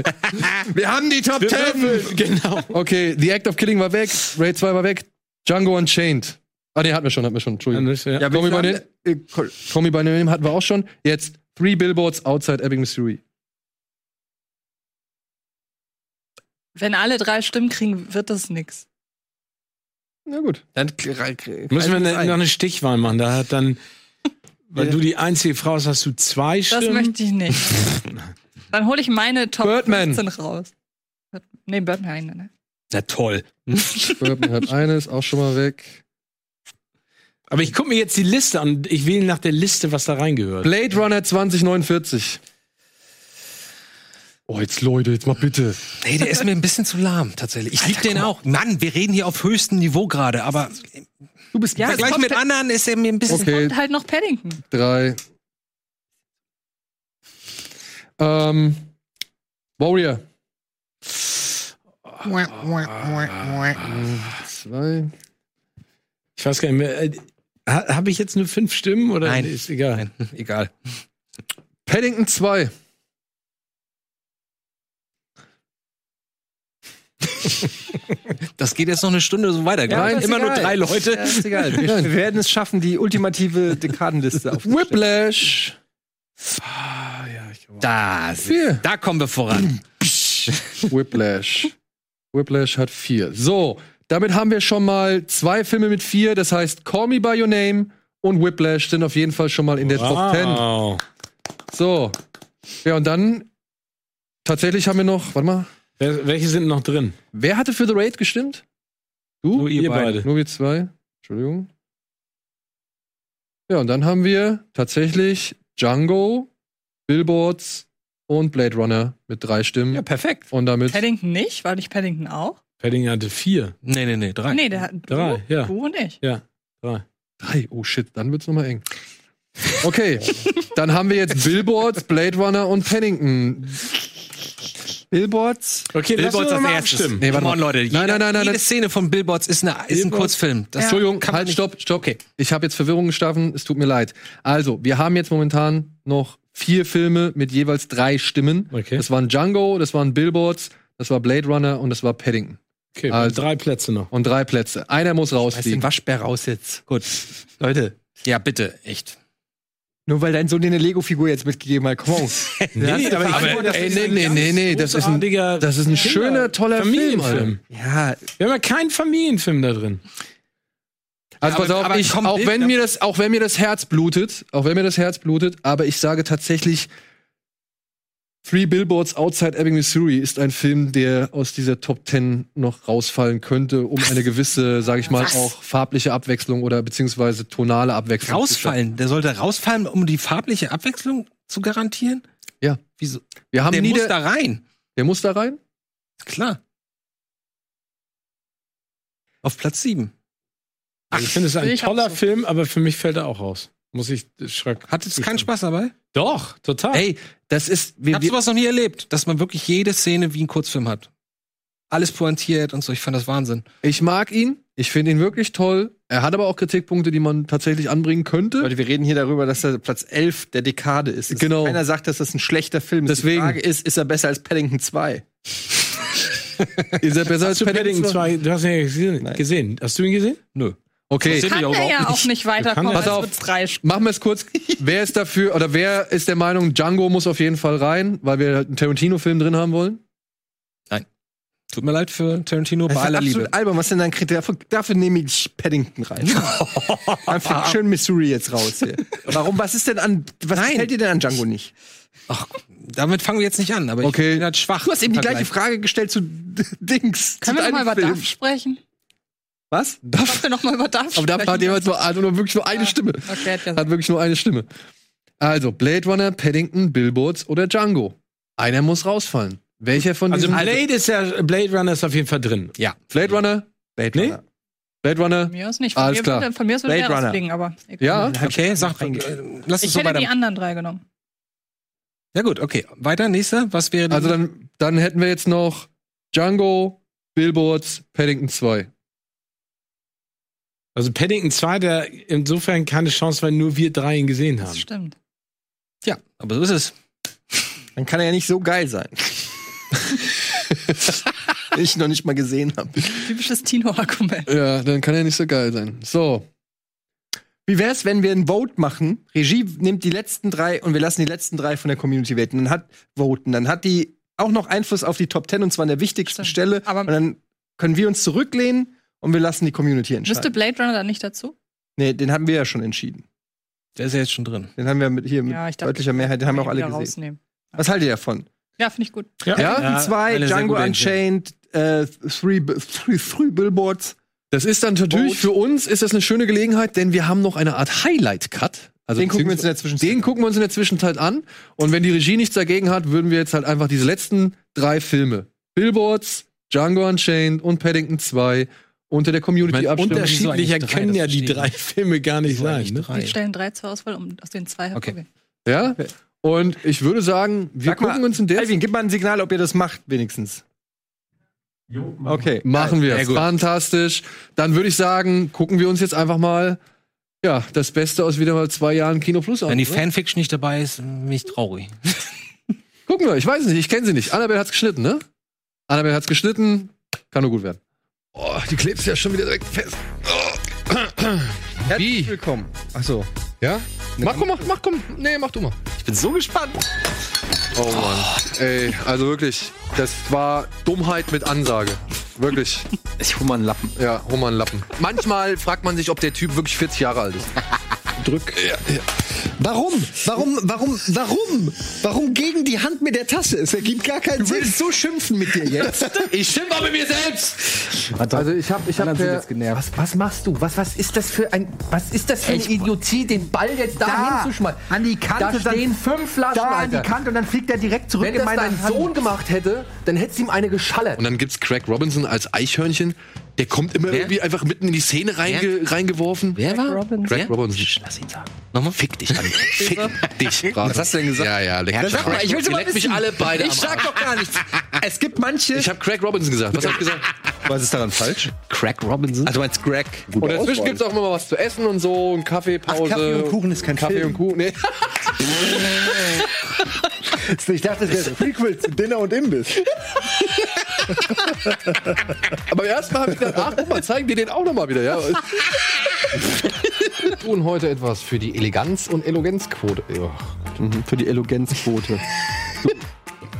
Wir haben die Top 10. Genau. Okay, The Act of Killing war weg, Raid 2 war weg, Django Unchained. Ah, nee, hatten wir schon, hatten wir schon. Entschuldigung.
ja.
Call, me by name, äh, Call- Call Me By Name hatten wir auch schon. Jetzt Three Billboards Outside Ebbing, Missouri.
Wenn alle drei Stimmen kriegen, wird das nix.
Na gut.
Dann
Müssen wir ne, noch eine Stichwahl machen. Da hat dann, weil du die einzige Frau hast, hast du zwei
Das
Stimmen.
möchte ich nicht. Dann hole ich meine Top
Birdman.
15 raus. Nee, Birdman, ne?
Na toll.
Birdman hat eines, auch schon mal weg.
Aber ich gucke mir jetzt die Liste an. und Ich wähle nach der Liste, was da reingehört.
Blade Runner 2049. Oh, jetzt Leute, jetzt mal bitte.
Nee, der ist mir ein bisschen zu lahm, tatsächlich. Ich liebe den auch. Mann, wir reden hier auf höchstem Niveau gerade, aber
du bist
ja, gleich mit anderen ist er mir ein bisschen.
Okay.
also Und halt noch Paddington.
Drei. Ähm, Warrior. Ah, Zwei.
Ich weiß gar nicht mehr. äh, ha- Habe ich jetzt nur fünf Stimmen oder
Nein.
ist egal?
egal.
Paddington 2.
Das geht jetzt noch eine Stunde so weiter. glaub ich.
ist
immer nur
egal.
drei Leute.
Ja, ist egal. Wir, wir werden es schaffen, die ultimative Dekadenliste aufzustellen.
Whiplash.
Da,
Vier.
da kommen wir voran.
Whiplash. Whiplash hat vier. So, damit haben wir schon mal zwei Filme mit vier. Das heißt, Call Me By Your Name und Whiplash sind auf jeden Fall schon mal in der Top Ten.
Wow.
So. Ja, und dann tatsächlich haben wir noch, warte mal.
Wel- Welche sind noch drin?
Wer hatte für The Raid gestimmt? Du?
Nur ihr Ihr beide. beide.
Nur wir zwei. Entschuldigung. Ja, und dann haben wir tatsächlich Django, Billboards und Blade Runner mit drei Stimmen. Ja,
perfekt.
Und damit.
Paddington nicht? War nicht Paddington auch?
Paddington hatte vier.
Nee, nee, nee, drei.
Nee, der hat du,
Drei, ja.
du und ich.
Ja, drei.
Drei, oh shit, dann wird's nochmal eng. Okay, dann haben wir jetzt Billboards, Blade Runner und Paddington. Billboards?
Okay,
Billboards als erstes.
Nee, warte
Come
mal.
on, Leute.
Nein, nein, nein, nein.
Jede
nein.
Szene von Billboards ist, eine, ist ein Kurzfilm. Das
Entschuldigung,
kann man
halt,
nicht-
stopp, stopp. Okay. Ich habe jetzt Verwirrung geschaffen, es tut mir leid. Also, wir haben jetzt momentan noch vier Filme mit jeweils drei Stimmen.
Okay.
Das waren Django, das waren Billboards, das war Blade Runner und das war Paddington.
Okay,
Also-
drei Plätze noch.
Und drei Plätze. Einer muss rausfliegen.
Waschbär raus jetzt.
Gut.
Leute.
Ja, bitte, echt.
Nur weil dein Sohn dir eine Lego-Figur jetzt mitgegeben hat. Komm auf.
Nee, aber ich- ey, nee, nee, nee, nee, das ist ein- das ist ein schöner, toller Film,
Familienfilm. Ja. Wir haben ja keinen Familienfilm da drin.
Also pass
Aber-
auf,
aber
ich,
komm,
auch
Bild-
wenn mir das, auch wenn mir das Herz blutet, auch wenn mir das Herz blutet, aber ich sage tatsächlich, Three Billboards Outside Ebbing, Missouri ist ein Film, der aus dieser Top Ten noch rausfallen könnte, um eine gewisse, sage ich mal,
Was?
auch farbliche Abwechslung oder beziehungsweise tonale Abwechslung
Rausfallen. Der sollte rausfallen, um die farbliche Abwechslung zu garantieren?
Ja.
Wieso?
Wir haben
der
nie
muss
der-
da rein.
Der muss da rein?
Klar. Auf Platz sieben.
Also ich finde es
bin
ein
ich auch
toller Film, aber für mich fällt er auch raus. Muss ich schreck.
Hat es keinen Spaß dabei?
Doch, total.
Ey,
das ist.
Wir, ich hab sowas noch nie erlebt, dass man wirklich jede Szene wie ein Kurzfilm hat. Alles pointiert und so. Ich fand das Wahnsinn.
Ich mag ihn, ich finde ihn wirklich toll. Er hat aber auch Kritikpunkte, die man tatsächlich anbringen könnte.
Leute, wir reden hier darüber, dass er Platz 11 der Dekade ist. Es-
Genau.
Keiner sagt, dass das ein schlechter Film ist.
Deswegen.
Die Frage ist, ist er besser als Paddington 2?
Ist er besser
Hast du Paddington 2? Du hast ihn ja gesehen. gesehen. Hast du ihn gesehen?
Nö.
Okay.
Kann er ja auch nicht weiterkommen. Also,
Pass
als
auf,
wird's drei Stimmen.
machen wir es kurz. wer ist dafür oder wer ist der Meinung, Django muss auf jeden Fall rein, weil wir einen Tarantino-Film drin haben wollen?
Tut mir leid für Tarantino bei
Das ist
aller
absolut
Liebe.
albern. Was denn dann kriegt dafür, dafür nehme ich Paddington rein. Einfach schön Missouri jetzt raus hier. Warum? Was ist denn an. Was gefällt dir denn an Django nicht?
Damit fangen wir jetzt nicht an, aber ich bin halt schwach.
Du hast eben
im
die
Vergleich.
gleiche Frage gestellt zu Dings.
Können
zu
wir noch
deinem
mal über
Film.
DAF sprechen?
Was?
Darf wir nochmal über Darf
Aber da hat jemand nur, also nur wirklich nur eine Stimme.
Okay, hat gesagt.
Hat wirklich nur eine Stimme. Also, Blade Runner, Paddington, Billboards oder Django. Einer muss rausfallen. Welcher von
Also
diesen
Blade ist ja, Blade Runner ist auf jeden Fall drin.
Ja. Blade Runner? Blade Runner. Blade Runner?
Von mir aus nicht. Von
Alles
mir
klar.
Würde, von mir aus würde
Blade
der
Runner.
rausfliegen, aber
Ja,
okay, sag äh, Lass
ich
es so
hätte
weiter.
die anderen drei genommen.
Ja gut, okay. Weiter, nächster. Was wäre
Also dann, dann hätten wir jetzt noch Django, Billboards, Paddington 2.
Also Paddington 2, der insofern keine Chance, weil nur wir drei ihn gesehen haben.
Stimmt.
Ja, aber so ist es.
Dann kann er ja nicht so geil sein. Den ich noch nicht mal gesehen habe.
Typisches Tino-Argument.
Ja, dann kann er nicht so geil sein. So.
Wie wär's, wenn wir ein Vote machen? Regie nimmt die letzten drei und wir lassen die letzten drei von der Community voten. Dann hat voten, dann hat die auch noch Einfluss auf die Top Ten und zwar an der wichtigsten Stelle. und dann können wir uns zurücklehnen und wir lassen die Community
Müsste
entscheiden.
Blade Runner dann nicht dazu?
Nee, den haben wir ja schon entschieden.
Der ist ja jetzt schon drin.
Den haben wir mit hier mit
Ja, ich dachte,
deutlicher Mehrheit, den haben wir auch
wir
alle
wieder
gesehen.
rausnehmen.
Was haltet ihr davon?
Ja, finde ich gut.
Paddington 2,
eine sehr
Django
gute
Unchained, äh, three, three, three Billboards.
Das ist dann natürlich für uns ist das eine schöne Gelegenheit, denn wir haben noch eine Art Highlight-Cut. Also
Den gucken wir uns in
der Zwischenzeit Den gucken wir uns in der Zwischenzeit an. Und wenn die Regie nichts dagegen hat, würden wir jetzt halt einfach diese letzten drei Filme, Billboards, Django Unchained und Paddington 2, unter der Community
Weil
abstimmen.
unterschiedlicher können ja die drei Filme gar nicht sein. Ne?
Wir stellen drei zur Auswahl, um aus den zwei hervorgehen.
Ja? Und ich würde sagen, wir
Sag mal,
gucken uns in der
Alvin, gib mal ein Signal, ob ihr das macht, wenigstens. Okay.
Machen wir.
Sehr gut.
Fantastisch. Dann würde ich sagen, gucken wir uns jetzt einfach mal ja, das Beste aus wieder mal zwei Jahren Kino Plus an.
Wenn die
oder?
Fanfiction nicht dabei ist, bin ich traurig.
gucken wir, ich weiß es nicht, ich kenne sie nicht. Annabelle hat's geschnitten, ne? Annabelle hat's geschnitten, kann nur gut werden. Oh, die klebt ja schon wieder direkt fest.
Herzlich willkommen. Achso.
Ja? Mach, komm, mach, mach, komm. Nee, mach du mal.
Ich bin so gespannt.
Oh Mann. Ey, also wirklich, das war Dummheit mit Ansage. Wirklich.
Ich hol mal einen Lappen.
Ja, hol mal einen Lappen. Manchmal fragt man sich, ob der Typ wirklich 40 Jahre alt ist.
Drück. Warum? Warum? Warum? Warum? Warum gegen die Hand mit der Tasse? Es ergibt gar keinen Sinn. So schimpfen mit dir jetzt.
Ich schimpfe mit mir selbst.
Also ich habe, ich
Anderen sind jetzt
genervt. Was, was machst du? Was, was ist das für ein, was ist das für eine Idiotie, den Ball jetzt da, hinzuschmeißen? An die
Kante,
Da
dann-
stehen fünf Flaschen
da an
Alter.
die Kante
und dann fliegt er direkt
zurück
Wenn
in
das
meine
dein
Hand.
Sohn gemacht hätte, dann hätte es ihm eine geschallert.
Und dann gibt's Craig Robinson als Eichhörnchen. Der kommt immer irgendwie einfach mitten in die Szene reinge reingeworfen. Wer war? Robinson. Craig Robinson. Lass ihn sagen. Nochmal fick dich an. fick dich. Was hast du denn gesagt? Ja, ja, leck
Ja,
mich
sag
am
mal,
Arsch.
ich will's mal
Leck mich
wissen.
alle beide
Ich
am
sag
Arsch.
doch gar nichts. Es gibt manche.
Ich habe Craig Robinson gesagt. Was hab ich gesagt?
Was ist daran falsch?
Craig Robinson?
Also meinst Greg.
und dazwischen gibt's auch immer mal was zu essen und so, und Kaffeepause.
Ach, Kaffee und Kuchen ist kein
Kaffee
Film.
und Kuchen, nee.
Ich dachte, das wäre ein Prequel zu Dinner und Imbiss.
Aber erstmal habe ich gedacht, ach, guck mal, zeigen wir den auch nochmal wieder, ja. Wir tun heute etwas für die Eleganz- und Elogenzquote.
Für die Elogenzquote.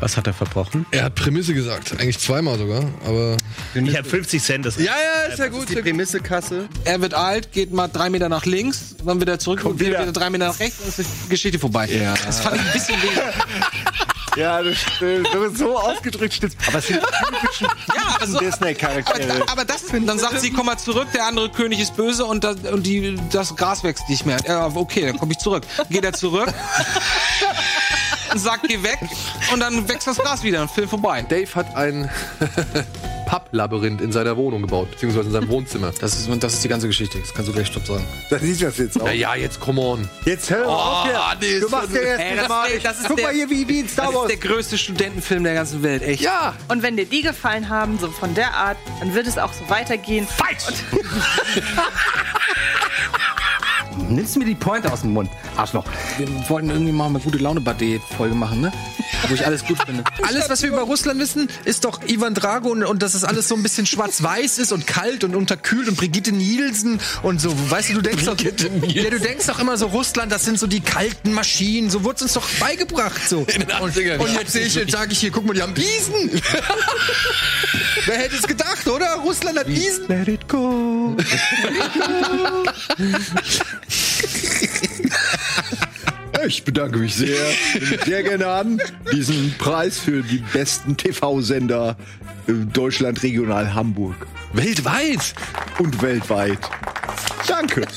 Was hat er verbrochen? Er hat Prämisse gesagt. Eigentlich zweimal sogar, aber.
Ich habe 50 Cent. Das
Ja, ja, ist ja gut.
Die Prämissekasse.
Er wird alt, geht mal drei Meter nach links, dann wieder zurück und wieder, wieder drei Meter nach rechts und ist die Geschichte vorbei.
Ja.
Das fand ich ein bisschen wenig.
Ja, das stimmt. Das ist so ausgedrückt stimmt. Aber es sind typischen
ja, also,
Disney-Charaktere.
Aber das, dann sagt sie, komm mal zurück, der andere König ist böse und das, und die, das Gras wächst nicht mehr. Ja, okay, dann komme ich zurück. Geht er zurück, sagt, geh weg und dann wächst das Gras wieder. Film vorbei.
Dave hat ein Papplabyrinth in seiner Wohnung gebaut, beziehungsweise in seinem Wohnzimmer.
Das ist, das ist die ganze Geschichte. Das kannst du gleich stopp sagen.
Das ist das jetzt auch.
Naja, jetzt come on.
Jetzt hör mal
Oh,
auf
nee,
hier. Du machst ja jetzt hey,
Ey, das ist, das ist
Guck
der,
mal hier, wie, wie in Star
Das ist
Wars.
der größte Studentenfilm der ganzen Welt, echt.
Ja!
Und wenn dir die gefallen haben, so von der Art, dann wird es auch so weitergehen. Falsch!
Nimmst mir die Pointe aus dem Mund, Arschloch. Wir wollten irgendwie mal eine gute Laune-Bade-Folge machen, ne? Wo ich alles gut finde.
Alles, was wir über Russland wissen, ist doch Ivan Drago und, und dass das alles so ein bisschen schwarz-weiß ist und kalt und unterkühlt und Brigitte Nielsen und so. Weißt du, du denkst doch, ja, du denkst doch immer so Russland, das sind so die kalten Maschinen. So wurde uns doch beigebracht. So.
In den 80ern.
Und jetzt sehe ich, jetzt sage ich hier, guck mal, die haben Biesen. Wer hätte es gedacht, oder? Russland hat Biesen. Let it go.
Ich bedanke mich sehr. Nehme ich sehr gerne an. Diesen Preis für die besten TV-Sender Deutschland regional Hamburg.
Weltweit?
Und weltweit. Danke.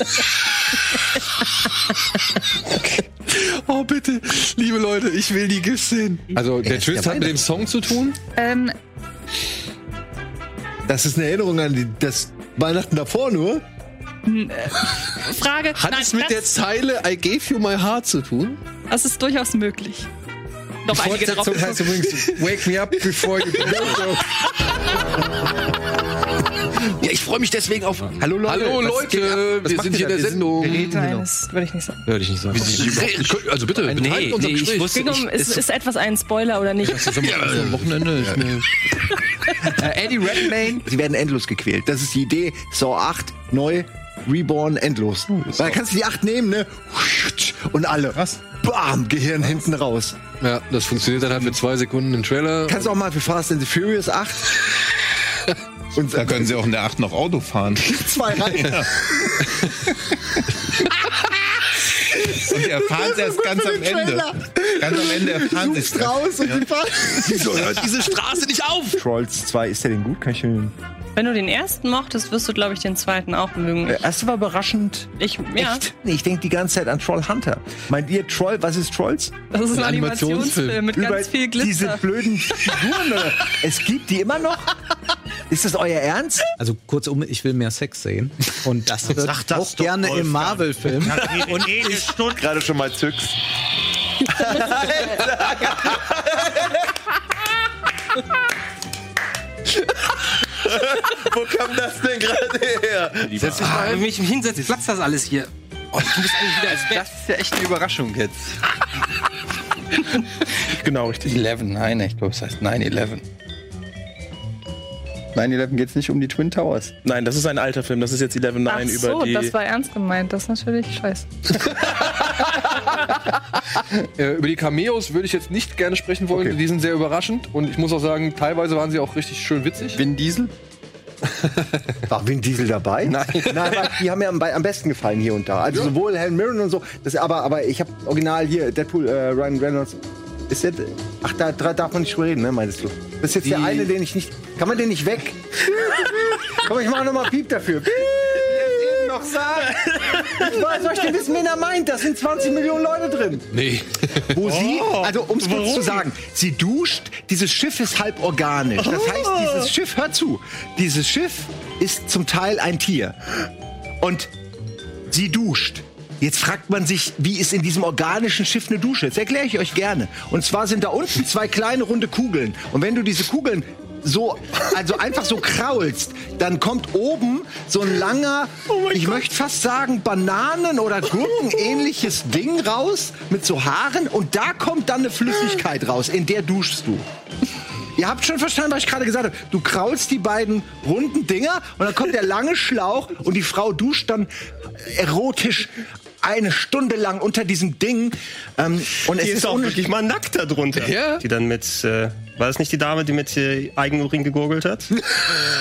oh, bitte, liebe Leute, ich will die GIFs sehen. Also, der
ist
Twist
der
hat mit dem Song zu tun?
Ähm,
Das ist eine Erinnerung an die, das Weihnachten davor nur.
n- äh, Frage.
Hat
Nein,
es mit der
das,
Zeile I gave you my heart zu tun?
das ist durchaus möglich. Noch einige darauf
heißt übrigens Wake Me Up Before You Go.
Ja, ich freue mich deswegen auf. Hallo Leute, Hallo
was geht ab?
Leute
Was
wir
macht
sind
ihr
hier
da? Wir
in der
sind
Sendung.
Nein, das würde ich nicht sagen.
Würde ich Genau. nicht sagen.
Also bitte,
Nee,
Halt
beteiligt unser
nee, ich
Gespräch.
wusste-
Ging um, ist, ist etwas ein Spoiler oder nicht?
am Wochenende ist mir
Äh, Eddie Redmayne. Sie werden endlos gequält. Das ist die Idee. Saw 8, neu, reborn, endlos.
Oh,
Da kannst du die 8 nehmen, ne? Und alle. Was? Bam, Gehirn hinten raus.
Ja, das funktioniert dann halt mit zwei Sekunden im Trailer.
Kannst auch mal für Fast and the Furious 8. Und
Da können sie auch in der 8 noch Auto fahren.
zwei rein.
Und die erfahren sie erst ganz am Ende. Ganz am Ende erfahren sie es.
raus und die fahren.
Wieso hört diese Straße nicht auf?
Trolls 2, ist der denn gut? Kann ich den.
Wenn du den ersten mochtest, wirst du, glaube ich, den zweiten auch mögen.
Der erste war überraschend.
Ich, ja.
Echt? Nee, ich denke die ganze Zeit an Troll Hunter. Meint ihr Troll, was ist Trolls?
Das ist ein Ein Animationsfilm. Animationsfilm mit
Über
ganz viel Glitzer.
Diese blöden Figuren. oder? es gibt die immer noch? Ist das euer Ernst?
Also kurzum, ich will mehr Sex sehen. Und das wird
Sag das
auch
doch,
gerne
Wolfgang.
im Marvel-Film.
Und ich Stunde gerade schon mal zückst.
Wo kam das denn gerade her?
Setz dich mal, wenn ich mich hinsetze, platzt das alles hier. Oh, du bist eigentlich wieder als
um- Das ist ja echt eine Überraschung jetzt. genau, richtig. 11, nein, ich glaube, es heißt 9-11. 9-11 geht es nicht um die Twin Towers.
Nein, das ist ein alter Film. Das ist jetzt 11
Ach
Nine
so,
über die.
das war ernst gemeint. Das ist natürlich scheiße.
Äh, über die Cameos würde ich jetzt nicht gerne sprechen wollen. Die sind sehr überraschend und ich muss auch sagen, teilweise waren sie auch richtig schön witzig.
Vin Diesel? War Vin Diesel dabei? Nein. Nein aber die haben mir am, be- am besten gefallen hier und da. Also sowohl Helen Mirren und so. Das, aber, aber ich habe original hier Deadpool, äh, Ryan Reynolds. Ist jetzt, ach, da, da darf man nicht drüber reden, ne, meinst du? Das ist jetzt der eine, den ich nicht. Kann man den nicht weg? Komm, ich mache nochmal Piep dafür. Piep, wie er es eben noch sagt. Ich weiß, soll ich denn wissen, wen er meint? Da sind 20 Millionen Leute drin.
Nee.
Wo sie, also um es kurz zu sagen, sie duscht, dieses Schiff ist halb organisch. Das heißt, dieses Schiff, hör zu, dieses Schiff ist zum Teil ein Tier. Und sie duscht. Jetzt fragt man sich, wie ist in diesem organischen Schiff eine Dusche? Jetzt erkläre ich euch gerne. Und zwar sind da unten zwei kleine runde Kugeln. Und wenn du diese Kugeln so, also einfach so kraulst, dann kommt oben so ein langer, ich möchte fast sagen, Bananen- oder Gurken-ähnliches Ding raus mit so Haaren und da kommt dann eine Flüssigkeit raus, in der duschst du. Ihr habt schon verstanden, was ich gerade gesagt habe. Du kraulst die beiden runden Dinger und dann kommt der lange Schlauch und die Frau duscht dann erotisch eine Stunde lang unter diesem Ding. Ähm, und es
die ist,
ist
auch
un-
wirklich mal nackt darunter.
Ja.
Die dann mit. Äh, war das nicht die Dame, die mit äh, Eigenurin gegurgelt hat?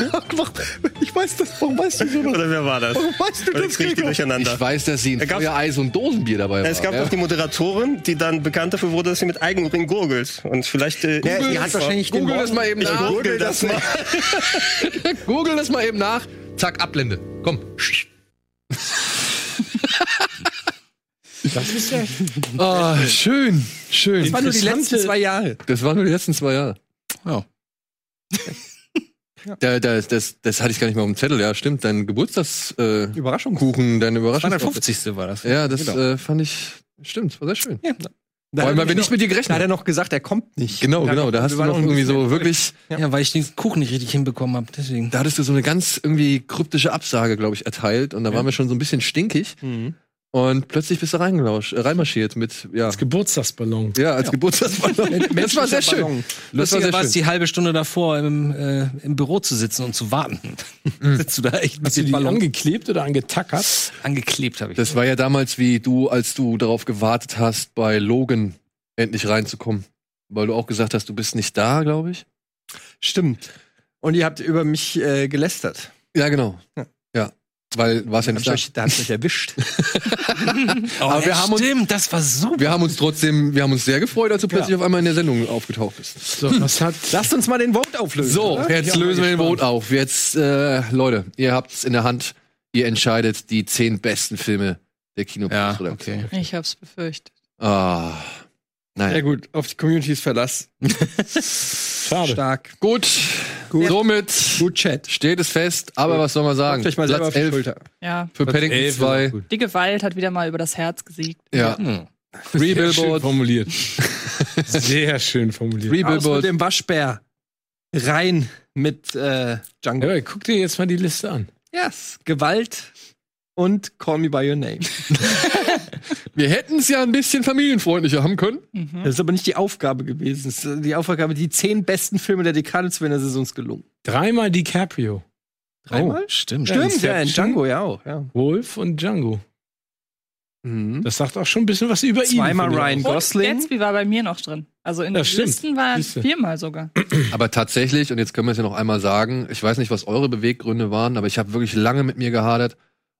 ich weiß das. Warum weißt du so das?
Oder wer war das?
Warum weißt du
Oder
das,
krieg ich die
Gregor?
durcheinander?
Ich weiß, dass sie ein Feuereis und Dosenbier dabei war.
Es gab
ja?
doch die Moderatorin, die dann bekannt dafür wurde, dass sie mit Eigenurin gurgelt. Und vielleicht. Äh,
Ja,
ist
die hat
das-
wahrscheinlich den Google das mal eben
ich
nach.
Google das mal.
Google das mal eben nach. Zack, Ablende. Komm.
Das ist ja.
Ah, schön, schön.
Das waren nur die letzten zwei Jahre.
Das waren nur die letzten zwei Jahre.
Ja.
Da, da, das, das hatte ich gar nicht mal auf dem Zettel. Ja, stimmt. Dein Geburtstags äh, Überraschungskuchen, deine Überraschung.
250. war das.
Ja, das
Genau.
äh, fand ich. Stimmt, war sehr schön. Ja.
Da
Weil
hat er
wir
mich
nicht
noch-
mit dir gerechnet.
da hat er
noch
gesagt, er kommt nicht.
Genau,
Ja,
genau. Da
wir
hast du
waren
noch
noch ein
irgendwie so
bisschen
wirklich.
Ja. weil ich den Kuchen nicht richtig hinbekommen habe, deswegen.
Da hattest du so eine ganz irgendwie kryptische Absage, glaube ich, erteilt. Und da waren wir schon so ein bisschen stinkig. Und plötzlich bist du reingelauscht, äh, reinmarschiert mit, ja. Als
Geburtstagsballon.
Ja, als Geburtstagsballon. Das war sehr schön. Das war
Lustiger
sehr
war es, die
schön.
halbe Stunde davor im, äh, im Büro zu sitzen und zu warten.
Mhm.
Sitzt du da echt mit
Hast du
dem
die
Ballon?
angeklebt oder angetackert?
Angeklebt habe ich.
Das war ja damals wie du, als du darauf gewartet hast, bei Logan endlich reinzukommen. Weil du auch gesagt hast, du bist nicht da, glaube ich.
Stimmt. Und ihr habt über mich äh, gelästert.
Ja, genau. Ja. Weil war es ja
Da habt ihr
nicht da.
euch- da habt ihr euch erwischt.
Aber wir haben uns,
Oh, stimmt, das war super.
Wir haben uns trotzdem, wir haben uns sehr gefreut, als du plötzlich auf einmal in der Sendung aufgetaucht bist.
So, was hat
Lasst uns mal den Vote auflösen.
So,
oder?
jetzt lösen wir den Vote auf. Jetzt, äh, Leute, ihr habt's in der Hand. Ihr entscheidet die zehn besten Filme der Kino. Ja, okay.
Ich hab's befürchtet.
Ah, naja.
Ja gut, auf die Community ist Verlass.
Schade.
Stark.
Gut.
Gut.
Somit
Gut, Chat.
steht es fest, aber was soll man sagen?
Macht euch mal selber auf die
elf
Schulter.
Ja.
für
Platz
Paddington
elf ist
2.
Die Gewalt hat wieder mal über das Herz gesiegt.
Ja. Three
Sehr schön
Billboards.
formuliert. Sehr schön formuliert.
Three
Aus mit
Billboards.
dem Waschbär. Rein mit äh, Django.
Ja, guck dir jetzt mal die Liste an.
Yes. Gewalt und Call Me By Your Name.
Wir hätten es ja ein bisschen familienfreundlicher haben können.
Das ist aber nicht die Aufgabe gewesen. Das ist die Aufgabe, die zehn besten Filme der Dekade zu wählen, das ist uns gelungen.
Dreimal DiCaprio. Oh.
Dreimal?
Stimmt.
Oh, Stimmt, ja, in
Inception.
Django ja auch. Ja.
Wolf und Django.
Mhm.
Das sagt auch schon ein bisschen was über ihn.
Zweimal
finde ich
Ryan
auch.
Gosling.
Gatsby war bei mir noch drin. Also in den
Das stimmt.
Listen war
Siehste.
viermal sogar.
Aber tatsächlich, und jetzt können wir es ja noch einmal sagen, ich weiß nicht, was eure Beweggründe waren, aber ich habe wirklich lange mit mir gehadert,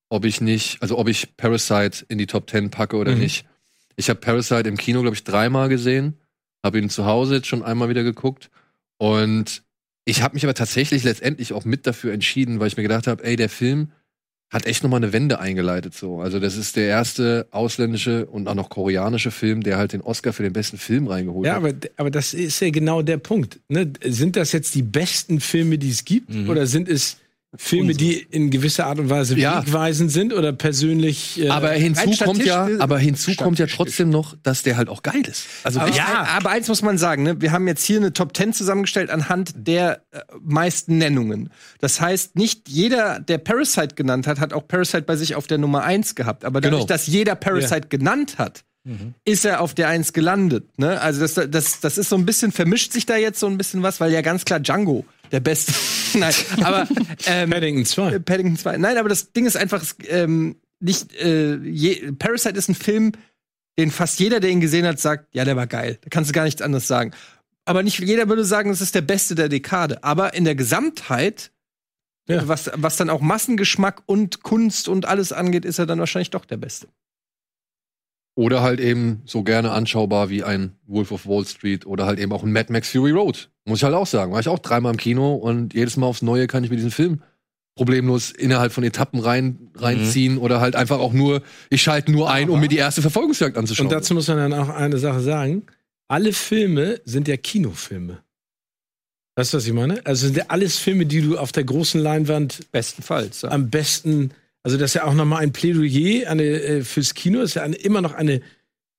ob ich nicht, also ob ich Parasite in die Top 10 packe oder
Mhm.
nicht. Ich habe Parasite im Kino, glaube ich, dreimal gesehen, habe ihn zu Hause jetzt schon einmal wieder geguckt und ich habe mich aber tatsächlich letztendlich auch mit dafür entschieden, weil ich mir gedacht habe, ey, der Film hat echt nochmal eine Wende eingeleitet so. Also das ist der erste ausländische und auch noch koreanische Film, der halt den Oscar für den besten Film reingeholt
Ja,
hat.
aber, aber das ist ja genau der Punkt. Ne? Sind das jetzt die besten Filme, die es gibt? Oder sind es Filme, die in gewisser Art und Weise
Ja.
wegweisend sind oder persönlich. äh,
Aber hinzu
rein
kommt ja,
statistisch-
aber hinzu kommt ja trotzdem noch, dass der halt auch geil ist. Also
Aber,
richtig-
aber eins muss man sagen, ne? wir haben jetzt hier eine Top 10 zusammengestellt anhand der äh, meisten Nennungen. Das heißt, nicht jeder, der Parasite genannt hat, hat auch Parasite bei sich auf der Nummer 1 gehabt. Aber dadurch,
Genau.
dass jeder Parasite genannt hat, ist er auf der 1 gelandet. Ne? Also das, das, das ist so ein bisschen, vermischt sich da jetzt so ein bisschen was, weil ja ganz klar Django der Beste. Nein, aber ähm,
Paddington 2.
Äh, Paddington 2. Nein, aber das Ding ist einfach, es, ähm, nicht, äh, je, Parasite ist ein Film, den fast jeder, der ihn gesehen hat, sagt, ja, der war geil. Da kannst du gar nichts anderes sagen. Aber nicht jeder würde sagen, das ist der beste der Dekade. Aber in der Gesamtheit,
Ja.
was, was dann auch Massengeschmack und Kunst und alles angeht, ist er dann wahrscheinlich doch der Beste.
Oder halt eben so gerne anschaubar wie ein Wolf of Wall Street oder halt eben auch ein Mad Max Fury Road. Muss ich halt auch sagen. War ich auch dreimal im Kino und jedes Mal aufs Neue kann ich mir diesen Film problemlos innerhalb von Etappen rein, reinziehen
Mhm.
oder halt einfach auch nur, ich schalte nur ein, um mir die erste Verfolgungsjagd anzuschauen.
Und dazu muss man dann auch eine Sache sagen. Alle Filme sind ja Kinofilme. Weißt du, was ich meine? Also sind ja alles Filme, die du auf der großen Leinwand
Bestenfalls. Ja.
am besten, also das ist ja auch nochmal ein Plädoyer eine, äh, fürs Kino, ist ja eine, immer noch eine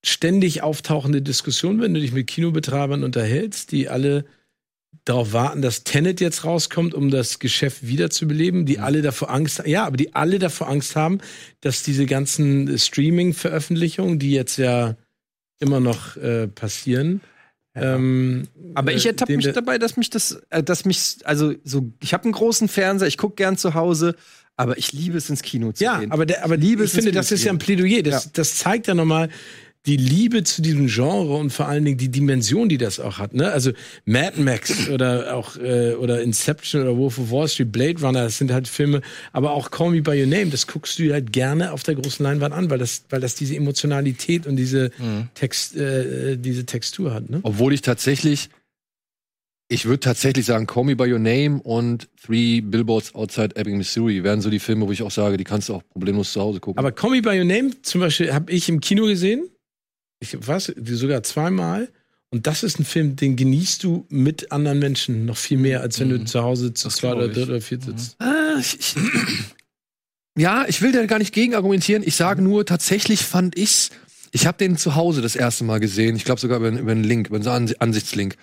ständig auftauchende Diskussion, wenn du dich mit Kinobetreibern unterhältst, die alle darauf warten, dass Tenet jetzt rauskommt, um das Geschäft wiederzubeleben,
Mhm.
die alle davor Angst, ja, aber die alle davor Angst haben, dass diese ganzen äh, Streaming-Veröffentlichungen, die jetzt ja immer noch äh, passieren, ähm,
Aber ich
äh,
ertappe
dem-
mich dabei, dass mich das, äh, dass mich, also so, ich habe einen großen Fernseher, ich gucke gern zu Hause, aber ich liebe es ins Kino zu
Ja,
gehen.
aber, der, aber
Liebe
ich
ist ins
finde, das
Kino
ist ja ein
gehen.
Plädoyer. Das, das zeigt ja nochmal die Liebe zu diesem Genre und vor allen Dingen die Dimension, die das auch hat. Ne? Also Mad Max oder auch äh, oder Inception oder Wolf of Wall Street, Blade Runner, das sind halt Filme, aber auch Call Me by Your Name, das guckst du dir halt gerne auf der großen Leinwand an, weil das, weil das diese Emotionalität und diese
Mhm.
Text, äh, diese Textur hat. Ne?
Obwohl ich tatsächlich, ich würde tatsächlich sagen, Call Me By Your Name und Three Billboards Outside Ebbing, Missouri wären so die Filme, wo ich auch sage, die kannst du auch problemlos zu Hause gucken.
Aber Call Me By Your Name zum Beispiel habe ich im Kino gesehen. Ich weiß, sogar zweimal. Und das ist ein Film, den genießt du mit anderen Menschen noch viel mehr, als wenn du zu Hause zu zweit oder dritt oder viert sitzt.
Ah, ich, ich, ja, ich will da gar nicht gegen argumentieren. Ich sage nur, tatsächlich fand ich's. Ich habe den zu Hause das erste Mal gesehen. Ich glaube sogar über, einen- über einen Link, über einen An Ansichtslink.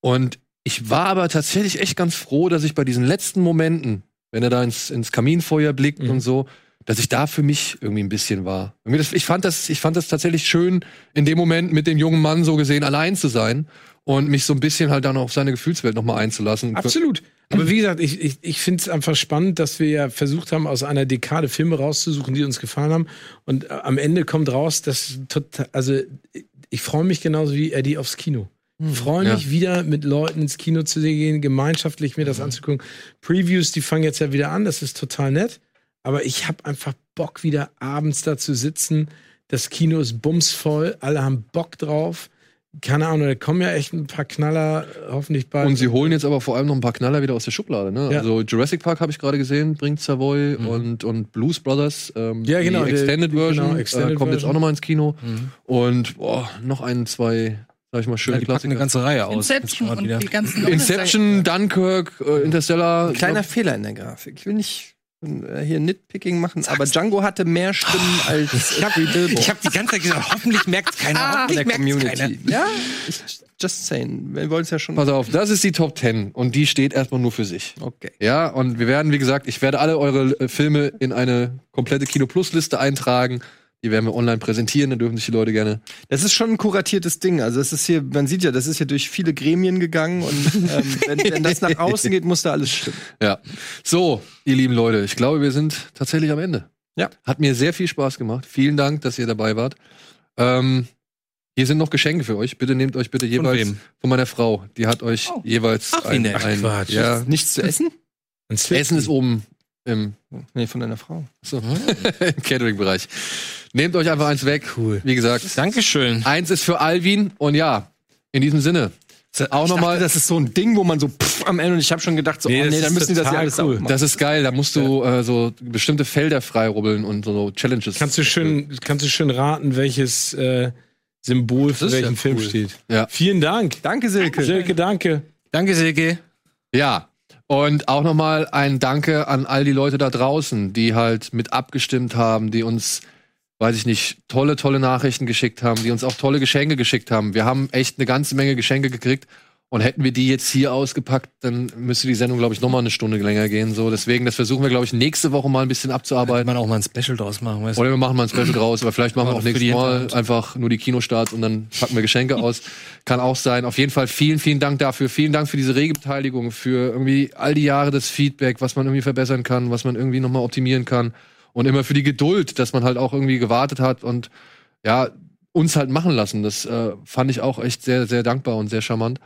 Und ich war aber tatsächlich echt ganz froh, dass ich bei diesen letzten Momenten, wenn er da ins, ins Kaminfeuer
Mhm.
blickt und so, dass ich da für mich irgendwie ein bisschen war. Irgendwie das- Ich fand, das, ich fand das tatsächlich schön, in dem Moment mit dem jungen Mann so gesehen allein zu sein und mich so ein bisschen halt dann auf seine Gefühlswelt nochmal einzulassen.
Absolut. Aber wie gesagt, ich, ich, ich finde es einfach spannend, dass wir ja versucht haben, aus einer Dekade Filme rauszusuchen, die uns gefallen haben. Und äh, am Ende kommt raus, dass total, also ich- ich freue mich genauso wie Eddie aufs Kino. Ich freue mich
Hm. Ja. Mhm.
wieder mit Leuten ins Kino zu gehen, gemeinschaftlich mir das anzugucken. Previews, die fangen jetzt ja wieder an, das ist total nett. Aber ich habe einfach Bock, wieder abends da zu sitzen. Das Kino ist bumsvoll, alle haben Bock drauf. Keine Ahnung, da kommen ja echt ein paar Knaller, hoffentlich bald.
Und sie holen jetzt aber vor allem noch ein paar Knaller wieder aus der Schublade. Ne?
Ja.
Also Jurassic Park habe ich gerade gesehen, bringt Savoy und, und Blues Brothers. Ähm,
Ja, genau,
Die
der-
Extended
genau,
Version äh,
Extended
kommt jetzt
Version.
auch nochmal ins Kino.
Mhm.
Und boah, noch ein, zwei, sag ich mal, schöne
Ja, die packen
Klassiker.
eine ganze Reihe aus.
Inception und die ganzen
Inception, Dunkirk, äh, Interstellar.
Kleiner Fehler in der Grafik. Ich will nicht äh, hier Nitpicking machen, aber Django hatte mehr Stimmen als ich hab,
Ich habe die ganze Zeit gesagt, hoffentlich merkt keiner
Ah,
hoffentlich
ich merkt's
merkt's
keiner. Ja, ich, just saying. Wir wollen es ja schon.
Pass auf, das ist die Top 10 und die steht erstmal nur für sich. Okay. Ja, und wir werden, wie gesagt, ich werde alle eure äh, Filme in eine komplette Kino Plus Liste eintragen. Die werden wir online präsentieren, dann dürfen sich die Leute gerne.
Das ist schon ein kuratiertes Ding. Also das ist hier, man sieht ja, das ist hier durch viele Gremien gegangen und ähm, wenn, wenn das nach außen geht, muss da alles stimmen.
Ja. So, ihr lieben Leute, ich glaube, wir sind tatsächlich am Ende.
Ja.
Hat mir sehr viel Spaß gemacht. Vielen Dank, dass ihr dabei wart. Ähm, hier sind noch Geschenke für euch. Bitte nehmt euch bitte jeweils von,
wem? Oh.
meiner Frau. Die hat euch jeweils
Ach, wie nett.
ein,
Quatsch.
ja,
Nichts zu essen?
Essen ist oben im
Nee, von deiner Frau.
So. Im Catering-Bereich. Nehmt euch einfach eins weg. Cool. Wie gesagt.
Dankeschön.
Eins ist für Alvin und ja, in diesem Sinne. Auch nochmal.
Das ist so ein Ding, wo man so pff, am Ende und ich habe schon gedacht, so,
Nee,
oh,
das
nee, dann
ist
müssen die das ja
total
alles
cool.
aufmachen.
Das ist geil, da musst du äh, so bestimmte Felder freirubbeln und so Challenges.
Kannst du schön, kannst du schön raten, welches äh, Symbol für
ist
welchen
ja
Film
cool.
steht?
Ja.
Vielen Dank.
Danke, Silke.
Silke, danke.
Danke, Silke.
Ja. Und auch nochmal ein Danke an all die Leute da draußen, die halt mit abgestimmt haben, die uns, weiß ich nicht, tolle, tolle Nachrichten geschickt haben, die uns auch tolle Geschenke geschickt haben. Wir haben echt eine ganze Menge Geschenke gekriegt. Und hätten wir die jetzt hier ausgepackt, dann müsste die Sendung, glaube ich, nochmal eine Stunde länger gehen. So, deswegen, das versuchen wir, glaube ich, nächste Woche mal ein bisschen abzuarbeiten.
Man auch mal ein Special draus machen, weißt du?
Oder wir machen mal ein Special draus, aber vielleicht machen wir
Aber
auch
für die
nächstes Mal
Hinterhand.
einfach nur die Kinostarts und dann packen wir Geschenke aus. Kann auch sein. Auf jeden Fall vielen, vielen Dank dafür. Vielen Dank für diese rege Beteiligung, für irgendwie all die Jahre das Feedback, was man irgendwie verbessern kann, was man irgendwie nochmal optimieren kann. Und immer für die Geduld, dass man halt auch irgendwie gewartet hat und ja, uns halt machen lassen. Das äh, fand ich auch echt sehr, sehr dankbar und sehr charmant.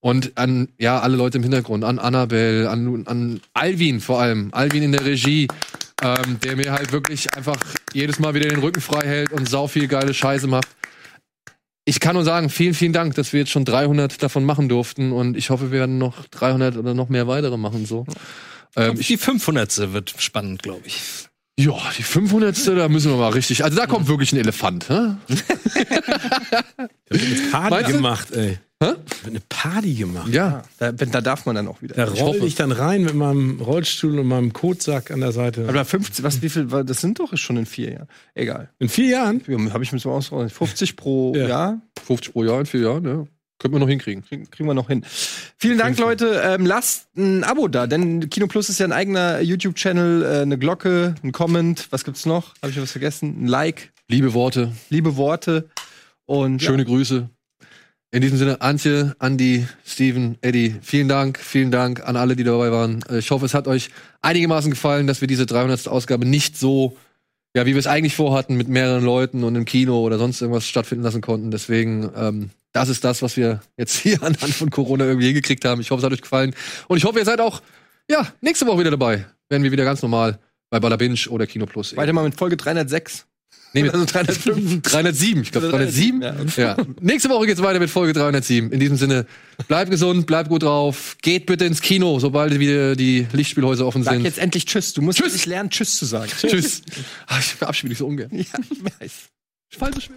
Und an, ja, alle Leute im Hintergrund, an Annabelle, an, an Alvin vor allem, Alvin in der Regie, ähm, der mir halt wirklich einfach jedes Mal wieder den Rücken frei hält und sau viel geile Scheiße macht. Ich kann nur sagen, vielen, vielen Dank, dass wir jetzt schon 300 davon machen durften und ich hoffe, wir werden noch 300 oder noch mehr weitere machen, so. Ähm, ich,
die 500. wird spannend, glaube ich.
ja, die 500. da müssen wir mal richtig, also da kommt wirklich ein Elefant, hä?
Party
Meinst du?
gemacht, ey.
Hä?
Ich hab Eine Party gemacht.
Ja.
Da, da darf man dann auch wieder.
Da
Ich
roll
hoffe.
ich dann rein mit meinem Rollstuhl und meinem Kotsack an der Seite.
Aber 50, was, wie viel, war- das sind doch schon in vier Jahren. Egal.
In vier Jahren?
Habe ich mir so ausgerollt. 50 pro
Ja.
Jahr.
50 pro Jahr in vier Jahren, ja. Könnten wir noch hinkriegen.
Kriegen, kriegen wir noch hin. Vielen Dank, Leute. Ähm, lasst ein Abo da, denn Kino Plus ist ja ein eigener YouTube-Channel. Äh, eine Glocke, ein Comment. Was gibt's noch? Habe ich was vergessen? Ein Like,
Liebe Worte,
liebe Worte und
schöne Grüße. In diesem Sinne, Antje, Andi, Steven, Eddie, vielen Dank, vielen Dank an alle, die dabei waren. Äh, Ich hoffe, es hat euch einigermaßen gefallen, dass wir diese 300. Ausgabe nicht so, ja, wie wir es eigentlich vorhatten, mit mehreren Leuten und im Kino oder sonst irgendwas stattfinden lassen konnten. Deswegen, ähm, das ist das, was wir jetzt hier anhand von Corona irgendwie hingekriegt haben. Ich hoffe, es hat euch gefallen. Und ich hoffe, ihr seid auch, ja, nächste Woche wieder dabei. Werden wir wieder ganz normal bei Balabinch oder Kino Plus.
Weiter mal mit Folge 306.
Nee, mit
Also 305.
307, ich glaube 307.
Ja,
Ja,
okay.
Nächste Woche geht's weiter mit Folge 307. In diesem Sinne, bleibt gesund, bleibt gut drauf, geht bitte ins Kino, sobald wieder die Lichtspielhäuser offen
Sag
sind.
jetzt endlich Tschüss. Du musst endlich lernen, Tschüss zu sagen.
Tschüss. Ah, Ich verabschiede mich so ungern.
ja, ich weiß.
Ich fall so schwer.